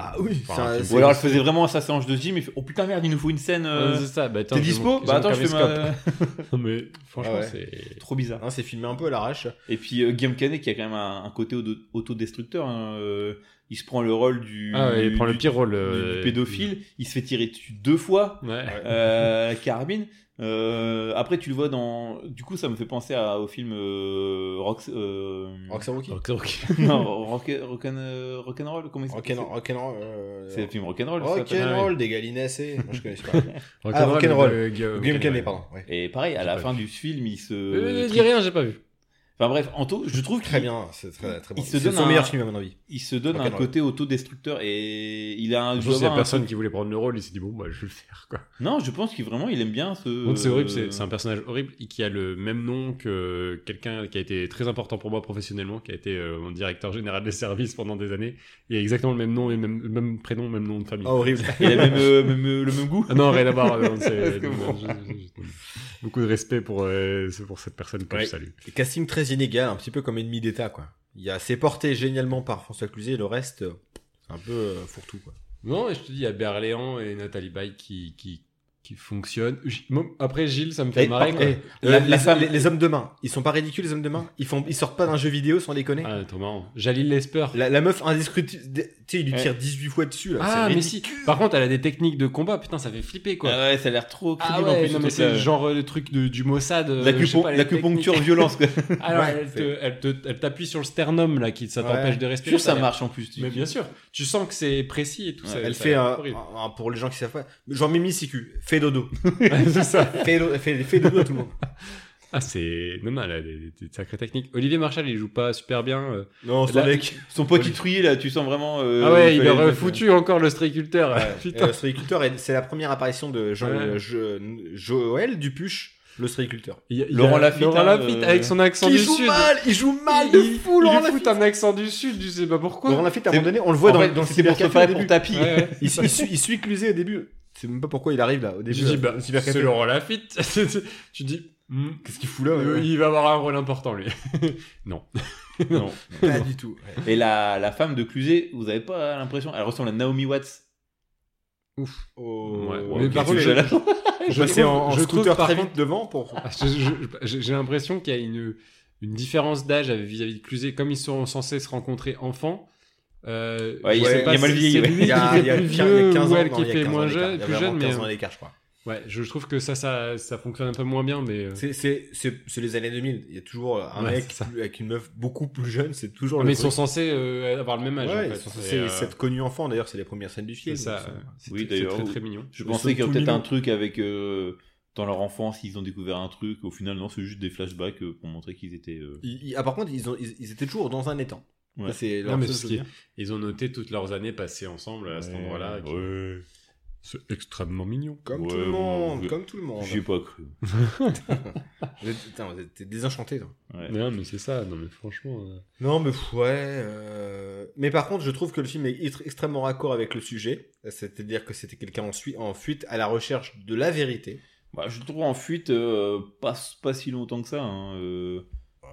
Ah oui, Bah Enfin, c'est un- film. c'est- Ou alors elle faisait vraiment sa séance de gym, et fait, oh putain merde, il nous faut une scène. euh, Ouais, c'est ça. Bah, attends, T'es ils ont- dispo ils Bah ont attends, je fais Caméscope. ma. Non, mais franchement, Ah ouais. c'est. Trop bizarre. Hein, c'est filmé un peu à l'arrache. Et puis euh, Guillaume Canet qui a quand même un, un côté auto- autodestructeur. hein, euh, il se prend le rôle du, Ah, ouais, il prend le du- pire rôle. du- euh, du pédophile. Il se fait tirer dessus deux fois Ouais. euh, à la carabine. Euh, après, tu le vois dans. Du coup, ça me fait penser à- au film euh, Rox- euh, Roxanne Wookie. Ok, ok. non, rock, rock'n- euh, rock'n'roll, comment il s'appelle Rock'n'roll. Rock'n'roll. euh, C'est le film rock'n'roll. ça s'appelle. Rock'n'roll des Galinacées. Moi, je connais pas. Rock'n'roll Ah, rock'n'roll. de Guillaume Game Canet. Canet, pardon. ouais. Et pareil, à J'ai la pas fin du film, il se. Euh, dis rien, j'ai pas vu. Enfin bref, en tout, je trouve Très qu'il bien, c'est très, très bon. Il se C'est donne son un- meilleur film, à mon avis. il se donne un Rock'n'roll. côté autodestructeur et il a un. Je il doit pense qu'il y a avoir un personne qui voulait prendre le rôle, il s'est dit bon, bah, je vais le faire quoi. Non, je pense qu'il vraiment il aime bien ce. Donc, c'est horrible, c'est c'est un personnage horrible et qui a le même nom que quelqu'un qui a été très important pour moi professionnellement, qui a été euh, mon directeur général des services pendant des années. Il a exactement le même nom et le même, le même prénom, le même nom de famille. Ah, horrible. Il a même, euh, même, euh, le même goût. Ah non, rien à voir. non, Parce c'est- que non, bon. je- je- je- Beaucoup de respect pour, euh, c'est pour cette personne que Ouais. je salue. Casting très inégal, un petit peu comme Ennemi d'État, quoi. Il y a, c'est porté génialement par François Cluzet, le reste, euh, un peu euh, fourre-tout, quoi. Non, et je te dis, il y a Berléand et Nathalie Baye qui, qui, qui fonctionnent. J- moi, Après, Gilles, ça me fait Eh, marrer. par- quoi. eh, La- euh, la les, femme- les- les hommes de main, ils sont pas ridicules, les hommes de main ils, font, ils sortent pas d'un jeu vidéo sans les connaître. Ah, trop marrant. Jalil Lesper. La, la meuf indiscrutable, tu sais, il lui Ouais. tire 18 fois dessus, là. Ah, c'est mais ridicule. si. Par contre, elle a des techniques de combat. Putain, ça fait flipper, quoi. Ah ouais, ça a l'air trop Ah crédible en ouais, plus. non, ce mais c'est truc-là. genre euh, le truc de- du Mossad. euh, je sais L'acupon- pas, les L'acupuncture techniques. violence. Quoi. Alors, Ouais, elle, te- c'est- elle te- elle t'appuie sur le sternum, là, qui ça Ouais. t'empêche de Je respirer. suis sûr que ça t'as l'air- marche en plus. tu- Mais bien sûr, tu sens que c'est précis et tout Ouais, ça. Elle ça a fait, l'air euh, horrible. un- un- pour les gens qui savent pas, genre Mimi Siku, fait dodo. C'est ça. fait, do- fait- fait dodo à tout le monde. Ah, c'est. Non, non, elle a des, des sacrées techniques. Olivier Marshall, il joue pas super bien. euh. Non, son mec. Son pote il truie là, tu sens vraiment. euh, ah ouais, il fallait- aurait foutu encore le striculteur. Ah, Putain. le striculteur, euh, est- c'est la première apparition de Jean- Ouais. Je- Joël Dupuche, le striculteur. Il y a- il y a Laurent Lafitte, Laurent hein, Lafitte, euh, avec son accent du sud. il joue il, il lui fout un accent du sud, je sais pas pourquoi. Laurent Lafitte, à un C'est- moment donné, on le En voit dans, fait, dans le c'était pour se cybercafé au faire pour début. tapis. Ouais, ouais. Il, il suit- il suit Cluzet au début. C'est même pas pourquoi il arrive là au début. Tu dis, euh, bah, au c'est cybercafé. Laurent Lafitte. tu dis, hmm, Qu'est-ce qu'il fout là ouais, euh, ouais. il va avoir un rôle important, lui. Non. Pas du tout. ouais. Et la, la femme de Cluzet, vous avez pas l'impression Elle ressemble à Naomi Watts. Oh, Ouais. ouais, Mais ok. par contre, je, je- je passais en, en je trouve, scooter par très contre- vite devant pour. Ah, je- je- je- J'ai l'impression qu'il y a une, une différence d'âge avec- vis-à-vis de Cluzet. Comme ils sont censés se rencontrer enfants, euh, Ouais, je il- sais il pas a mal si vieilli, c'est ouais. lui Il y a, qui il y a fait plus 15 il y a vieux 15 ou ans, elle non, qui il y a fait 15 ans moins d'écart. jeune, Il y a plus vraiment jeune. Mais 15 ans d'écart, je crois. ouais, je je trouve que ça, ça, ça fonctionne un peu moins bien. Mais, euh, C'est- C'est c'est- c'est les années 2000. Il y a toujours un Ouais, mec c'est ça. Ah, plus- avec une meuf beaucoup plus jeune. C'est toujours mais le ils sont truc. censés euh, avoir le même âge. Ouais, en fait. ils sont Et, censés euh, être connus enfants. D'ailleurs, c'est les premières scènes du c'est film. ça. donc, C'est Oui, c'est d'ailleurs, très oui. très mignon. Je Ils pensais sont qu'il y tout avait peut-être un mignons. truc avec. euh, Dans leur enfance, ils ont découvert un truc. Au final, non, c'est juste des flashbacks euh, pour montrer qu'ils étaient. euh, Ils- ils- ah, par contre, ils, ont, ils, ils étaient toujours dans un étang. Ouais. Ça, C'est Non, leur mais seul ce qui est- souvenir. Ils ont noté toutes leurs années passées ensemble à cet Ouais, endroit-là. qui- ouais. C'est extrêmement mignon. Comme Ouais, tout le bon, monde, je- comme tout le monde. J'y ai pas cru. Vous êtes- putain, vous êtes désenchanté. toi. Ouais. Non, mais c'est ça, non, mais franchement. euh, Non, mais pff, ouais. euh, Mais par contre, je trouve que le film est extr- extrêmement raccord avec le sujet. C'est-à-dire que c'était quelqu'un en, sui- en fuite à la recherche de la vérité. Bah, je le trouve en fuite euh, pas, pas si longtemps que ça. hein, euh.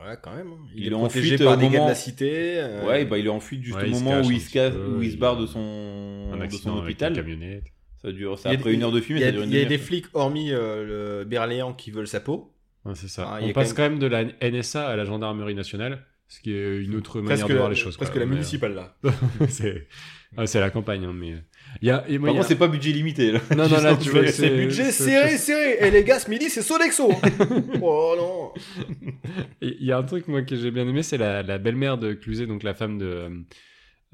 Ouais, quand même. hein. Il, Il est est en protégé fuite par au des gars de moment- la cité. euh, Ouais, bah, il est en fuite juste euh, Ouais, au il se moment cache où un il se, petit casse, peu, où il se il- barre de son, un de accident son avec une hôpital. camionnette. Ça dure, Il ça y a a- pris une heure de Il film et y a, ça dure une il y a des demi-heure. flics, hormis euh, le Berléand, qui veulent sa peau. Ouais, c'est ça. Ah, il y On a passe quand quand même de la NSA à la gendarmerie nationale. Ce qui est une autre manière Presque, de voir les choses. presque quoi. la Mais, euh, municipale là. c'est ah, c'est la campagne, hein, mais. euh, Il y a, et moi, Par il y a- contre, c'est pas budget limité. là. Non, non, là, Juste tu en vois, fait, c'est. Budget c'est- serré, serré. Et les gars, ce midi, c'est Sodexo. oh non. Il y a un truc, moi, que j'ai bien aimé, c'est la, la belle-mère de Cluzet, donc la femme de. euh,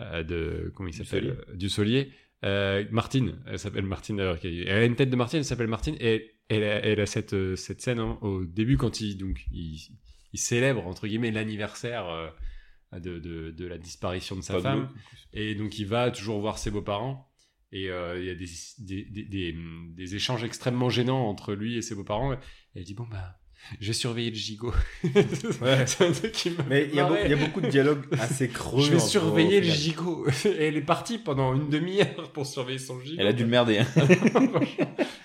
euh, de comment il s'appelle euh, Du Solier. Euh, Martine, elle s'appelle Martine d'ailleurs. qui- Elle a une tête de Martine, elle s'appelle Martine. Et elle a, elle a cette, euh, cette scène hein, au début quand il, donc, il, il célèbre, entre guillemets, l'anniversaire euh, de, de, de la disparition de sa Pas de femme. Et donc il va toujours voir ses beaux-parents. Et euh, il y a des, des, des- des- des échanges extrêmement gênants entre lui et ses beaux-parents. Et il dit Bon, bah, je vais surveiller le gigot. C'est un truc qui me. Mais il y, a beau- marrait. il y a beaucoup de dialogues assez creux. Bah Je vais entre- surveiller au le final. gigot. Et elle est partie pendant une demi-heure pour surveiller son gigot. Elle a dû le merder. hein.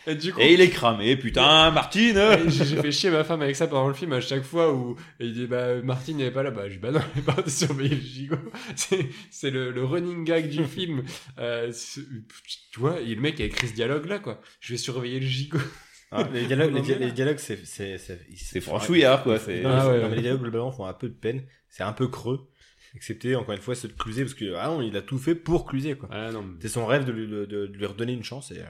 Et du coup, Et il est cramé, putain, Martine j'ai j'ai fait chier ma femme avec ça pendant le film à chaque fois où et il dit bah Martine n'est pas là bah je dis bah non elle est partie surveiller le gigot c'est c'est le, le running gag du film Euh, c'est- tu vois et le mec avec écrit ce dialogue là quoi je vais surveiller le gigot Hein, les dialogues, les, dia- les dialogues, c'est c'est c'est ils- C'est franchouillard, quoi. c'est- Non, Ah mais- ouais, non, mais ouais. les dialogues globalement font un peu de peine. C'est un peu creux, excepté encore une fois ceux de Cluzet parce que ah non, il a tout fait pour Cluzet quoi. ouais, non, mais- C'est son rêve de lui, de, de lui redonner une chance et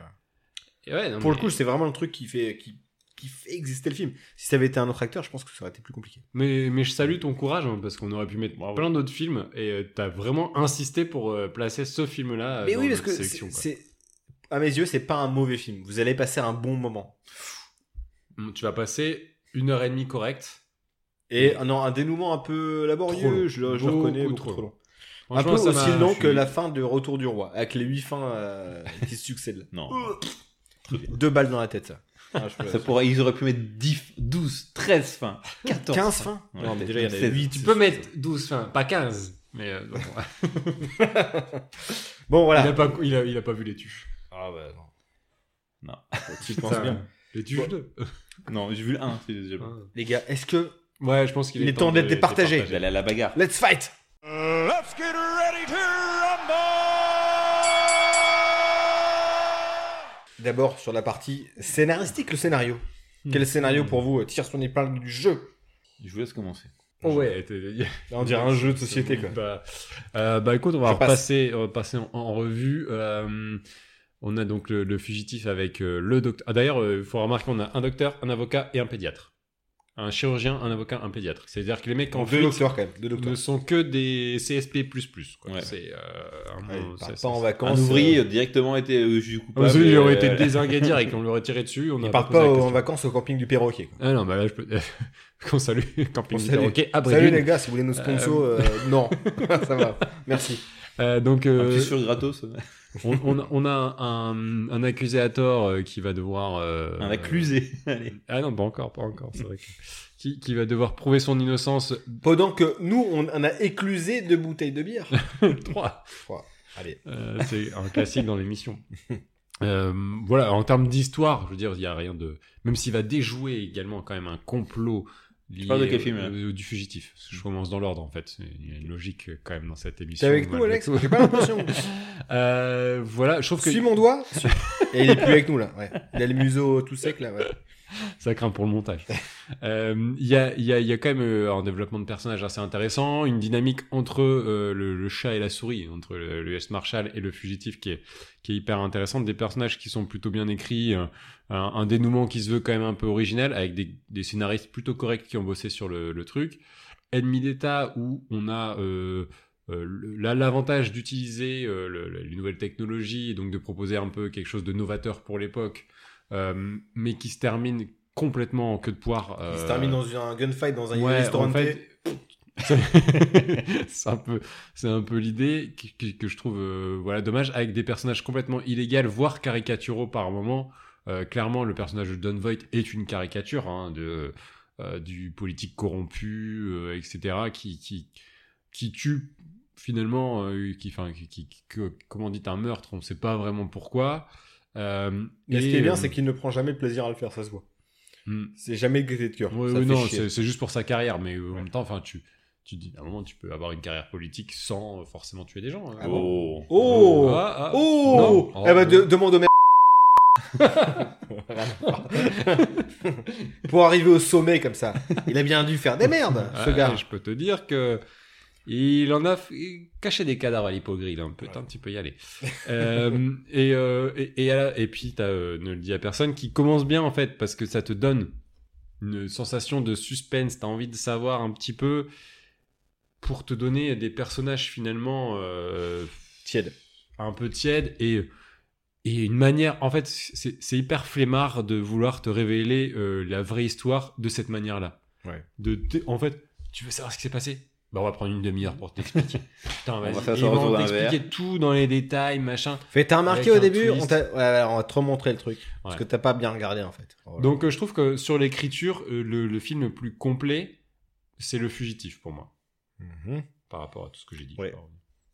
euh, ouais, non, pour mais- le coup, c'est vraiment le truc qui fait qui qui fait exister le film. Si ça avait été un autre acteur, je pense que ça aurait été plus compliqué. Mais, mais je salue ton courage hein, parce qu'on aurait pu mettre plein d'autres films et euh, t'as vraiment insisté pour euh, placer ce film-là euh, Mais dans oui, parce notre que sélection. c'est quoi. c'est- à mes yeux, c'est pas un mauvais film. Vous allez passer un bon moment. Bon, Tu vas passer une heure et demie correcte. Et ah non, un dénouement un peu Trop long. laborieux, je, le- je le Beaucoup reconnais, trop beaucoup trop long. long. Un peu Franchement, ça aussi m'a- long je que suis- la fin de Retour du Roi, avec les huit fins euh, qui se succèdent. Non. Deux balles dans la tête, ça. Ah, je peux- Ça pourrait, ils auraient pu mettre 10, 12, 13 fins, 14. 15 fins Ouais, Non, mais peut-être déjà, il y en avait seize. huit. Tu peux mettre 12, enfin, pas 15. Mais euh, bon, Bon, il, voilà. a pas, il, a, il a pas vu les tuches. Ah, bah, non. Non. Tu le penses bien. Les tuches 2. Non, j'ai vu le 1, c'est déjà bon. Ouais, Les gars, est-ce que. je pense qu'il Il est est temps d'être de- de départagé. partager. J'allais à la bagarre. Let's fight Let's get ready to rumble! D'abord, sur la partie scénaristique, le scénario. Hmm. Quel scénario pour vous tire son épingle du jeu Je vous laisse commencer. Oh ouais, t'es- Là, on dirait un jeu de société, quoi. Bah, euh, bah écoute, on va Je passe. repasser, on va passer en, en revue. euh, on a donc le, le fugitif avec euh, le docteur. Ah, D'ailleurs, il faut remarquer, on a un docteur, un avocat et un pédiatre. Un chirurgien, un avocat, un pédiatre. C'est-à-dire que les mecs en Deux fuite docteurs, quand même. Deux docteurs. ne sont que des CSP++. Quoi. Ouais. C'est euh, Ouais, un- c'est- Ah, part c'est- pas en c'est- Un vacances. ouvrier euh, a directement été euh, jugé Ah, bah, coupable. celui, il aurait été euh, désingué direct, on l'aurait tiré dessus. On Il n'aurait part posé pas la au- en question. vacances au camping du perroquet. quoi. Ah non, bah là, je peux. Qu'on salue, Camping On du salue. Perroquet, à Salut Bréville. les gars, si vous voulez nos sponsors, euh, non. ça va. Merci. Euh, donc, Un euh, petit sur gratos. on, on a- on a un, un accusé à tort euh, qui va devoir. euh, Un accusé. Allez. Ah non, pas encore, pas encore. C'est vrai que- qui, qui va devoir prouver son innocence. Pendant que nous, on on a éclusé deux bouteilles de bière. 3. Allez. Euh, c'est un classique dans l'émission. Euh, voilà, en termes d'histoire, je veux dire, il n'y a rien de. Même s'il va déjouer également quand même un complot. Lié, parles de quel film, euh, Du fugitif. Parce que Je commence dans l'ordre en fait. C'est- Il y a une logique euh, quand même dans cette émission. T'es avec nous, malgré Alex tout. J'ai pas l'impression. Euh, voilà, je trouve que Suis mon doigt. suis- Et il est plus avec nous, là. Ouais. Il a le museau tout sec, là. ouais. ça craint pour le montage. Euh, Il y, a, il y a- il y a quand même euh, un développement de personnages assez intéressant, une dynamique entre euh, le, le chat et la souris, entre le, le US Marshal et le fugitif qui est, qui est hyper intéressante, des personnages qui sont plutôt bien écrits, euh, un, un dénouement qui se veut quand même un peu original, avec des, des scénaristes plutôt corrects qui ont bossé sur le, le truc. Ennemi d'État où on a... euh, euh, le- la- l'avantage d'utiliser euh, le- le- les nouvelles technologies et donc de proposer un peu quelque chose de novateur pour l'époque, euh, mais qui se termine complètement en queue de poire. Il se euh, termine dans un gunfight, dans un ouais, restaurant en de fait, thé. c'est- c'est un peu, c'est un peu l'idée qui- qui- que, je trouve, euh, voilà, dommage, avec des personnages complètement illégaux, voire caricaturaux par moment. Euh, clairement, le personnage de Don Voight est une caricature hein, de euh, du politique corrompu, euh, etc., qui qui qui tue finalement, euh, qui, enfin, qui, qui- qui- que- comment dit un meurtre, on ne sait pas vraiment pourquoi. Euh, Et ce et, qui est bien, euh, c'est qu'il ne prend jamais plaisir à le faire, ça se voit. hmm. C'est jamais de gaieté de cœur. Oui, ça oui, fait non, chier. c'est c'est juste pour sa carrière, mais euh, en même temps, enfin, tu, tu dis, à un moment, tu peux avoir une carrière politique sans euh, forcément tuer des gens. hein. Ah bon Oh. Oh Ah, ah. Oh Non. Eh ben, Eh ben, de- demande au maire. Pour arriver au sommet comme ça, il a bien dû faire des merdes, ce Ah, gars. Je peux te dire que il en a f- caché des cadavres à l'hippogrille. Hein. Putain, tu peux y aller. Euh, et, euh, et, et, à la- et puis, t'as, euh, ne le dis à personne, qui commence bien en fait, parce que ça te donne une sensation de suspense. T'as envie de savoir un petit peu pour te donner des personnages finalement euh, Tiède. un peu tièdes et et une manière, en fait, c'est c'est hyper flemmard de vouloir te révéler euh, la vraie histoire de cette manière-là. Ouais. De, t- en fait, tu veux savoir ce qui s'est passé Bah, on va prendre une demi-heure pour t'expliquer. Putain, vas-y. va faire Et ça ils vont autour d'un t'expliquer tout dans les détails, machin. Fait, t'as remarqué au Avec un début, twist. on t'a- ouais, alors, on va te remontrer le truc. Parce Ouais. que t'as pas bien regardé en fait. Oh Voilà. Donc, euh, je trouve que sur l'écriture, euh, le, le film le plus complet, c'est Le Fugitif pour moi, Mhm. par rapport à tout ce que j'ai dit. Ouais.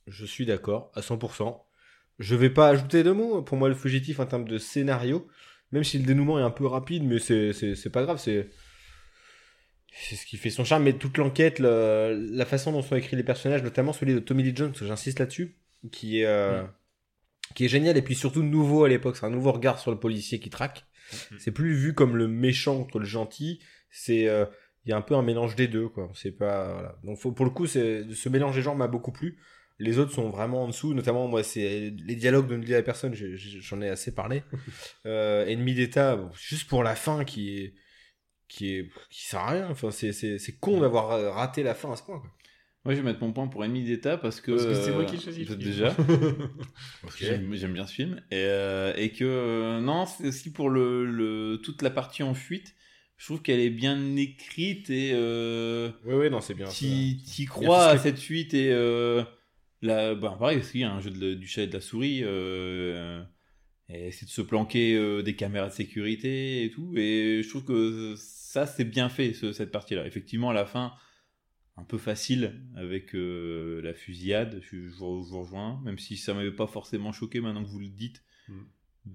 Je suis d'accord, à 100%. Je vais pas ajouter de mots. hein. Pour moi, le fugitif en termes de scénario, même si le dénouement est un peu rapide, mais c'est- c'est c'est pas grave, c'est. C'est ce qui fait son charme, mais toute l'enquête, le- la façon dont sont écrits les personnages, notamment celui de Tommy Lee Jones, j'insiste là-dessus, qui est euh, qui est génial et puis surtout nouveau à l'époque, c'est un nouveau regard sur le policier qui traque. C'est plus vu comme le méchant contre le gentil, c'est euh, il y a un peu un mélange des deux quoi. C'est pas voilà. donc faut- pour le coup, c'est ce mélange des genres m'a beaucoup plu. Les autres sont vraiment en dessous, notamment moi, c'est les dialogues de ne dire à personne, j'ai- j'ai- j'en ai assez parlé. Euh, Ennemi d'État, bon, juste pour la fin qui est qui est qui sert à rien. Enfin, c'est c'est c'est con d'avoir euh, raté la fin à ce point. Quoi. Moi, je vais mettre mon point pour ennemi d'État parce que. Parce que c'est euh, moi qui le choisis, le film. Déjà. Parce que j'aime- J'aime bien ce film. Et, euh, et que, euh, non, c'est aussi pour le, le- toute la partie en fuite, je trouve qu'elle est bien écrite et euh, Oui, oui, non, c'est bien. t'y t'y Il y crois a à tout ce cette fuite et. Euh, la, bah, pareil, parce qu'il y a un jeu de- du chat et de la souris. euh, et c'est de se planquer euh, des caméras de sécurité et tout. Et je trouve que ça, c'est bien fait, ce- cette partie-là. Effectivement, à la fin, un peu facile avec euh, la fusillade, je, je vous je vous rejoins, même si ça m'avait pas forcément choqué maintenant que vous le dites. Mm.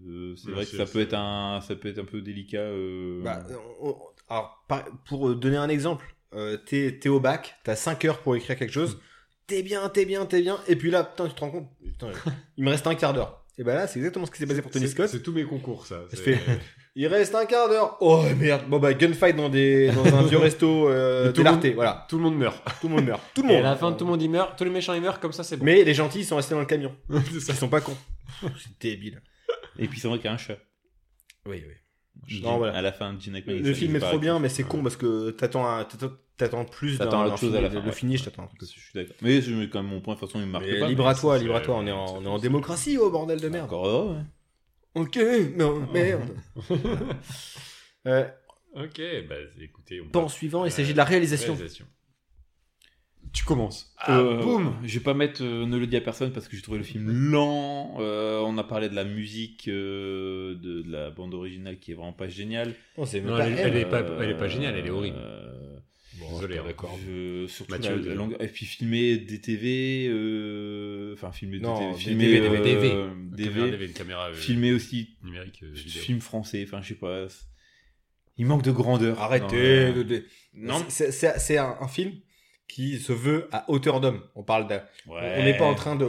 Euh, c'est Ouais, vrai que c'est- ça peut, c'est- être un, ça peut être un peu délicat. euh, Bah, Hmm. Euh, on- on- alors, par- pour euh, donner un exemple, euh, t'es t'es au bac, t'as 5 heures pour écrire quelque Hmm. chose, t'es bien, t'es bien, t'es bien, et puis là, putain, tu te rends compte, putain, il me reste un quart d'heure. Et bah là, c'est exactement ce qui s'est passé pour Tony Scott. C'est euh, tous mes concours, ça. Ça fait- Il reste un quart d'heure. Oh merde. Bon bah gunfight dans des dans un vieux resto euh, Et tout le délarté. monde- Voilà. Tout le monde meurt. Tout le monde meurt. Tout le Et monde. à la fin, tout le monde y meurt. Tous les méchants y meurent, comme ça, c'est bon. Mais les gentils ils sont restés dans le camion. C'est ça. Ils sont pas cons. c'est débile. Et puis c'est vrai qu'il y a un chat. Oui oui. Jean- Non, voilà. À la fin de Gene Hackman, il Le s'est- film il est trop paraît bien, que- mais c'est Ouais. con parce que t'attends un- t'attends t'attends plus T'attends d'un- autre d'un chose fini- à la de- fin, Le ouais. finish, t'attends un Je truc. suis d'accord. Mais je mets quand même mon point, de toute façon, il me marque Ah, Mais pas. libre mais à toi, c'est- libre à toi. On est en, c'est- on est en démocratie, oh bordel de c'est merde. Encore heureux, ouais. Ok, non, merde. Ah, Euh, Ok, bah écoutez, on pan suivant, il s'agit de la réalisation. Tu commences. Euh, Je vais pas mettre euh, Ne le dis à personne parce que j'ai trouvé le film lent. Euh, on a parlé de la musique euh, de, de la bande originale qui est vraiment pas géniale. Non, Oh, c'est même Non, pas elle est- elle. est pas- elle est pas géniale, elle est horrible. Euh, Désolé, hein. d'accord. je- surtout Mathieu, la- la désolé. longue- et puis filmer DTV, euh, enfin filmer Non, DTV, DTV, filmer DV, euh, DV, DV, une caméra euh, filmer aussi numérique. euh, vidéo. film français, enfin je sais pas. c'est- Il manque de grandeur. Arrêtez. Non, euh, de- de- non. C'est- C'est c'est un, un film qui se veut à hauteur d'homme. On parle d'un. Ouais. On n'est pas en train de.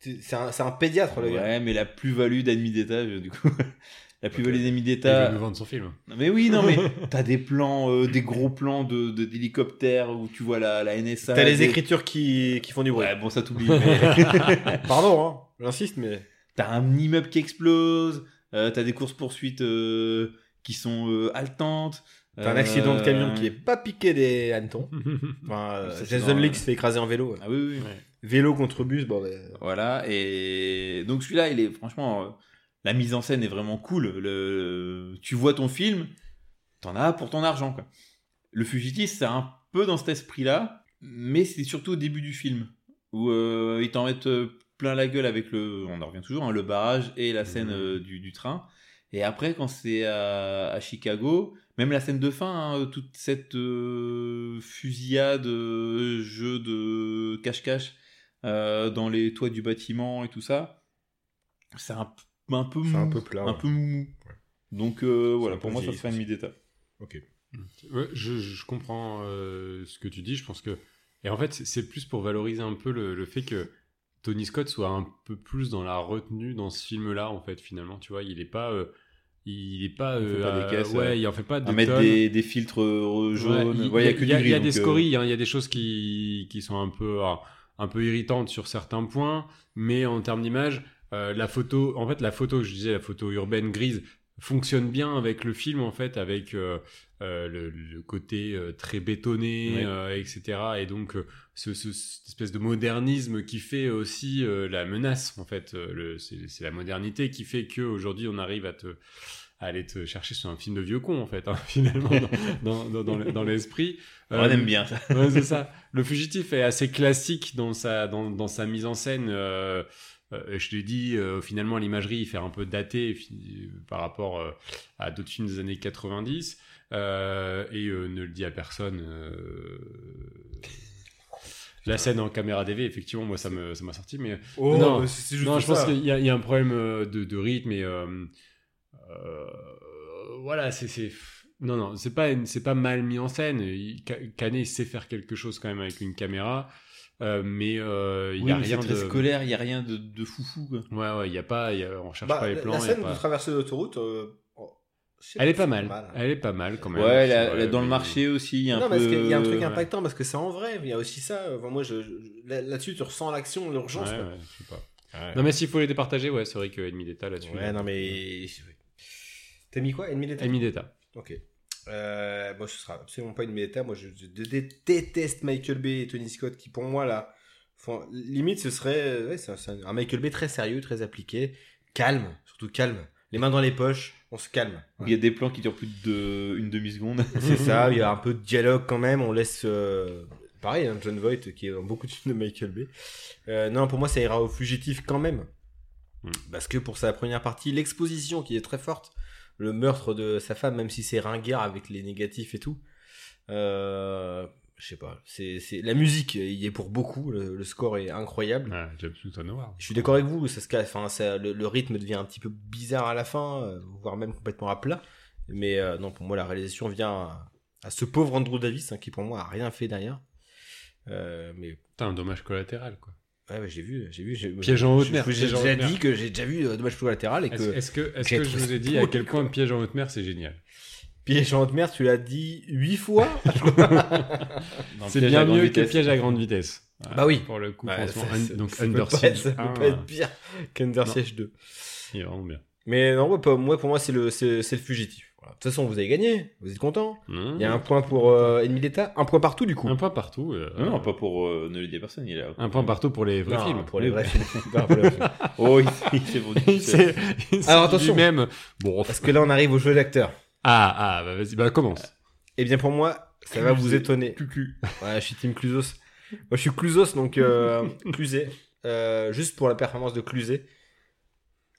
C'est un, c'est un pédiatre, le gars. Ouais, mais la plus-value d'Ennemi d'État, je- du coup. la plus-value d'Ennemi Il va d'État. nous vendre son film. Non, mais oui, non, mais t'as des plans, euh, des gros plans de de- d'hélicoptères où tu vois la, la NSA. T'as les des- écritures qui, qui font du bruit. Ouais, bon, ça t'oublie. mais Pardon, hein, j'insiste, mais. t'as un immeuble qui explose, euh, t'as des courses-poursuites euh, qui sont euh, haletantes. euh, T'as un accident de camion qui est est. pas piqué des hannetons. Enfin, euh, Ça, c'est Jason dans- Lee qui se fait écraser en vélo. ouais. Ah oui, oui, oui. Vélo contre bus, bon, ben, Voilà, et donc celui-là, il est franchement, euh, la mise en scène est vraiment cool. Le, tu vois ton film, t'en as pour ton argent. Quoi. Le fugitif, c'est un peu dans cet esprit-là, mais c'est surtout au début du film où euh, ils t'en mettent euh, plein la gueule avec le, on en revient toujours, hein, le barrage et la scène Mhm. euh, du, du train. Et après, quand c'est à, à Chicago, même la scène de fin, hein, toute cette euh, fusillade, euh, jeu de cache-cache euh, dans les toits du bâtiment et tout ça, c'est un, p- un peu c'est mou, un peu plat. un ouais. peu moumou. Donc euh, voilà, un pour peu moi, ça vieilli, serait ça. une mi d'état. Ouais, je, je comprends euh, ce que tu dis. Je pense que. Et en fait, c'est- c'est plus pour valoriser un peu le, le fait que Tony Scott soit un peu plus dans la retenue dans ce film-là, en fait, finalement. Tu vois, il est pas. euh, Il est pas. fait euh, pas des euh, caisses, ouais, ouais. il en fait pas À des mettre tonnes. des, des filtres euh, jaunes. Ouais, Ouais, il Il y n'y a- a que il du gris. y a- Il y a des donc, euh, scories, hein, il y a des choses qui, qui sont un peu, alors, un peu irritantes sur certains points, mais en termes d'image, euh, la photo, en fait, la photo, je disais, la photo urbaine grise fonctionne bien avec le film, en fait, avec euh, euh, le, le côté euh, très bétonné, Ouais. euh, etc. Et donc, euh, ce, ce- cette espèce de modernisme qui fait aussi euh, la menace, en fait. euh, le- c'est c'est la modernité qui fait qu'aujourd'hui, on arrive à te à aller te chercher sur un film de vieux con en fait hein, finalement dans, dans, dans, dans l'esprit Euh, On aime bien ça. Ouais, c'est ça. Le fugitif est assez classique dans sa, dans, dans sa mise en scène. euh, euh, je l'ai dit, euh, finalement, l'imagerie fait un peu daté fi- par rapport euh, à d'autres films des années 90. euh, et euh, ne le dit à personne. euh, La scène en caméra DV, effectivement, moi, ça me- ça m'a sorti. Mais Oh, Non. mais c'est c'est juste non, je pour pense ça. qu'il y, a- il y a un problème euh, de, de rythme et euh, euh, voilà, c'est c'est- non non, c'est pas une- c'est pas mal mis en scène. Il- Ca- Canet sait faire quelque chose quand même avec une caméra, euh, mais euh, il y a rien de très scolaire, il n'y a rien de, de foufou. quoi. ouais ouais, il y a pas, il y a- on cherche Bah, pas les la- plans. la il y a scène pas- de traversée d'autoroute. euh, oh, c'est- Elle est pas c'est mal, hein. elle est pas mal quand même. euh, Ouais, la- Ouais, la- dans le mais- marché aussi, il y a un Non, peu. parce qu'il y a un truc ouais. impactant parce que c'est en vrai. Il y a aussi ça. Enfin, moi, je, je- là- là-dessus, tu ressens l'action, Ouais, l'urgence. quoi. ouais, je sais pas. Non mais s'il faut les départager, ouais, c'est vrai que Ennemi d'État là-dessus. Ouais, non, mais. T'as mis quoi Ennemi d'état Ennemi d'État. Ok. Euh, moi, ce sera absolument pas une méta. Moi, je, je dé- déteste Michael Bay et Tony Scott qui, pour moi, là, font- limite, ce serait ouais, c'est un, c'est un Michael Bay très sérieux, très appliqué, calme, surtout calme. Les mains dans les poches, on se calme. Il y a des plans qui durent plus d'une demi-seconde. C'est ça, il y a un peu de dialogue quand même, on laisse... euh, Pareil, hein, John Voight qui est dans beaucoup de films de Michael Bay. Euh, non, pour moi, ça ira au fugitif quand même. Mm. Parce que pour sa première partie, l'exposition qui est très forte, le meurtre de sa femme, même si c'est ringard avec les négatifs et tout, euh, je sais pas, c'est c'est- la musique il est pour beaucoup, le, le score est incroyable. Ouais, James Newton Howard. Je suis d'accord avec vous, ça se casse, enfin, ça, le, le rythme devient un petit peu bizarre à la fin, euh, voire même complètement à plat. Mais euh, non, pour moi, la réalisation vient à, à ce pauvre Andrew Davis, hein, qui pour moi a rien fait derrière. Euh, mais Putain, un dommage collatéral quoi. ouais, ouais, j'ai vu, j'ai vu. j'ai- Piège en haute je- mer, J'ai piège en déjà haute mer. Ah, dit que j'ai déjà vu euh, Dommage collatéral et Est-ce que est-ce que, est j'ai que je trouvé vous ai ça dit à drôle, quel point quoi. Piège en haute mer c'est génial Piège en haute mer, tu l'as dit huit fois. Ah, Dans le C'est piège bien à grande mieux que vitesse. Piège à grande vitesse. Bah oui. Pour le coup, Ouais, franchement, ça- un- ça- donc ça peut Under pas Siege être- ça 1, peut pas être pire qu'Under Non. Siege 2. il est vraiment bien. Mais non, ouais, pour moi, pour moi, c'est le, c'est, c'est le fugitif. Voilà. De toute façon, vous avez gagné, vous êtes content. Il y a un point pour euh, ennemi d'État, un point partout du coup. Hmm. Un point partout. euh, Non, non, pas pour euh, ne le dire à personne, il est là. un point partout pour les vrais Non, films. Pour les Oui. vrais films. Non, pour les vrais films. Oh, il s'est- il s'est vendu tout Il seul. s'est- il s'est Alors, dit attention. lui-même. Bon, Parce que là, on arrive au jeu d'acteur. ah, ah, bah vas-y, bah commence. Eh bien, pour moi, ça va vous étonner. Cucu. Ouais, je suis Team Clusos. Moi, je suis Clusos, donc euh, Cluzet. Euh, juste pour la performance de Cluzet.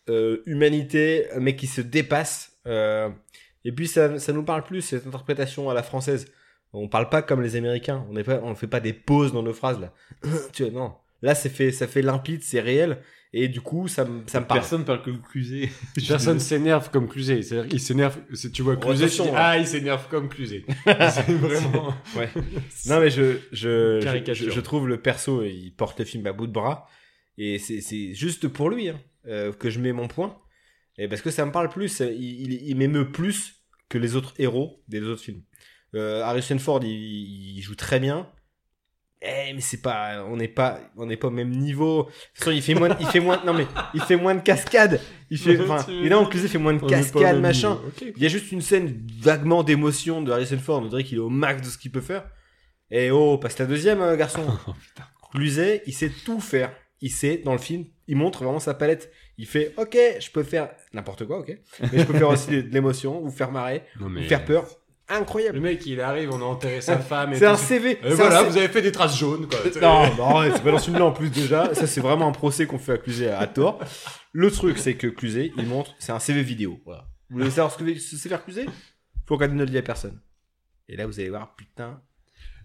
Euh, humanité, un mec qui se dépasse. Euh, et puis, ça, ça nous parle plus, cette interprétation à la française. On parle pas comme les Américains. On n'est pas, on fait pas des pauses dans nos phrases, là. tu vois, non. Là, c'est fait, ça fait limpide, c'est réel. Et du coup, ça, me- ça me parle. Personne parle que le Cluzet. Personne s'énerve comme Cluzet. C'est-à-dire qu'il s'énerve. c'est- Tu vois Oh, Cluzet, tu attention, dis, ouais. ah, il s'énerve comme Cluzet. c'est vraiment. Non mais je je, je, Caricature. je trouve le perso, il porte le film à bout de bras et c'est c'est juste pour lui hein, euh, que je mets mon point et parce que ça me parle plus, il, il, il m'émeut plus que les autres héros des autres films. Euh, Harrison Ford, il, il joue très bien. Eh, mais c'est pas, on n'est pas, on n'est pas au même niveau. De toute façon, il fait moins, il fait moins, non mais il fait moins de cascades. Il fait, enfin, et là, en plus, il fait moins de On est pas au même cascades, machin. niveau. Ok. Il y a juste une scène vaguement d'émotion de Harrison Ford. On dirait qu'il est au max de ce qu'il peut faire. Et oh, passe la deuxième, euh, garçon. Oh, Cluzet, il sait tout faire. Il sait, dans le film, il montre vraiment sa palette. Il fait, ok, je peux faire n'importe quoi, ok. Mais je peux faire aussi de l'émotion, vous faire marrer, Non, vous mais. euh, faire peur. Le Incroyable. mec, il arrive, on a enterré sa femme. et C'est un tout. CV. Et c'est voilà, un vous avez fait des traces jaunes, quoi. non, non, ouais, c'est pas dans ce film-là Bah, en plus déjà. Ça, c'est vraiment un procès qu'on fait accuser à, à tort. Le truc, c'est que Cluzet, il montre, c'est un CV vidéo. Voilà. Vous voulez savoir ce que ce c'est faire Cluzet Faut regarder notre vie à personne. Et là, vous allez voir, putain,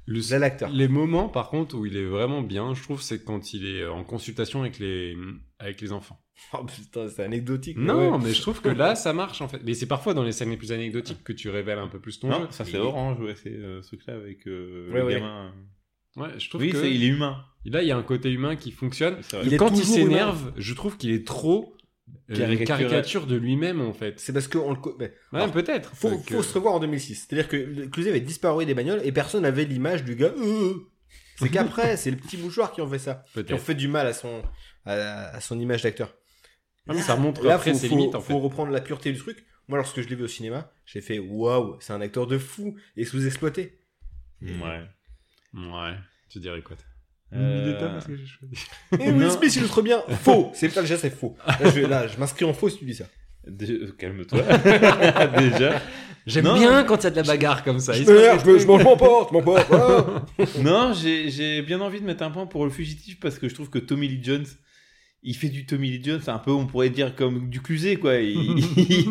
Le là, l'acteur. Les moments, par contre, où il est vraiment bien, je trouve, c'est quand il est euh, en consultation avec les, avec les enfants. Oh putain, c'est anecdotique. mais Non, ouais. mais je trouve que là, ça marche, en fait. Mais c'est parfois dans les scènes les plus anecdotiques que tu révèles un peu plus ton Non, jeu. ça c'est orange, ouais, c'est euh, ce truc-là avec euh, Ouais, le ouais. gamin. Ouais, je trouve Oui, que c'est- il est humain. là, il y a un côté humain qui fonctionne. C'est vrai. Il est Quand il toujours s'énerve, je trouve qu'il est trop euh, une Caricature- caricature de lui-même en fait. C'est parce qu'on le. co- ben, Ouais, Alors, peut-être. faut, Fait que- faut se revoir en 2006. C'est-à-dire que le- Cluzet avait disparu des bagnoles et personne n'avait l'image du gars. Euh. C'est qu'après, c'est le petit mouchoir qui en fait ça. Qui en peut-être. fait du mal à son, à, à son image d'acteur. Ah, mais ça remonte Là, après faut, ses faut- limites en fait. faut reprendre la pureté du truc. Moi, lorsque je l'ai vu au cinéma, j'ai fait waouh, c'est un acteur de fou et sous-exploité. Ouais. Ouais. Tu dirais quoi toi Euh, que j'ai choisi. Et Will Smith illustre bien faux. C'est pas déjà, c'est faux. Là, je, là, je m'inscris en faux si tu dis ça. dé- euh, Calme-toi. Déjà. J'aime Non. bien quand il y a de la bagarre comme ça. Je Il se passe m'énerve, des je me- je trucs. m'en- je m'emporte, je m'emporte. ah. Non, j'ai j'ai bien envie de mettre un point pour le fugitif parce que je trouve que Tommy Lee Jones, il fait du Tommy Lee Jones, un peu, on pourrait dire comme du Cluzet, quoi. Il, il-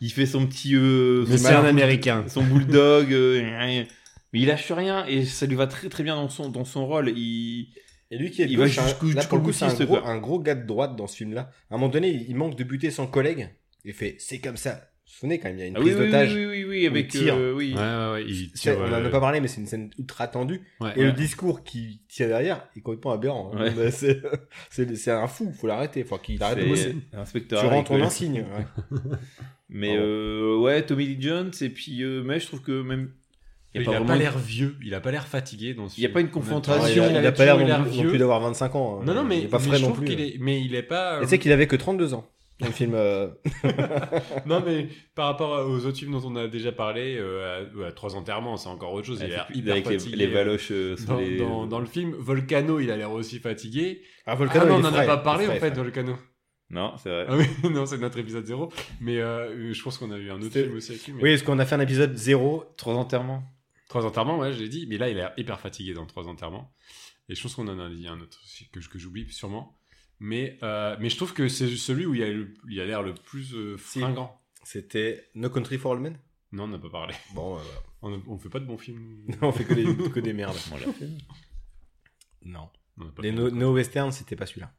il fait son petit. euh, Mais son c'est un malin- américain. son bulldog. euh, mais il lâche rien et ça lui va très très bien dans son, dans son rôle. Il... Et lui qui est de Il va gauche, hein, jusqu'au- là, jusqu'au pour le coup, c'est un, boutiste, gros- quoi. un gros gars de droite dans ce film-là. À un moment donné, il manque de buter son collègue. Il fait c'est comme ça. Vous vous souvenez quand même, il y a une Ah oui, prise oui, d'otage. oui, oui, oui, oui, avec. tire. euh, oui. Ouais, ouais, ouais. Il C'est- tire, on en a euh, pas parlé, mais c'est une scène ultra tendue. ouais, Et le discours qui tient derrière est complètement aberrant. hein. Bah, c'est- C'est c'est un fou, faut l'arrêter. Faut qu'il arrête de C'est bosser. inspecteur. Tu Harry, rends ton quoi. insigne. ouais. Mais Pardon. euh, ouais, Tommy Lee Jones, et puis euh, mais je trouve que même. Il, y a vraiment- pas l'air vieux, il a pas l'air fatigué dans ce Il y a film. pas une En même temps, confrontation, il, a, il il a avait pas toujours l'air non, vieux. non plus d'avoir 25 ans. hein. Non, non, mais il est pas mais frais je non trouve plus. hein. qu'il est, euh, mais il est pas. Et tu sais qu'il avait que 32 ans dans le film. euh, Non, mais par rapport aux autres films dont on a déjà parlé, euh, à, à Trois Enterrements, c'est encore autre chose. Il a l'air hyper avec les, fatigué. les valoches euh, sur dans, les- dans- dans le film, Volcano, il a l'air aussi fatigué. Ah, Ah Volcano, non, on il est n'en a frais, pas il est parlé en frais, fait, frais. Volcano. Non, c'est vrai. Ah oui, non, c'est notre épisode 0. Mais euh, je pense qu'on a eu un autre C'était- film aussi avec lui. mais- Oui, parce qu'on a fait un épisode 0 Trois enterrements. Trois enterrements, ouais, je l'ai dit. Mais là, il a l'air hyper fatigué dans Trois enterrements. Et je pense qu'on en a dit un autre aussi que, je- que j'oublie sûrement. Mais, euh, mais je trouve que c'est celui où il y a le- il y a l'air le plus euh, Si. fringant. C'était No Country for All Men. Non, on n'a pas parlé. Bon, euh, On ne fait pas de bons films. on fait que des, que des merdes. Non. On n'a pas Les fait. no- néo-westerns, c'était pas celui-là.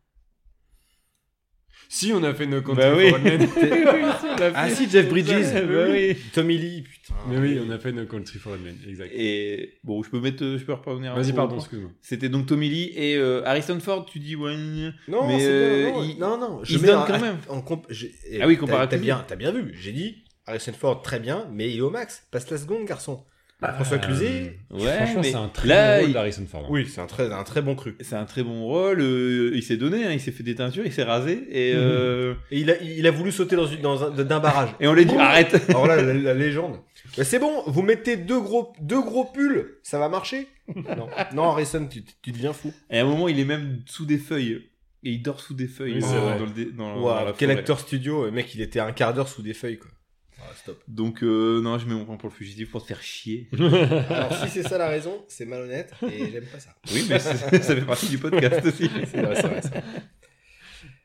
Si, on a fait No Country Bah oui. for Old Men. Ah si, Jeff Bridges. Bah oui. Tommy Lee, putain. Mais oui, on a fait No Country for Old Men, exact. Et bon, je peux mettre, euh, je peux revenir. Vas-y, au- pardon, excuse-moi. C'était donc Tommy Lee et euh, Harrison Ford. Tu dis ouais. gna, gna. Non, Mais, c'est euh, bien, non, il- non, non, il se mets donne un- quand même. en comp- j'ai- eh, Ah oui, t'as- comparé à T'as Tommy. bien, t'as bien vu. J'ai dit, Harrison Ford, très bien, mais il est au max. Passe la seconde, garçon. Bah, François Euh, euh, Cluzet. Ouais, Bah, Franchement, mais c'est un très là, bon rôle il- d'Harrison Ford. hein. Oui, c'est un très, un très bon cru. c'est un très bon rôle. euh, il s'est donné, hein, il s'est fait des teintures, il s'est rasé et Mhm. euh, Et il a, il a voulu sauter dans, une- dans un- d'un barrage. et on l'a dit arrête. Alors là, la, la légende. Bah, c'est bon, vous mettez deux gros, deux gros pulls, ça va marcher Non, non Harrison, tu, tu deviens fou. Et à un moment, il est même sous des feuilles. Et il dort sous des feuilles. Oui, dans- c'est vrai. dans le dé- dans- Waouh, dans la quel forêt. acteur studio, le mec, il était un quart d'heure sous des feuilles, quoi. Ah, stop. Donc, euh, non, je mets mon point pour le fugitif pour te faire chier. Alors, si c'est ça la raison, c'est malhonnête et j'aime pas ça. Oui, mais c'est- ça fait partie du podcast aussi. C'est vrai, c'est vrai. c'est vrai.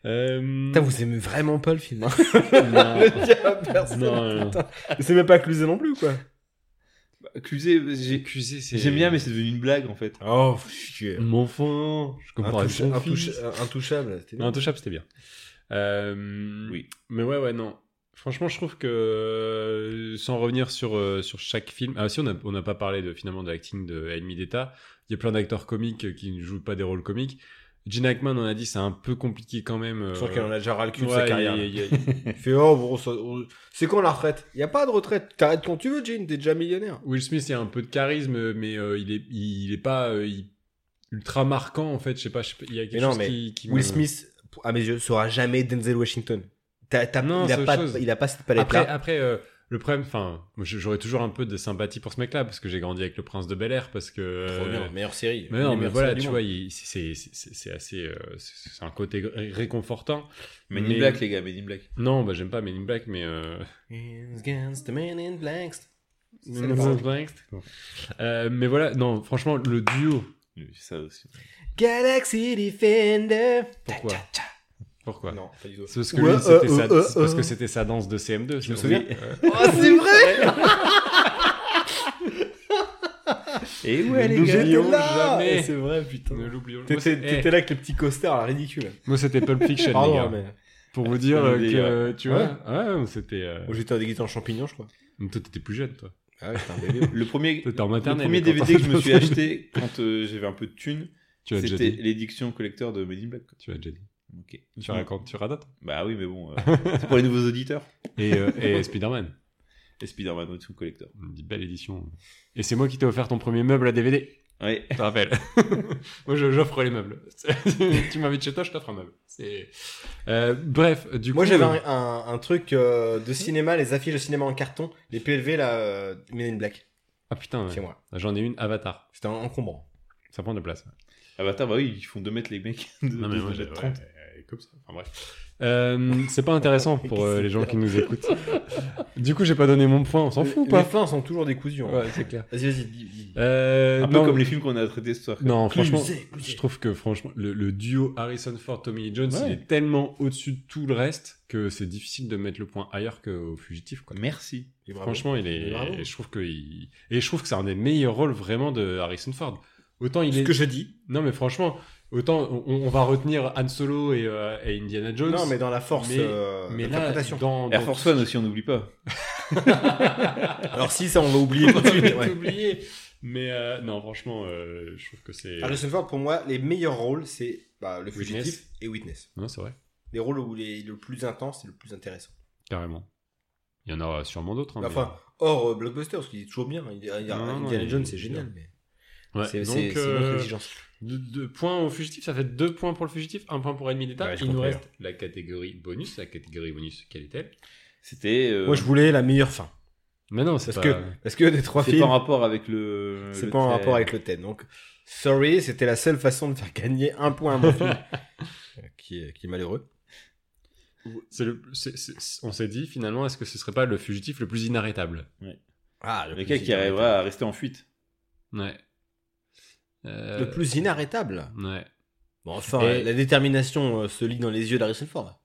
Euh, Putain, vous aimez vraiment pas le film. hein. non. Il y a personne. Non, euh, non, non. C'est même pas Cluzet non plus, quoi. Accusé, Bah, j'ai- Accusé, c'est. j'aime bien, mais c'est devenu une blague en fait. Oh, chier. Mon enfant, je comprends. Intoucha- mon fils. intoucha- Intouchable, c'était bien. Intouchable, c'était bien. Euh, Oui. Mais ouais, ouais, non. Franchement, je trouve que euh, sans revenir sur, euh, sur chaque film. Ah, si, on n'a on n'a pas parlé de, finalement de l'acting de Ennemi d'État. Il y a plein d'acteurs comiques qui ne jouent pas des rôles comiques. Gene Hackman, on a dit, c'est un peu compliqué quand même. euh, Je crois qu'elle en a déjà ras le cul de ouais, sa carrière. il- là. il- il- il- Il fait, oh, bon, ça- on- c'est quand la retraite Il y a pas de retraite. T'arrêtes quand tu veux, Gene, t'es déjà millionnaire. Will Smith, il y a un peu de charisme, mais euh, il, est, il, il est pas euh, il- ultra marquant, en fait. Je sais pas, je sais pas, il y a quelque Mais non, chose mais qui, qui me- Will Smith, pour- à mes yeux, sera jamais Denzel Washington. T'as- t'as- Non, il, a c'est pas, autre chose. il a pas cette palette Après, là. après euh, le problème, enfin, moi, je- j'aurais toujours un peu de sympathie pour ce mec-là parce que j'ai grandi avec le Prince de Bel Air, parce que. euh, meilleure série. mais non, mais voilà, tu vois, il- c'est c'est- c'est- c'est assez, euh, c'est c'est un côté ré- réconfortant. Mais Mais- in Black, les gars, Mais in Black. Non, bah j'aime pas Men in Black, mais. euh, Against the men in blacks. C'est Men le in bon. Black. Euh, mais voilà, non, franchement, le duo. Oui, Ça aussi. Galaxy Defender. Pourquoi Pourquoi Non, pas du tout. C'est parce que Ouais, lui, c'était euh, sa- euh, c'est parce euh. que c'était sa danse de CM2. Je me souviens. Oh, c'est vrai Et ouais, les gars. J'étais là jamais. Et C'est vrai, putain. Ne l'oublions Moi, T'étais c'est- t'étais eh, là avec le petit costard, là, ridicule. moi, c'était Pulp Fiction, les Pardon, gars. mais. Pour vous dire euh, Le que, délire. euh, tu vois, ouais, ouais, c'était. euh, Moi, J'étais déguisé en champignon, je crois. Toi, t'étais plus jeune, toi. Ah ouais, j'étais un bébé. Le premier, T'étais en le maternelle. premier mais quand DVD que je me t'as- suis acheté quand euh, j'avais un peu de thunes, Tu l'as déjà c'était dit. l'édition collector de Men in Black. quoi. Tu l'as déjà dit. Ok. Tu racontes, tu radotes. Bah oui, mais bon, euh, c'est pour les nouveaux auditeurs. Et, euh, et Spider-Man. Et Spider-Man Web Toon Collector. Une belle édition. Et c'est moi qui t'ai offert ton premier meuble à DVD. Ouais. Je te rappelle. moi, je- j'offre les meubles. tu m'invites chez toi, je t'offre un meuble. C'est- Euh, bref, du coup. Moi, j'avais euh, un, un- un truc euh, de cinéma, les affiches de cinéma en carton, les PLV, là, euh, Men in Black, Ah putain, ouais. chez moi. j'en ai une Avatar. C'était en- encombrant. Ça prend de la place. Avatar, bah oui, ils font 2 mètres les mecs. De, Non, mais de- moi, de j'ai- 30. comme ça. Enfin, bref. Euh, c'est pas intéressant pour euh, les gens qui nous écoutent. Du coup, j'ai pas donné mon point, on s'en fout ou Les pas fins sont toujours décousues. hein. Ouais, c'est clair. Vas-y, vas-y, dis- dis. Euh, Un peu non, comme les films qu'on a traités ce soir. Non, franchement, Clusé, clusé. je trouve que franchement, le, le duo Harrison Ford Tommy Lee Jones Ouais. il est tellement au-dessus de tout le reste que c'est difficile de mettre le point ailleurs qu'au fugitif. Quoi. Merci. Et bravo. franchement, il est. Bravo. Je trouve que il- et je trouve que c'est un des meilleurs rôles vraiment de Harrison Ford. Autant il ce est. que je dis. Non, mais franchement, autant on, on va retenir Han Solo et, euh, et Indiana Jones. Non, mais dans la force Mais- euh, mais là, d'interprétation. dans, Air dans- Force One aussi, on n'oublie pas. Alors, si, ça, on va oublier tout on de va suite. tout ouais. oublier. Mais euh, non, franchement, euh, je trouve que c'est. Harrison Ford, pour moi, les meilleurs rôles, c'est bah, le fugitif Witness. et Witness. Non, c'est vrai, Les rôles où il est le plus intense et le plus intéressant. carrément. Il y en aura sûrement d'autres. hein, mais- Enfin, hors euh, blockbuster, parce qu'il est toujours bien. Il, il- il- Non, non, Indiana il- Jones, il- c'est génial, mais Ouais, c'est donc, c'est- c'est euh, une autre exigence. deux, deux points au fugitif, ça fait deux points pour le fugitif, un point pour ennemi d'État. Ouais, je Il nous comprends reste la catégorie bonus. La catégorie bonus, quelle est-elle C'était. euh, Moi, je voulais la meilleure fin. Mais non, c'est Parce pas... que, parce que des trois C'est pas en films, rapport avec le. c'est le pas en trait. rapport avec le thème. Donc, sorry, c'était la seule façon de faire gagner un point à mon film. Euh, qui, est, qui est malheureux. c'est le- c'est- c'est- on s'est dit finalement, est-ce que ce serait pas le fugitif le plus inarrêtable Ah, Le gars qui arrivera à rester en fuite. Ouais. Euh, Le plus inarrêtable. Ouais. Bon, enfin, Et- la détermination euh, se lit dans les yeux d'Harrison Ford.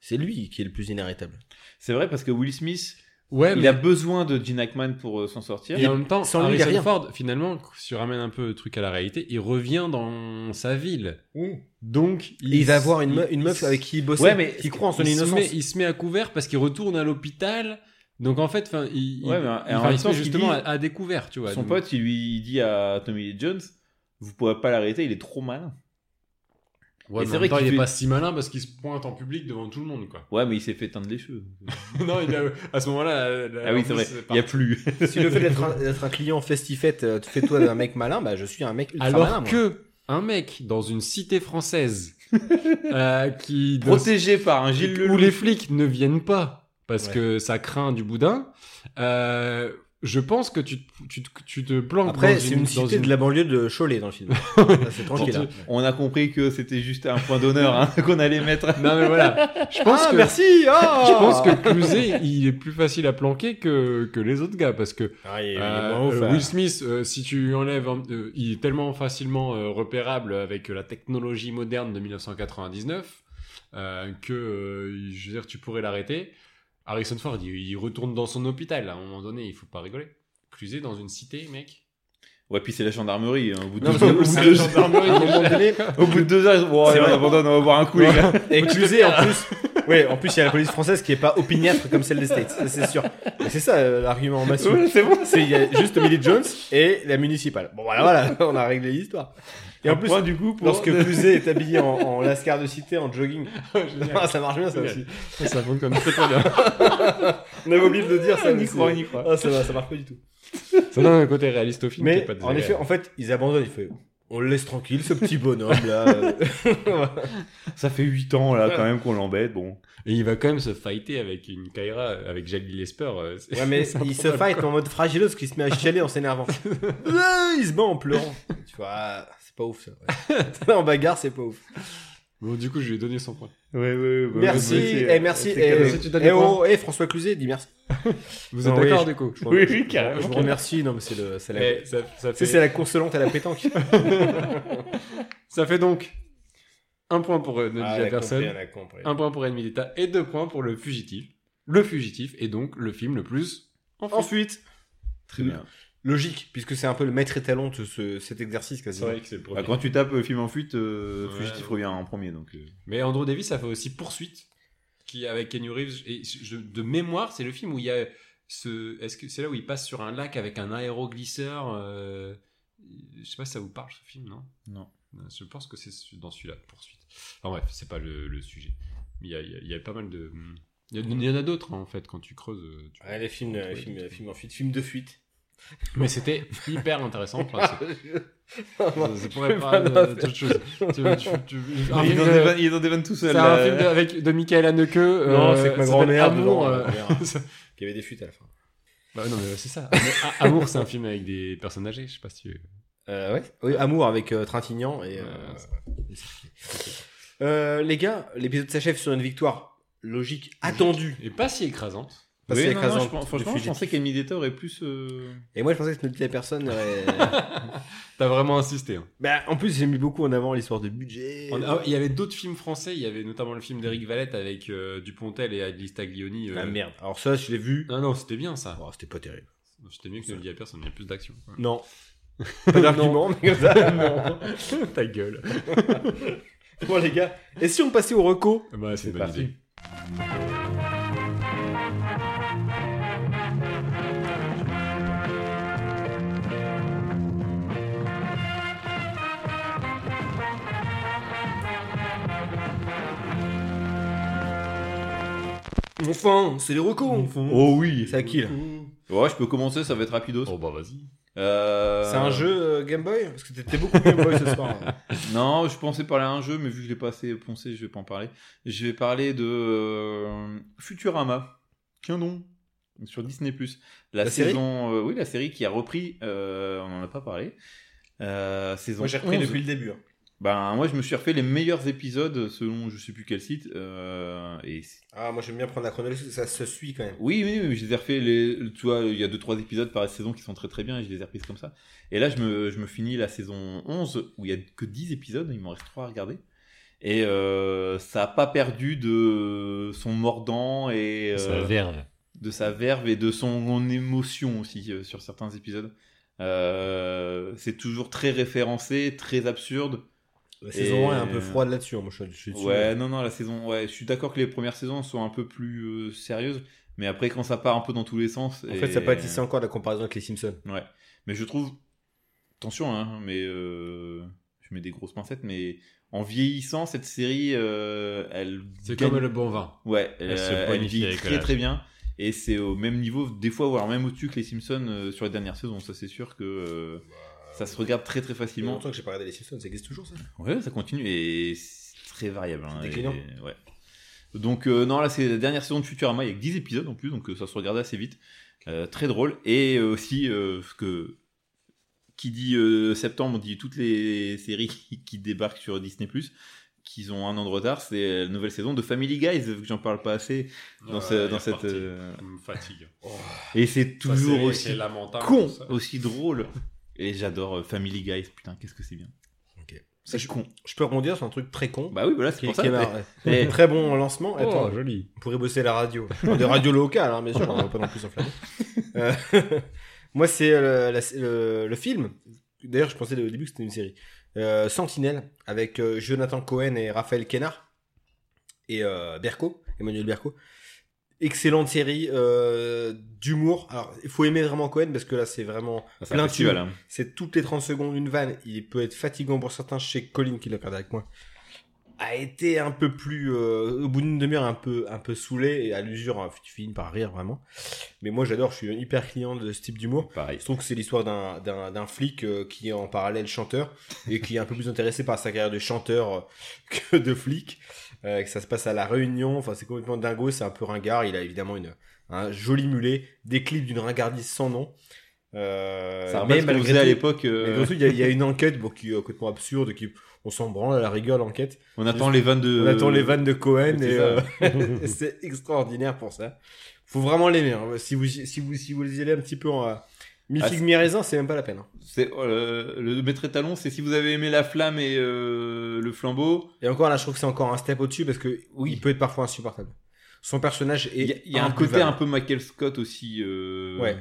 C'est lui qui est le plus inarrêtable. C'est vrai parce que Will Smith, Ouais, il mais a besoin de Gene Hackman pour euh, s'en sortir. et en même temps, sans lui, il y a Harrison rien. Ford, finalement, si on ramène un peu le truc à la réalité, il revient dans sa ville. Ouh. Donc, Il, va avoir une, il- me- une meuf il- avec qui il bossait, Ouais, mais- qui croit en son il se, innocence. met, il se met à couvert parce qu'il retourne à l'hôpital. Donc en fait, enfin, il, Ouais, il- mais en- il- en enfin, même il se temps, met ce qu'il justement dit, à, à découvert, tu vois. Son donc- pote, il lui dit à Tommy Lee Jones Vous pourrez pas l'arrêter, il est trop malin. Ouais, Et mais c'est en vrai même temps, qu'il il est fait- pas si malin parce qu'il se pointe en public devant tout le monde, quoi. Ouais, mais il s'est fait teindre les cheveux. non, il a- à ce moment-là. la- la- ah oui, en c'est plus, vrai, il n'y a par- plus. Si le fait d'être un, d'être un client festifette euh, te fait toi d'un mec malin, bah je suis un mec ultra malin. Alors moi. que un mec dans une cité française euh, qui dans- Protégé par un Gilles où Lelouch. les flics ne viennent pas parce Ouais. que ça craint du boudin. euh, je pense que tu, te- tu, te- tu te planques Après, dans c'est une, dans cité de la banlieue de Cholet dans le film. Ça, c'est tranquille. hein. Gentil. là. On a compris que c'était juste un point d'honneur hein, qu'on allait mettre. Non mais voilà, je pense ah, que merci oh je pense que Clouzet, il est plus facile à planquer que, que les autres gars parce que Ah, il est- il est euh, moins ouf, euh, hein. Will Smith, euh, si tu lui enlèves, un- euh, il est tellement facilement euh, repérable avec euh, la technologie moderne de 1999 euh, que euh, je veux dire, tu pourrais l'arrêter. Harrison Ford, il, il retourne dans son hôpital à un moment donné, il faut pas rigoler. Clouzet dans une cité, mec. Ouais, puis c'est la gendarmerie. hein, Au bout de Non, deux mais au bout c'est de la deux- gendarmerie. À un moment donné, au bout de deux heures, bon, C'est allez, on vrai. abandonne, on va boire un coup, les gars. Et Cluzet, en plus. Ouais, en plus, il y a la police française qui est pas opiniâtre comme celle des States, ça, c'est sûr. Mais c'est ça euh, l'argument massif. Ouais, c'est bon. C'est il y a juste Millie Jones et la municipale. Bon, voilà, voilà, on a réglé l'histoire. Et en plus, Point, du coup, pour... lorsque Cluzet est habillé en, en lascar de cité, en jogging, Génial. ah, ça marche bien ça aussi. Génial. Ça fonctionne très très bien. On avait oublié de le dire, ça. On y mais croit, c'est- on y croit. Ah, ça va, ça marche pas du tout. Ça donne un côté réaliste au film. qui est Mais pas en désagréable. effet, en fait, ils abandonnent. Ils font, on le laisse tranquille, ce petit bonhomme là. Ça fait 8 ans, là, quand même, qu'on l'embête, bon. Et il va quand même se fighter avec une Kyra, euh, avec Jackie Lesper. euh, c'est- Ouais, mais c'est il se improbable, fight en mode fragile parce qu'il se met à chialer en s'énervant. Ah, il se bat en pleurant. Tu vois, ah, c'est pas ouf ça. ouais. en bagarre, c'est pas ouf. quoi. Bon, du coup, je lui ai donné son point. Ouais, ouais, merci, eh, et merci. c'est carré. Et, Si tu donnes et le point. oh, et François Cluzet dit merci. Vous êtes Ah oui, d'accord je- du coup Je vous Oui, remercie. oui, Je vous carrément. remercie. Non, mais c'est le. c'est la- Eh, ça, ça tu sais, fait, c'est Ah, la consolante à la pétanque. ça fait donc un point pour euh, ne Ah, dis à on a personne, compris, on a compris. un point pour Ennemi d'État et deux points pour le fugitif. Le fugitif est donc le film le plus en fuite. En fuite. Très bien. Logique, puisque c'est un peu le maître étalon de ce, cet exercice quasiment. que c'est le Bah, quand tu tapes euh, film en fuite, euh, Ouais, Fugitif ouais. revient en premier, donc... euh, Mais Andrew Davis, ça fait aussi Poursuite, qui avec Kenny Reeves, et je- de mémoire, c'est le film où il y a ce. Est-ce que c'est là où il passe sur un lac avec un aéroglisseur euh, Je sais pas si ça vous parle ce film, non Euh, Non. Je pense que c'est ce- dans celui-là, Poursuite. Enfin bref, c'est pas le, le sujet. Il y a, il y a- il y a pas mal de. Il y, a- il y en a d'autres hein, en fait quand tu creuses. euh, tu- Ouais, les films, tu euh, trouves films, des euh, trucs. films en fuite, films de fuite. Mais c'était hyper intéressant. Enfin, c'est- je pourrais vais pas pas euh, l'en d'autre chose. Tu veux- tu- tu- un il, est film dans de- des vannes- il est dans des vannes tout C'est seul. un là. film de, avec, de Michael Haneke. euh, Non, c'est que ma grand-mère dedans, Amour, ma euh, grand-mère. ça- Qu'il y avait des fuites à la fin. Bah non, mais c'est ça. Mais, A- Amour, c'est un film avec des personnes âgées. Je sais pas si tu. Euh, ouais. Oui, Amour avec euh, Trintignant et. euh, Ouais, et Sarki. Euh, les gars, l'épisode s'achève sur une victoire logique, attendue. Et pas si écrasante. Pas si Oui, non, non, écrasante je pense- de franchement, je Fugitif. pensais qu'Emily Data aurait plus. euh, Et moi, je pensais que cette petite personne. aurait- T'as vraiment insisté. hein. bah, en plus, j'ai mis beaucoup en avant l'histoire de budget. On- ah, il y avait d'autres films français. Il y avait notamment le film d'Eric Valette avec euh, Dupontel et Adelis Taglioni. euh. Ah merde. Alors ça, je l'ai vu. Ah non, c'était bien ça. Oh, c'était pas terrible. C'était mieux que ne le dis à personne. Il y a plus d'action. quoi. Non. Pas d'argument, mais comme ça, non. Ta gueule. Bon, les gars. Et si on passait au reco Bah, c'est C'est une bonne parti. idée. Enfin, c'est les recos. Oh oui. C'est à qui là Ouais, je peux commencer, ça va être rapido. Oh bah vas-y. Euh, C'est un jeu euh, Game Boy Parce que t'étais beaucoup Game Boy ce soir. hein. Non, je pensais parler à un jeu, mais vu que je l'ai pas assez poncé, je vais pas en parler. Je vais parler de euh, Futurama. Tiens donc sur Disney+. La, La série saison, euh, oui, la série qui a repris. euh, on en a pas parlé. Euh, saison. Moi j'ai repris 11. depuis le début. hein. Ben moi, je me suis refait les meilleurs épisodes selon je sais plus quel site. euh, et c'est- Ah, moi j'aime bien prendre la chronologie, parce que ça se suit quand même. Oui, oui, oui, je les ai refait. Les, tu vois, il y a 2-3 épisodes par saison qui sont très très bien et je les ai reprises comme ça. Et là, je me, je me finis la saison 11 où il y a que 10 épisodes, il m'en reste 3 à regarder. Et euh, ça n'a pas perdu de son mordant et euh, verve. de sa verve et de son émotion aussi euh, sur certains épisodes. Euh, c'est toujours très référencé, très absurde. La saison Et- 1 est un peu froide là-dessus. hein, Moi je suis- je suis dessus. Ouais, non, non, la saison. Ouais, je suis d'accord que les premières saisons sont un peu plus euh, sérieuses, mais après, quand ça part un peu dans tous les sens. En fait, ça pâtissait encore de la comparaison avec les Simpsons. Mais je trouve. Attention, hein, mais. euh, Je mets des grosses pincettes, mais en vieillissant, cette série, euh, elle. C'est gagne- comme le bon vin. Ouais, Elle elle, se elle bonifie vieillit avec très l'âge. très bien. Et c'est au même niveau, des fois, voire même au-dessus que les Simpsons euh, sur les dernières saisons. Ça, c'est sûr que. euh, ça se regarde très très Il y a facilement. longtemps que j'ai pas regardé les Simpsons, ça existe toujours ça Ouais, ça continue et c'est très variable. hein, C'est déclinant. et- ouais. Donc, euh, non, là, c'est la dernière saison de Futurama. Il y a que 10 épisodes en plus, donc euh, ça se regardait assez vite. Euh, très drôle. Et euh, aussi, euh, ce que. Qui dit euh, septembre, dit toutes les séries qui, qui débarquent sur Disney, qu'ils ont un an de retard. C'est la nouvelle saison de Family Guys, vu que j'en parle pas assez dans, ce- dans cette. euh, me fatigue. Oh, Et c'est toujours aussi lamentable. con, aussi drôle. Et j'adore euh, Family Guys, putain, qu'est-ce que c'est bien. Ok. C'est con. Je peux rebondir sur un truc très con. Bah oui, voilà, c'est qui, pour ça. qui est mais- marrant. mais- Très bon lancement. Attends, Oh, joli. on pourrait bosser à la radio. Enfin, des radios locales, hein, bien sûr, on va pas non plus s'enflammer. Euh, Moi, c'est euh, la- le, le film. D'ailleurs, je pensais au début que c'était une série. Euh, Sentinelle, avec euh, Jonathan Cohen et Raphaël Kénard. Et euh, Berco, Emmanuel Berco. Excellente série euh, d'humour. Alors, il faut aimer vraiment Cohen parce que là, c'est vraiment. C'est un Plein de festival, hein. C'est toutes les 30 secondes une vanne. Il peut être fatigant pour certains. Je sais que Colin, qui l'a regardé avec moi, a été un peu plus, euh, au bout d'une demi-heure, un peu, un peu saoulé et à l'usure, hein, tu finis par rire vraiment. Mais moi, j'adore. Je suis hyper client de ce type d'humour. Pareil. Je trouve que c'est l'histoire d'un- d'un d'un flic euh, qui est en parallèle chanteur et qui est un peu plus intéressé par sa carrière de chanteur euh, que de flic. Euh, que ça se passe à la Réunion. Enfin, c'est complètement dingo. C'est un peu ringard. Il a évidemment une un joli mulet, des clips d'une ringardise sans nom. Euh, Ça mais rappelle ce qu'on malgré faisait à tout- l'époque. mais euh, surtout, il y, a- il y a une enquête bon, qui est complètement absurde, qui on s'en branle à la rigueur l'enquête. on attend les vannes de. On attend les vannes de Cohen c'est et ça. euh, c'est extraordinaire pour ça. Faut vraiment l'aimer. hein. Si vous si vous si vous y allez un petit peu en euh, mi Ah, figue c'est- mi raisin, c'est même pas la peine. hein. C'est euh, le maître étalon, c'est si vous avez aimé la flamme et euh, le flambeau. Et encore là, je trouve que c'est encore un step au-dessus parce que oui, il peut être parfois insupportable. Son personnage est Il y a, il y a un côté un peu Michael Scott aussi. euh, Ouais.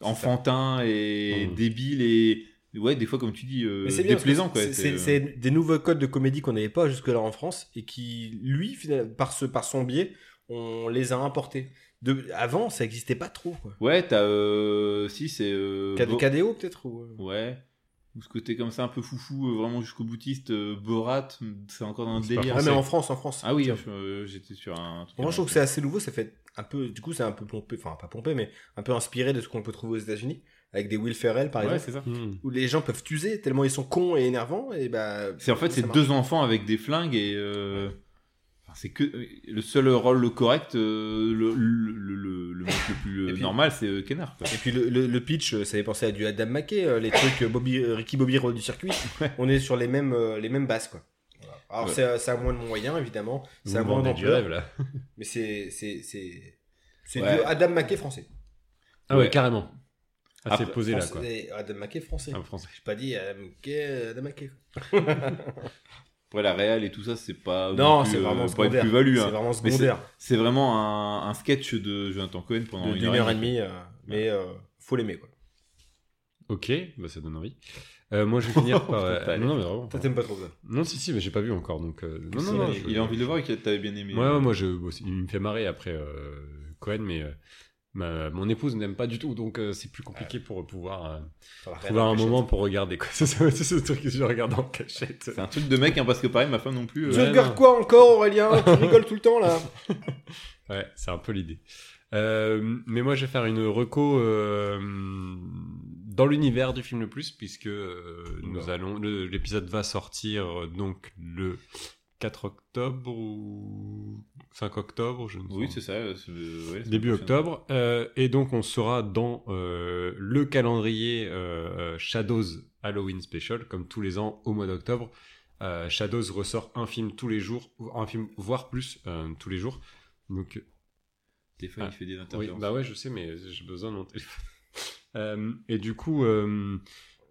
Enfantin et Mhm. débile et ouais, des fois comme tu dis, euh, Mais c'est bien parce que déplaisant quoi. c'est- C'est c'est- euh, c'est des nouveaux codes de comédie qu'on n'avait pas jusque-là en France et qui, lui, finalement, par ce par son biais, on les a importés. De, avant, ça n'existait pas trop. Quoi. Ouais, t'as euh, si c'est. euh, K- Bo- KDO peut-être ou... Ouais. ou ce côté comme ça un peu foufou, euh, vraiment jusqu'au boutiste, euh, Borat, c'est encore dans le C'est pas délire. Ah, mais français. en France, en France. Ah oui, euh, j'étais sur un truc. Moi, je trouve que c'est assez nouveau. Ça fait un peu, du coup, c'est un peu pompé, enfin pas pompé, mais un peu inspiré de ce qu'on peut trouver aux États-Unis, avec des Will Ferrell par Ouais, exemple, c'est ça. Hmm. où les gens peuvent t'user tellement ils sont cons et énervants. Et bah, C'est en fait ça c'est marche. deux enfants avec des flingues et euh, enfin, c'est que le seul rôle correct, euh, le, le, le, le- le mec le plus euh, Et puis- normal, c'est euh, Kennard. quoi. Et puis le, le- le pitch, euh, ça fait penser à du Adam McKay, euh, les trucs euh, Bobby, euh, Ricky Bobby Roll du circuit. On est sur les mêmes, euh, les mêmes bases, quoi. Voilà. Alors Ouais. c'est, euh, c'est à moins de moyens, évidemment. C'est à Vous moins vendez du d'ampleur. rêve, là. Mais c'est, c'est, c'est, c'est Ouais. du Adam McKay français. Ah ouais, Ouais. carrément. Ah, c'est Après, posé là, Français- quoi. et Adam McKay français. Ah, français. J'ai pas dit Adam McKay, euh, Adam McKay. quoi. Après la réal et tout ça, c'est pas Non, plus, c'est euh, vraiment pas une secondaire. plus value. hein. C'est vraiment Mais secondaire. C'est vraiment un, un sketch de Jonathan Cohen pendant de- une, D'une heure et demie, euh, mais euh, faut l'aimer, quoi. Ok, bah ça donne envie. Euh, moi, je vais finir par. euh, Total. non, non, mais vraiment. Toi, t'aimes pas trop ça. Non, si, si, mais j'ai pas vu encore. Donc, euh, non, non, Il, non, a- je- il a envie de le voir et que t'avais bien aimé. Ouais, ouais, moi, je, bon, c'est- il me fait marrer après euh, Cohen, mais euh, ma- mon épouse n'aime pas du tout, donc euh, c'est plus compliqué pour pouvoir euh, Faut la regarder trouver un en cachette. moment pour regarder. quoi. C'est ça, c'est ce truc que je regarde en cachette. C'est un truc de mec, hein, parce que pareil, ma femme non plus. euh, Tu Ouais, regardes non. quoi encore, Aurélien Tu rigoles tout le temps, là Ouais, c'est un peu l'idée. Euh, mais moi, je vais faire une reco euh, dans l'univers du film le plus, puisque euh, nous allons. le- L'épisode va sortir euh, donc le 4 octobre ou 5 octobre, je ne sais Oui, pas. c'est ça. euh, c'est- euh, ouais, c'est Début un- octobre. Euh, et donc, on sera dans euh, le calendrier euh, Shadows Halloween Special, comme tous les ans au mois d'octobre. Euh, Shadows ressort un film tous les jours, ou un film, voire plus, euh, tous les jours. Donc, Stéphane, il fait des oui, interviews. bah ouais, je sais, mais j'ai besoin de mon téléphone. Euh, et du coup, euh,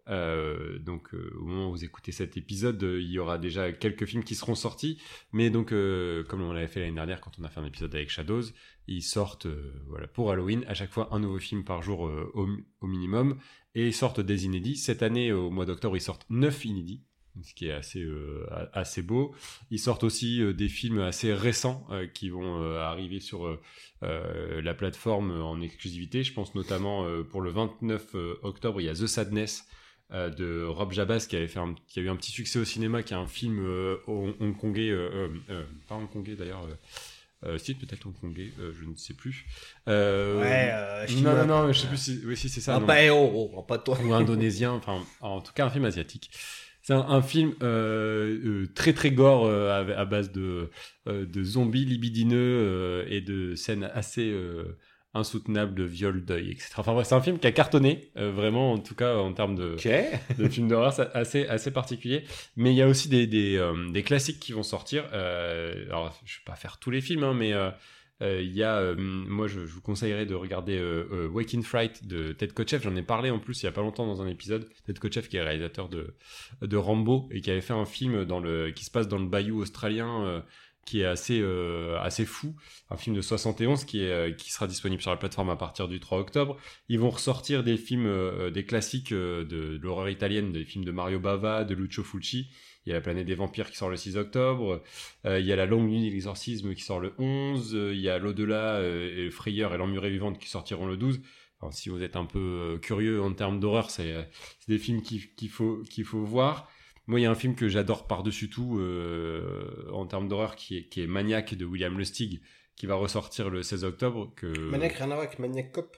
euh, donc euh, au moment où vous écoutez cet épisode, euh, il y aura déjà quelques films qui seront sortis. Mais donc, euh, comme on l'avait fait l'année dernière quand on a fait un épisode avec Shadows, ils sortent euh, voilà, pour Halloween à chaque fois un nouveau film par jour euh, au, mi- au minimum. Et ils sortent des inédits. Cette année, au mois d'octobre, ils sortent 9 inédits. Ce qui est assez, euh, a- assez beau. Ils sortent aussi euh, des films assez récents euh, qui vont euh, arriver sur euh, euh, la plateforme euh, en exclusivité. Je pense notamment euh, pour le 29 euh, octobre, il y a The Sadness euh, de Rob Jabas qui, avait fait un- qui a eu un petit succès au cinéma, qui est un film euh, hon- hongkongais, euh, euh, euh, pas hongkongais d'ailleurs, euh, euh, si peut-être hongkongais, euh, je ne sais plus. Euh, non, non, non, je sais plus si, oui, si c'est ça. Ah, non pas héros, oh, pas Euh. toi. ou indonésien, enfin en tout cas un film asiatique. C'est un, un film euh, euh, très très gore euh, à, à base de, euh, de zombies libidineux euh, et de scènes assez euh, insoutenables de viol, deuil, etc. Enfin bref, c'est un film qui a cartonné, euh, vraiment en tout cas en termes de, de films d'horreur, c'est assez, assez particulier. Mais il y a aussi des, des, euh, des classiques qui vont sortir. Euh, alors, je ne vais pas faire tous les films, hein, mais euh, euh, il y a. euh, moi, je, je vous conseillerais de regarder euh, euh, Wake in Fright de Ted Kotcheff. J'en ai parlé en plus il n'y a pas longtemps dans un épisode. Ted Kotcheff, qui est réalisateur de, de Rambo et qui avait fait un film dans le, qui se passe dans le bayou australien. euh, qui est assez, euh, assez fou, un film de 71 qui, est, euh, qui sera disponible sur la plateforme à partir du 3 octobre. Ils vont ressortir des films, euh, des classiques euh, de, de l'horreur italienne, des films de Mario Bava, de Lucio Fulci. Il y a La planète des vampires qui sort le 6 octobre. Euh, il y a La longue nuit de l'exorcisme qui sort le 11. Euh, il y a L'au-delà, euh, et Frayeur et L'emmurée vivante qui sortiront le 12. Enfin, si vous êtes un peu euh, curieux en termes d'horreur, c'est euh, c'est des films qu'il qu'il faut, qu'il faut voir. Moi, il y a un film que j'adore par-dessus tout euh, en termes d'horreur qui est, qui est Maniac de William Lustig qui va ressortir le 16 octobre. Que... Maniac, rien à voir avec Maniac Cop.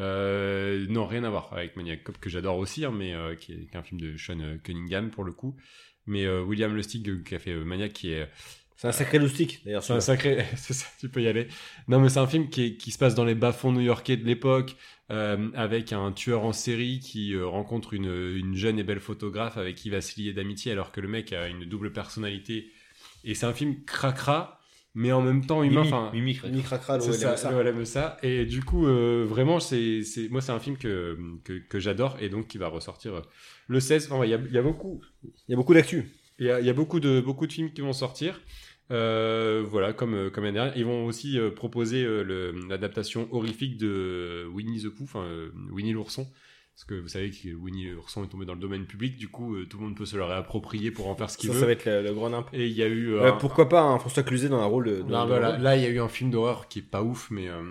Euh, non, rien à voir avec Maniac Cop que j'adore aussi, hein, mais euh, qui, est, qui est un film de Sean euh, Cunningham pour le coup. Mais euh, William Lustig euh, qui a fait euh, Maniac, qui est C'est un sacré loustic, d'ailleurs. c'est un sacré, c'est ça, tu peux y aller. Non, mais c'est un film qui, est- qui se passe dans les bas-fonds new-yorkais de l'époque, euh, avec un tueur en série qui euh, rencontre une, une jeune et belle photographe avec qui il va se lier d'amitié, alors que le mec a une double personnalité. Et c'est un film cracra, mais en même temps humain. Mimi, enfin, Mimi Craig. Mimi Cracra, c'est l'OLM, ça, ça. le LM ça. Et du coup, euh, vraiment, c'est, c'est, moi, c'est un film que, que, que j'adore et donc qui va ressortir euh, le 16. Enfin, ouais, il y a, il y a beaucoup, Il y a beaucoup d'actu. il y a, il y a beaucoup, de, beaucoup de films qui vont sortir. Euh, voilà, comme, euh, comme l'année dernière. Ils vont aussi euh, proposer euh, le- l'adaptation horrifique de Winnie the Pooh, enfin, euh, Winnie l'ourson. Parce que vous savez que Winnie l'ourson est tombé dans le domaine public, du coup, euh, tout le monde peut se le réapproprier pour en faire ce qu'il Ça, veut. ça va être le, le grand imp. Et il y a eu. euh, Euh, un- hein. pourquoi pas un François Cluzet dans un rôle de. non, dans- voilà. dans- Là, il y a eu un film d'horreur qui est pas ouf, mais euh,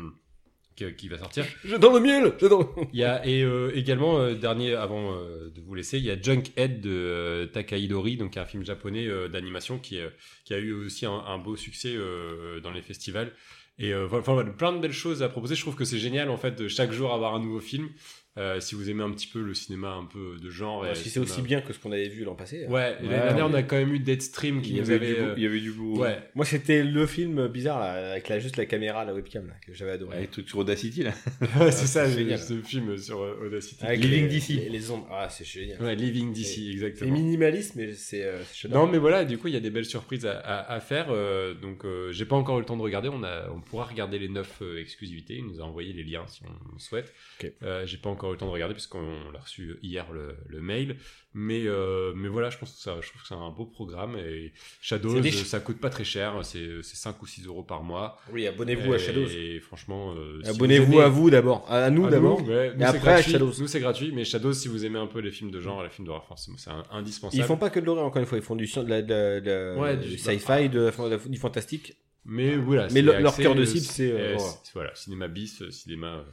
que- qui va sortir. J'ai dans le miel j'ai dans- Il y a, et euh, également, euh, dernier, avant euh, de vous laisser, il y a Junkhead de euh, Takahidori, donc qui est un film japonais euh, d'animation qui, est- qui a eu aussi un, un beau succès euh, dans les festivals. Et euh, voilà, enfin, voilà, plein de belles choses à proposer. Je trouve que c'est génial, en fait, de chaque jour avoir un nouveau film. Euh, si vous aimez un petit peu le cinéma un peu de Ah, genre. et Si c'est aussi cinéma- bien que ce qu'on avait vu l'an passé. Ouais, et l'année Ouais, dernière, ouais. on a quand même eu Deadstream qui Il y nous avait avait. du beau- euh, il y avait du beau. ouais, Moi, c'était le film bizarre, là, avec la, juste la caméra, la webcam, là, que j'avais adoré. Ouais, les trucs sur Audacity là. Ah, c'est ça, génial. ce film sur euh, Audacity. Avec Living les- DC. Les, les ondes. Ah, c'est génial. Ouais, Living DC, C'est exactement. minimaliste, mais c'est. euh, c'est Non, chef-d'œuvre. mais voilà, du coup, il y a des belles surprises à, à- à faire. euh, donc, euh, j'ai pas encore eu le temps de regarder. On, a, on pourra regarder les 9 exclusivités. Il nous a envoyé les liens si on le souhaite. Ok. Euh, j'ai pas encore eu le temps de regarder puisqu'on l'a reçu hier le, le mail. Mais, euh, mais voilà, je pense que ça, je trouve que c'est un beau programme. Et Shadows, C'est euh, riche. ça coûte pas très cher. C'est c'est 5 ou 6 euros par mois. Oui, abonnez-vous à Et- Shadows. Et franchement, euh, si Abonnez-vous aimez- à vous d'abord. À nous à d'abord. ouais, nous, c'est après, gratuit. Shadows. Nous, c'est gratuit. Mais Shadows, si vous aimez un peu les films de genre et les films d'horreur, forcément, c'est un- indispensable. Ils font pas que de l'horreur, encore une fois. Ils font du, sci- de la- de la- de la- Ouais, du- du sci-fi, de, enfin, de la- du fantastique. Mais voilà. Mais le- c'est leur axé, cœur de euh, cible, c'est, euh, euh, voilà. c'est- voilà, cinéma bis, euh, cinéma euh,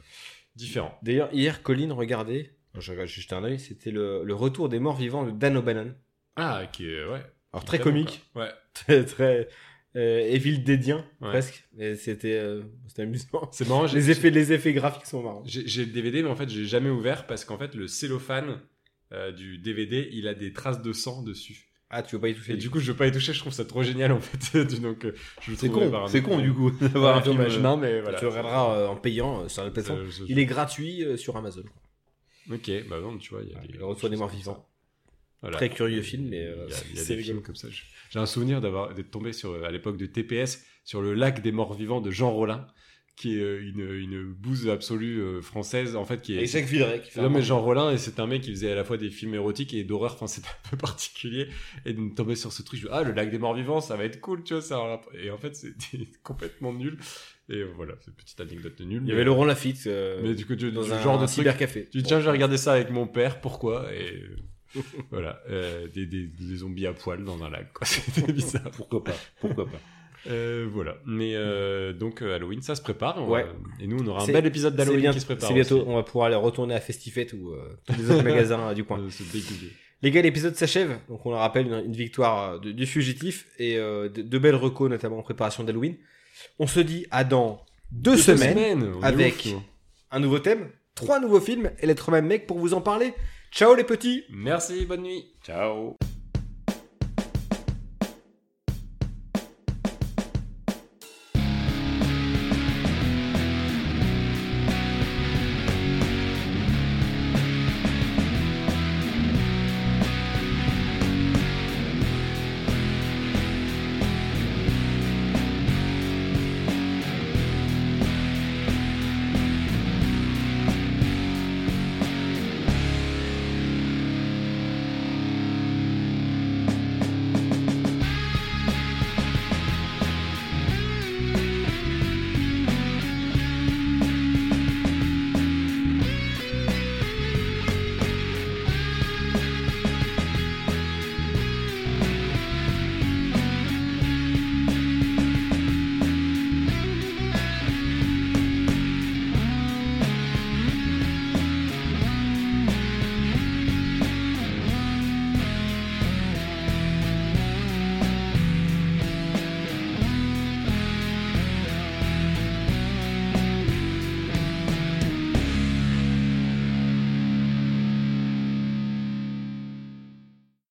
différent. D'ailleurs, hier, Colin regardait. Je regarde juste un œil. C'était le, le retour des morts vivants de Dan O'Bannon. Ah, qui est- ouais. Alors, très Évidemment, comique. quoi. Ouais. Très, très euh, Evil Deadien, Ouais. presque. Et c'était euh, c'était amusant. C'est marrant. j'ai- Les effets, les effets graphiques sont marrants. J'ai j'ai le DVD, mais en fait, j'ai jamais ouvert parce qu'en fait, le cellophane euh, du DVD, il a des traces de sang dessus. Ah, tu veux pas y toucher Et du coup, je veux pas y toucher. Je trouve ça trop génial en fait. Donc, euh, je le C'est trouverai con, par un c'est autre con moyen. du coup d'avoir un Ouais, film. dommage. euh, Non, mais voilà. Tu regarderas euh, en payant euh, sur la plateforme. Euh, je- Il est gratuit euh, sur Amazon. Ok, bah non, tu vois, il y a des- le retour des morts choses comme vivants. ça. Voilà. Très curieux film, mais, euh, il y a, il y a c'est des rigolo. films comme ça. Je- J'ai un souvenir d'avoir d'être tombé sur euh, à l'époque de TPS sur le lac des morts vivants de Jean Rollin, qui est euh, une, une bouse absolue euh, française en fait, qui est Jacques Villeray qui non mais Jean Rollin et c'est un mec qui faisait à la fois des films érotiques et d'horreur, enfin c'était un peu particulier et de me tomber sur ce truc, je me dis, ah le lac des morts vivants ça va être cool tu vois ça a un rapport. et en fait c'était complètement nul et euh, voilà cette petite anecdote de nul. Il y mais- avait Laurent Lafitte euh, mais du coup du, dans du un genre de truc cybercafé. tu dis, tiens, j'ai regardé ça avec mon père, pourquoi Et euh, voilà, euh, des, des- des zombies à poil dans un lac, quoi. C'était bizarre. Pourquoi pas Pourquoi pas Euh, voilà. Mais euh, donc, euh, Halloween, ça se prépare. On- Ouais. et nous, on aura un C'est- bel épisode C'est d'Halloween bien- qui se prépare. C'est bientôt, aussi. on va pouvoir aller retourner à Festifette ou euh, tous les autres magasins euh, du coin. Euh, se dégueuler. Les gars, l'épisode s'achève. Donc, on le rappelle, une, une victoire euh, de- du fugitif et euh, de, de belles recos, notamment en préparation d'Halloween. On se dit à dans deux, semaines, on est avec- ouf, hein. nous. un nouveau thème, trois nouveaux films et l'être même mec pour vous en parler. Ciao les petits Merci, bonne nuit. Ciao.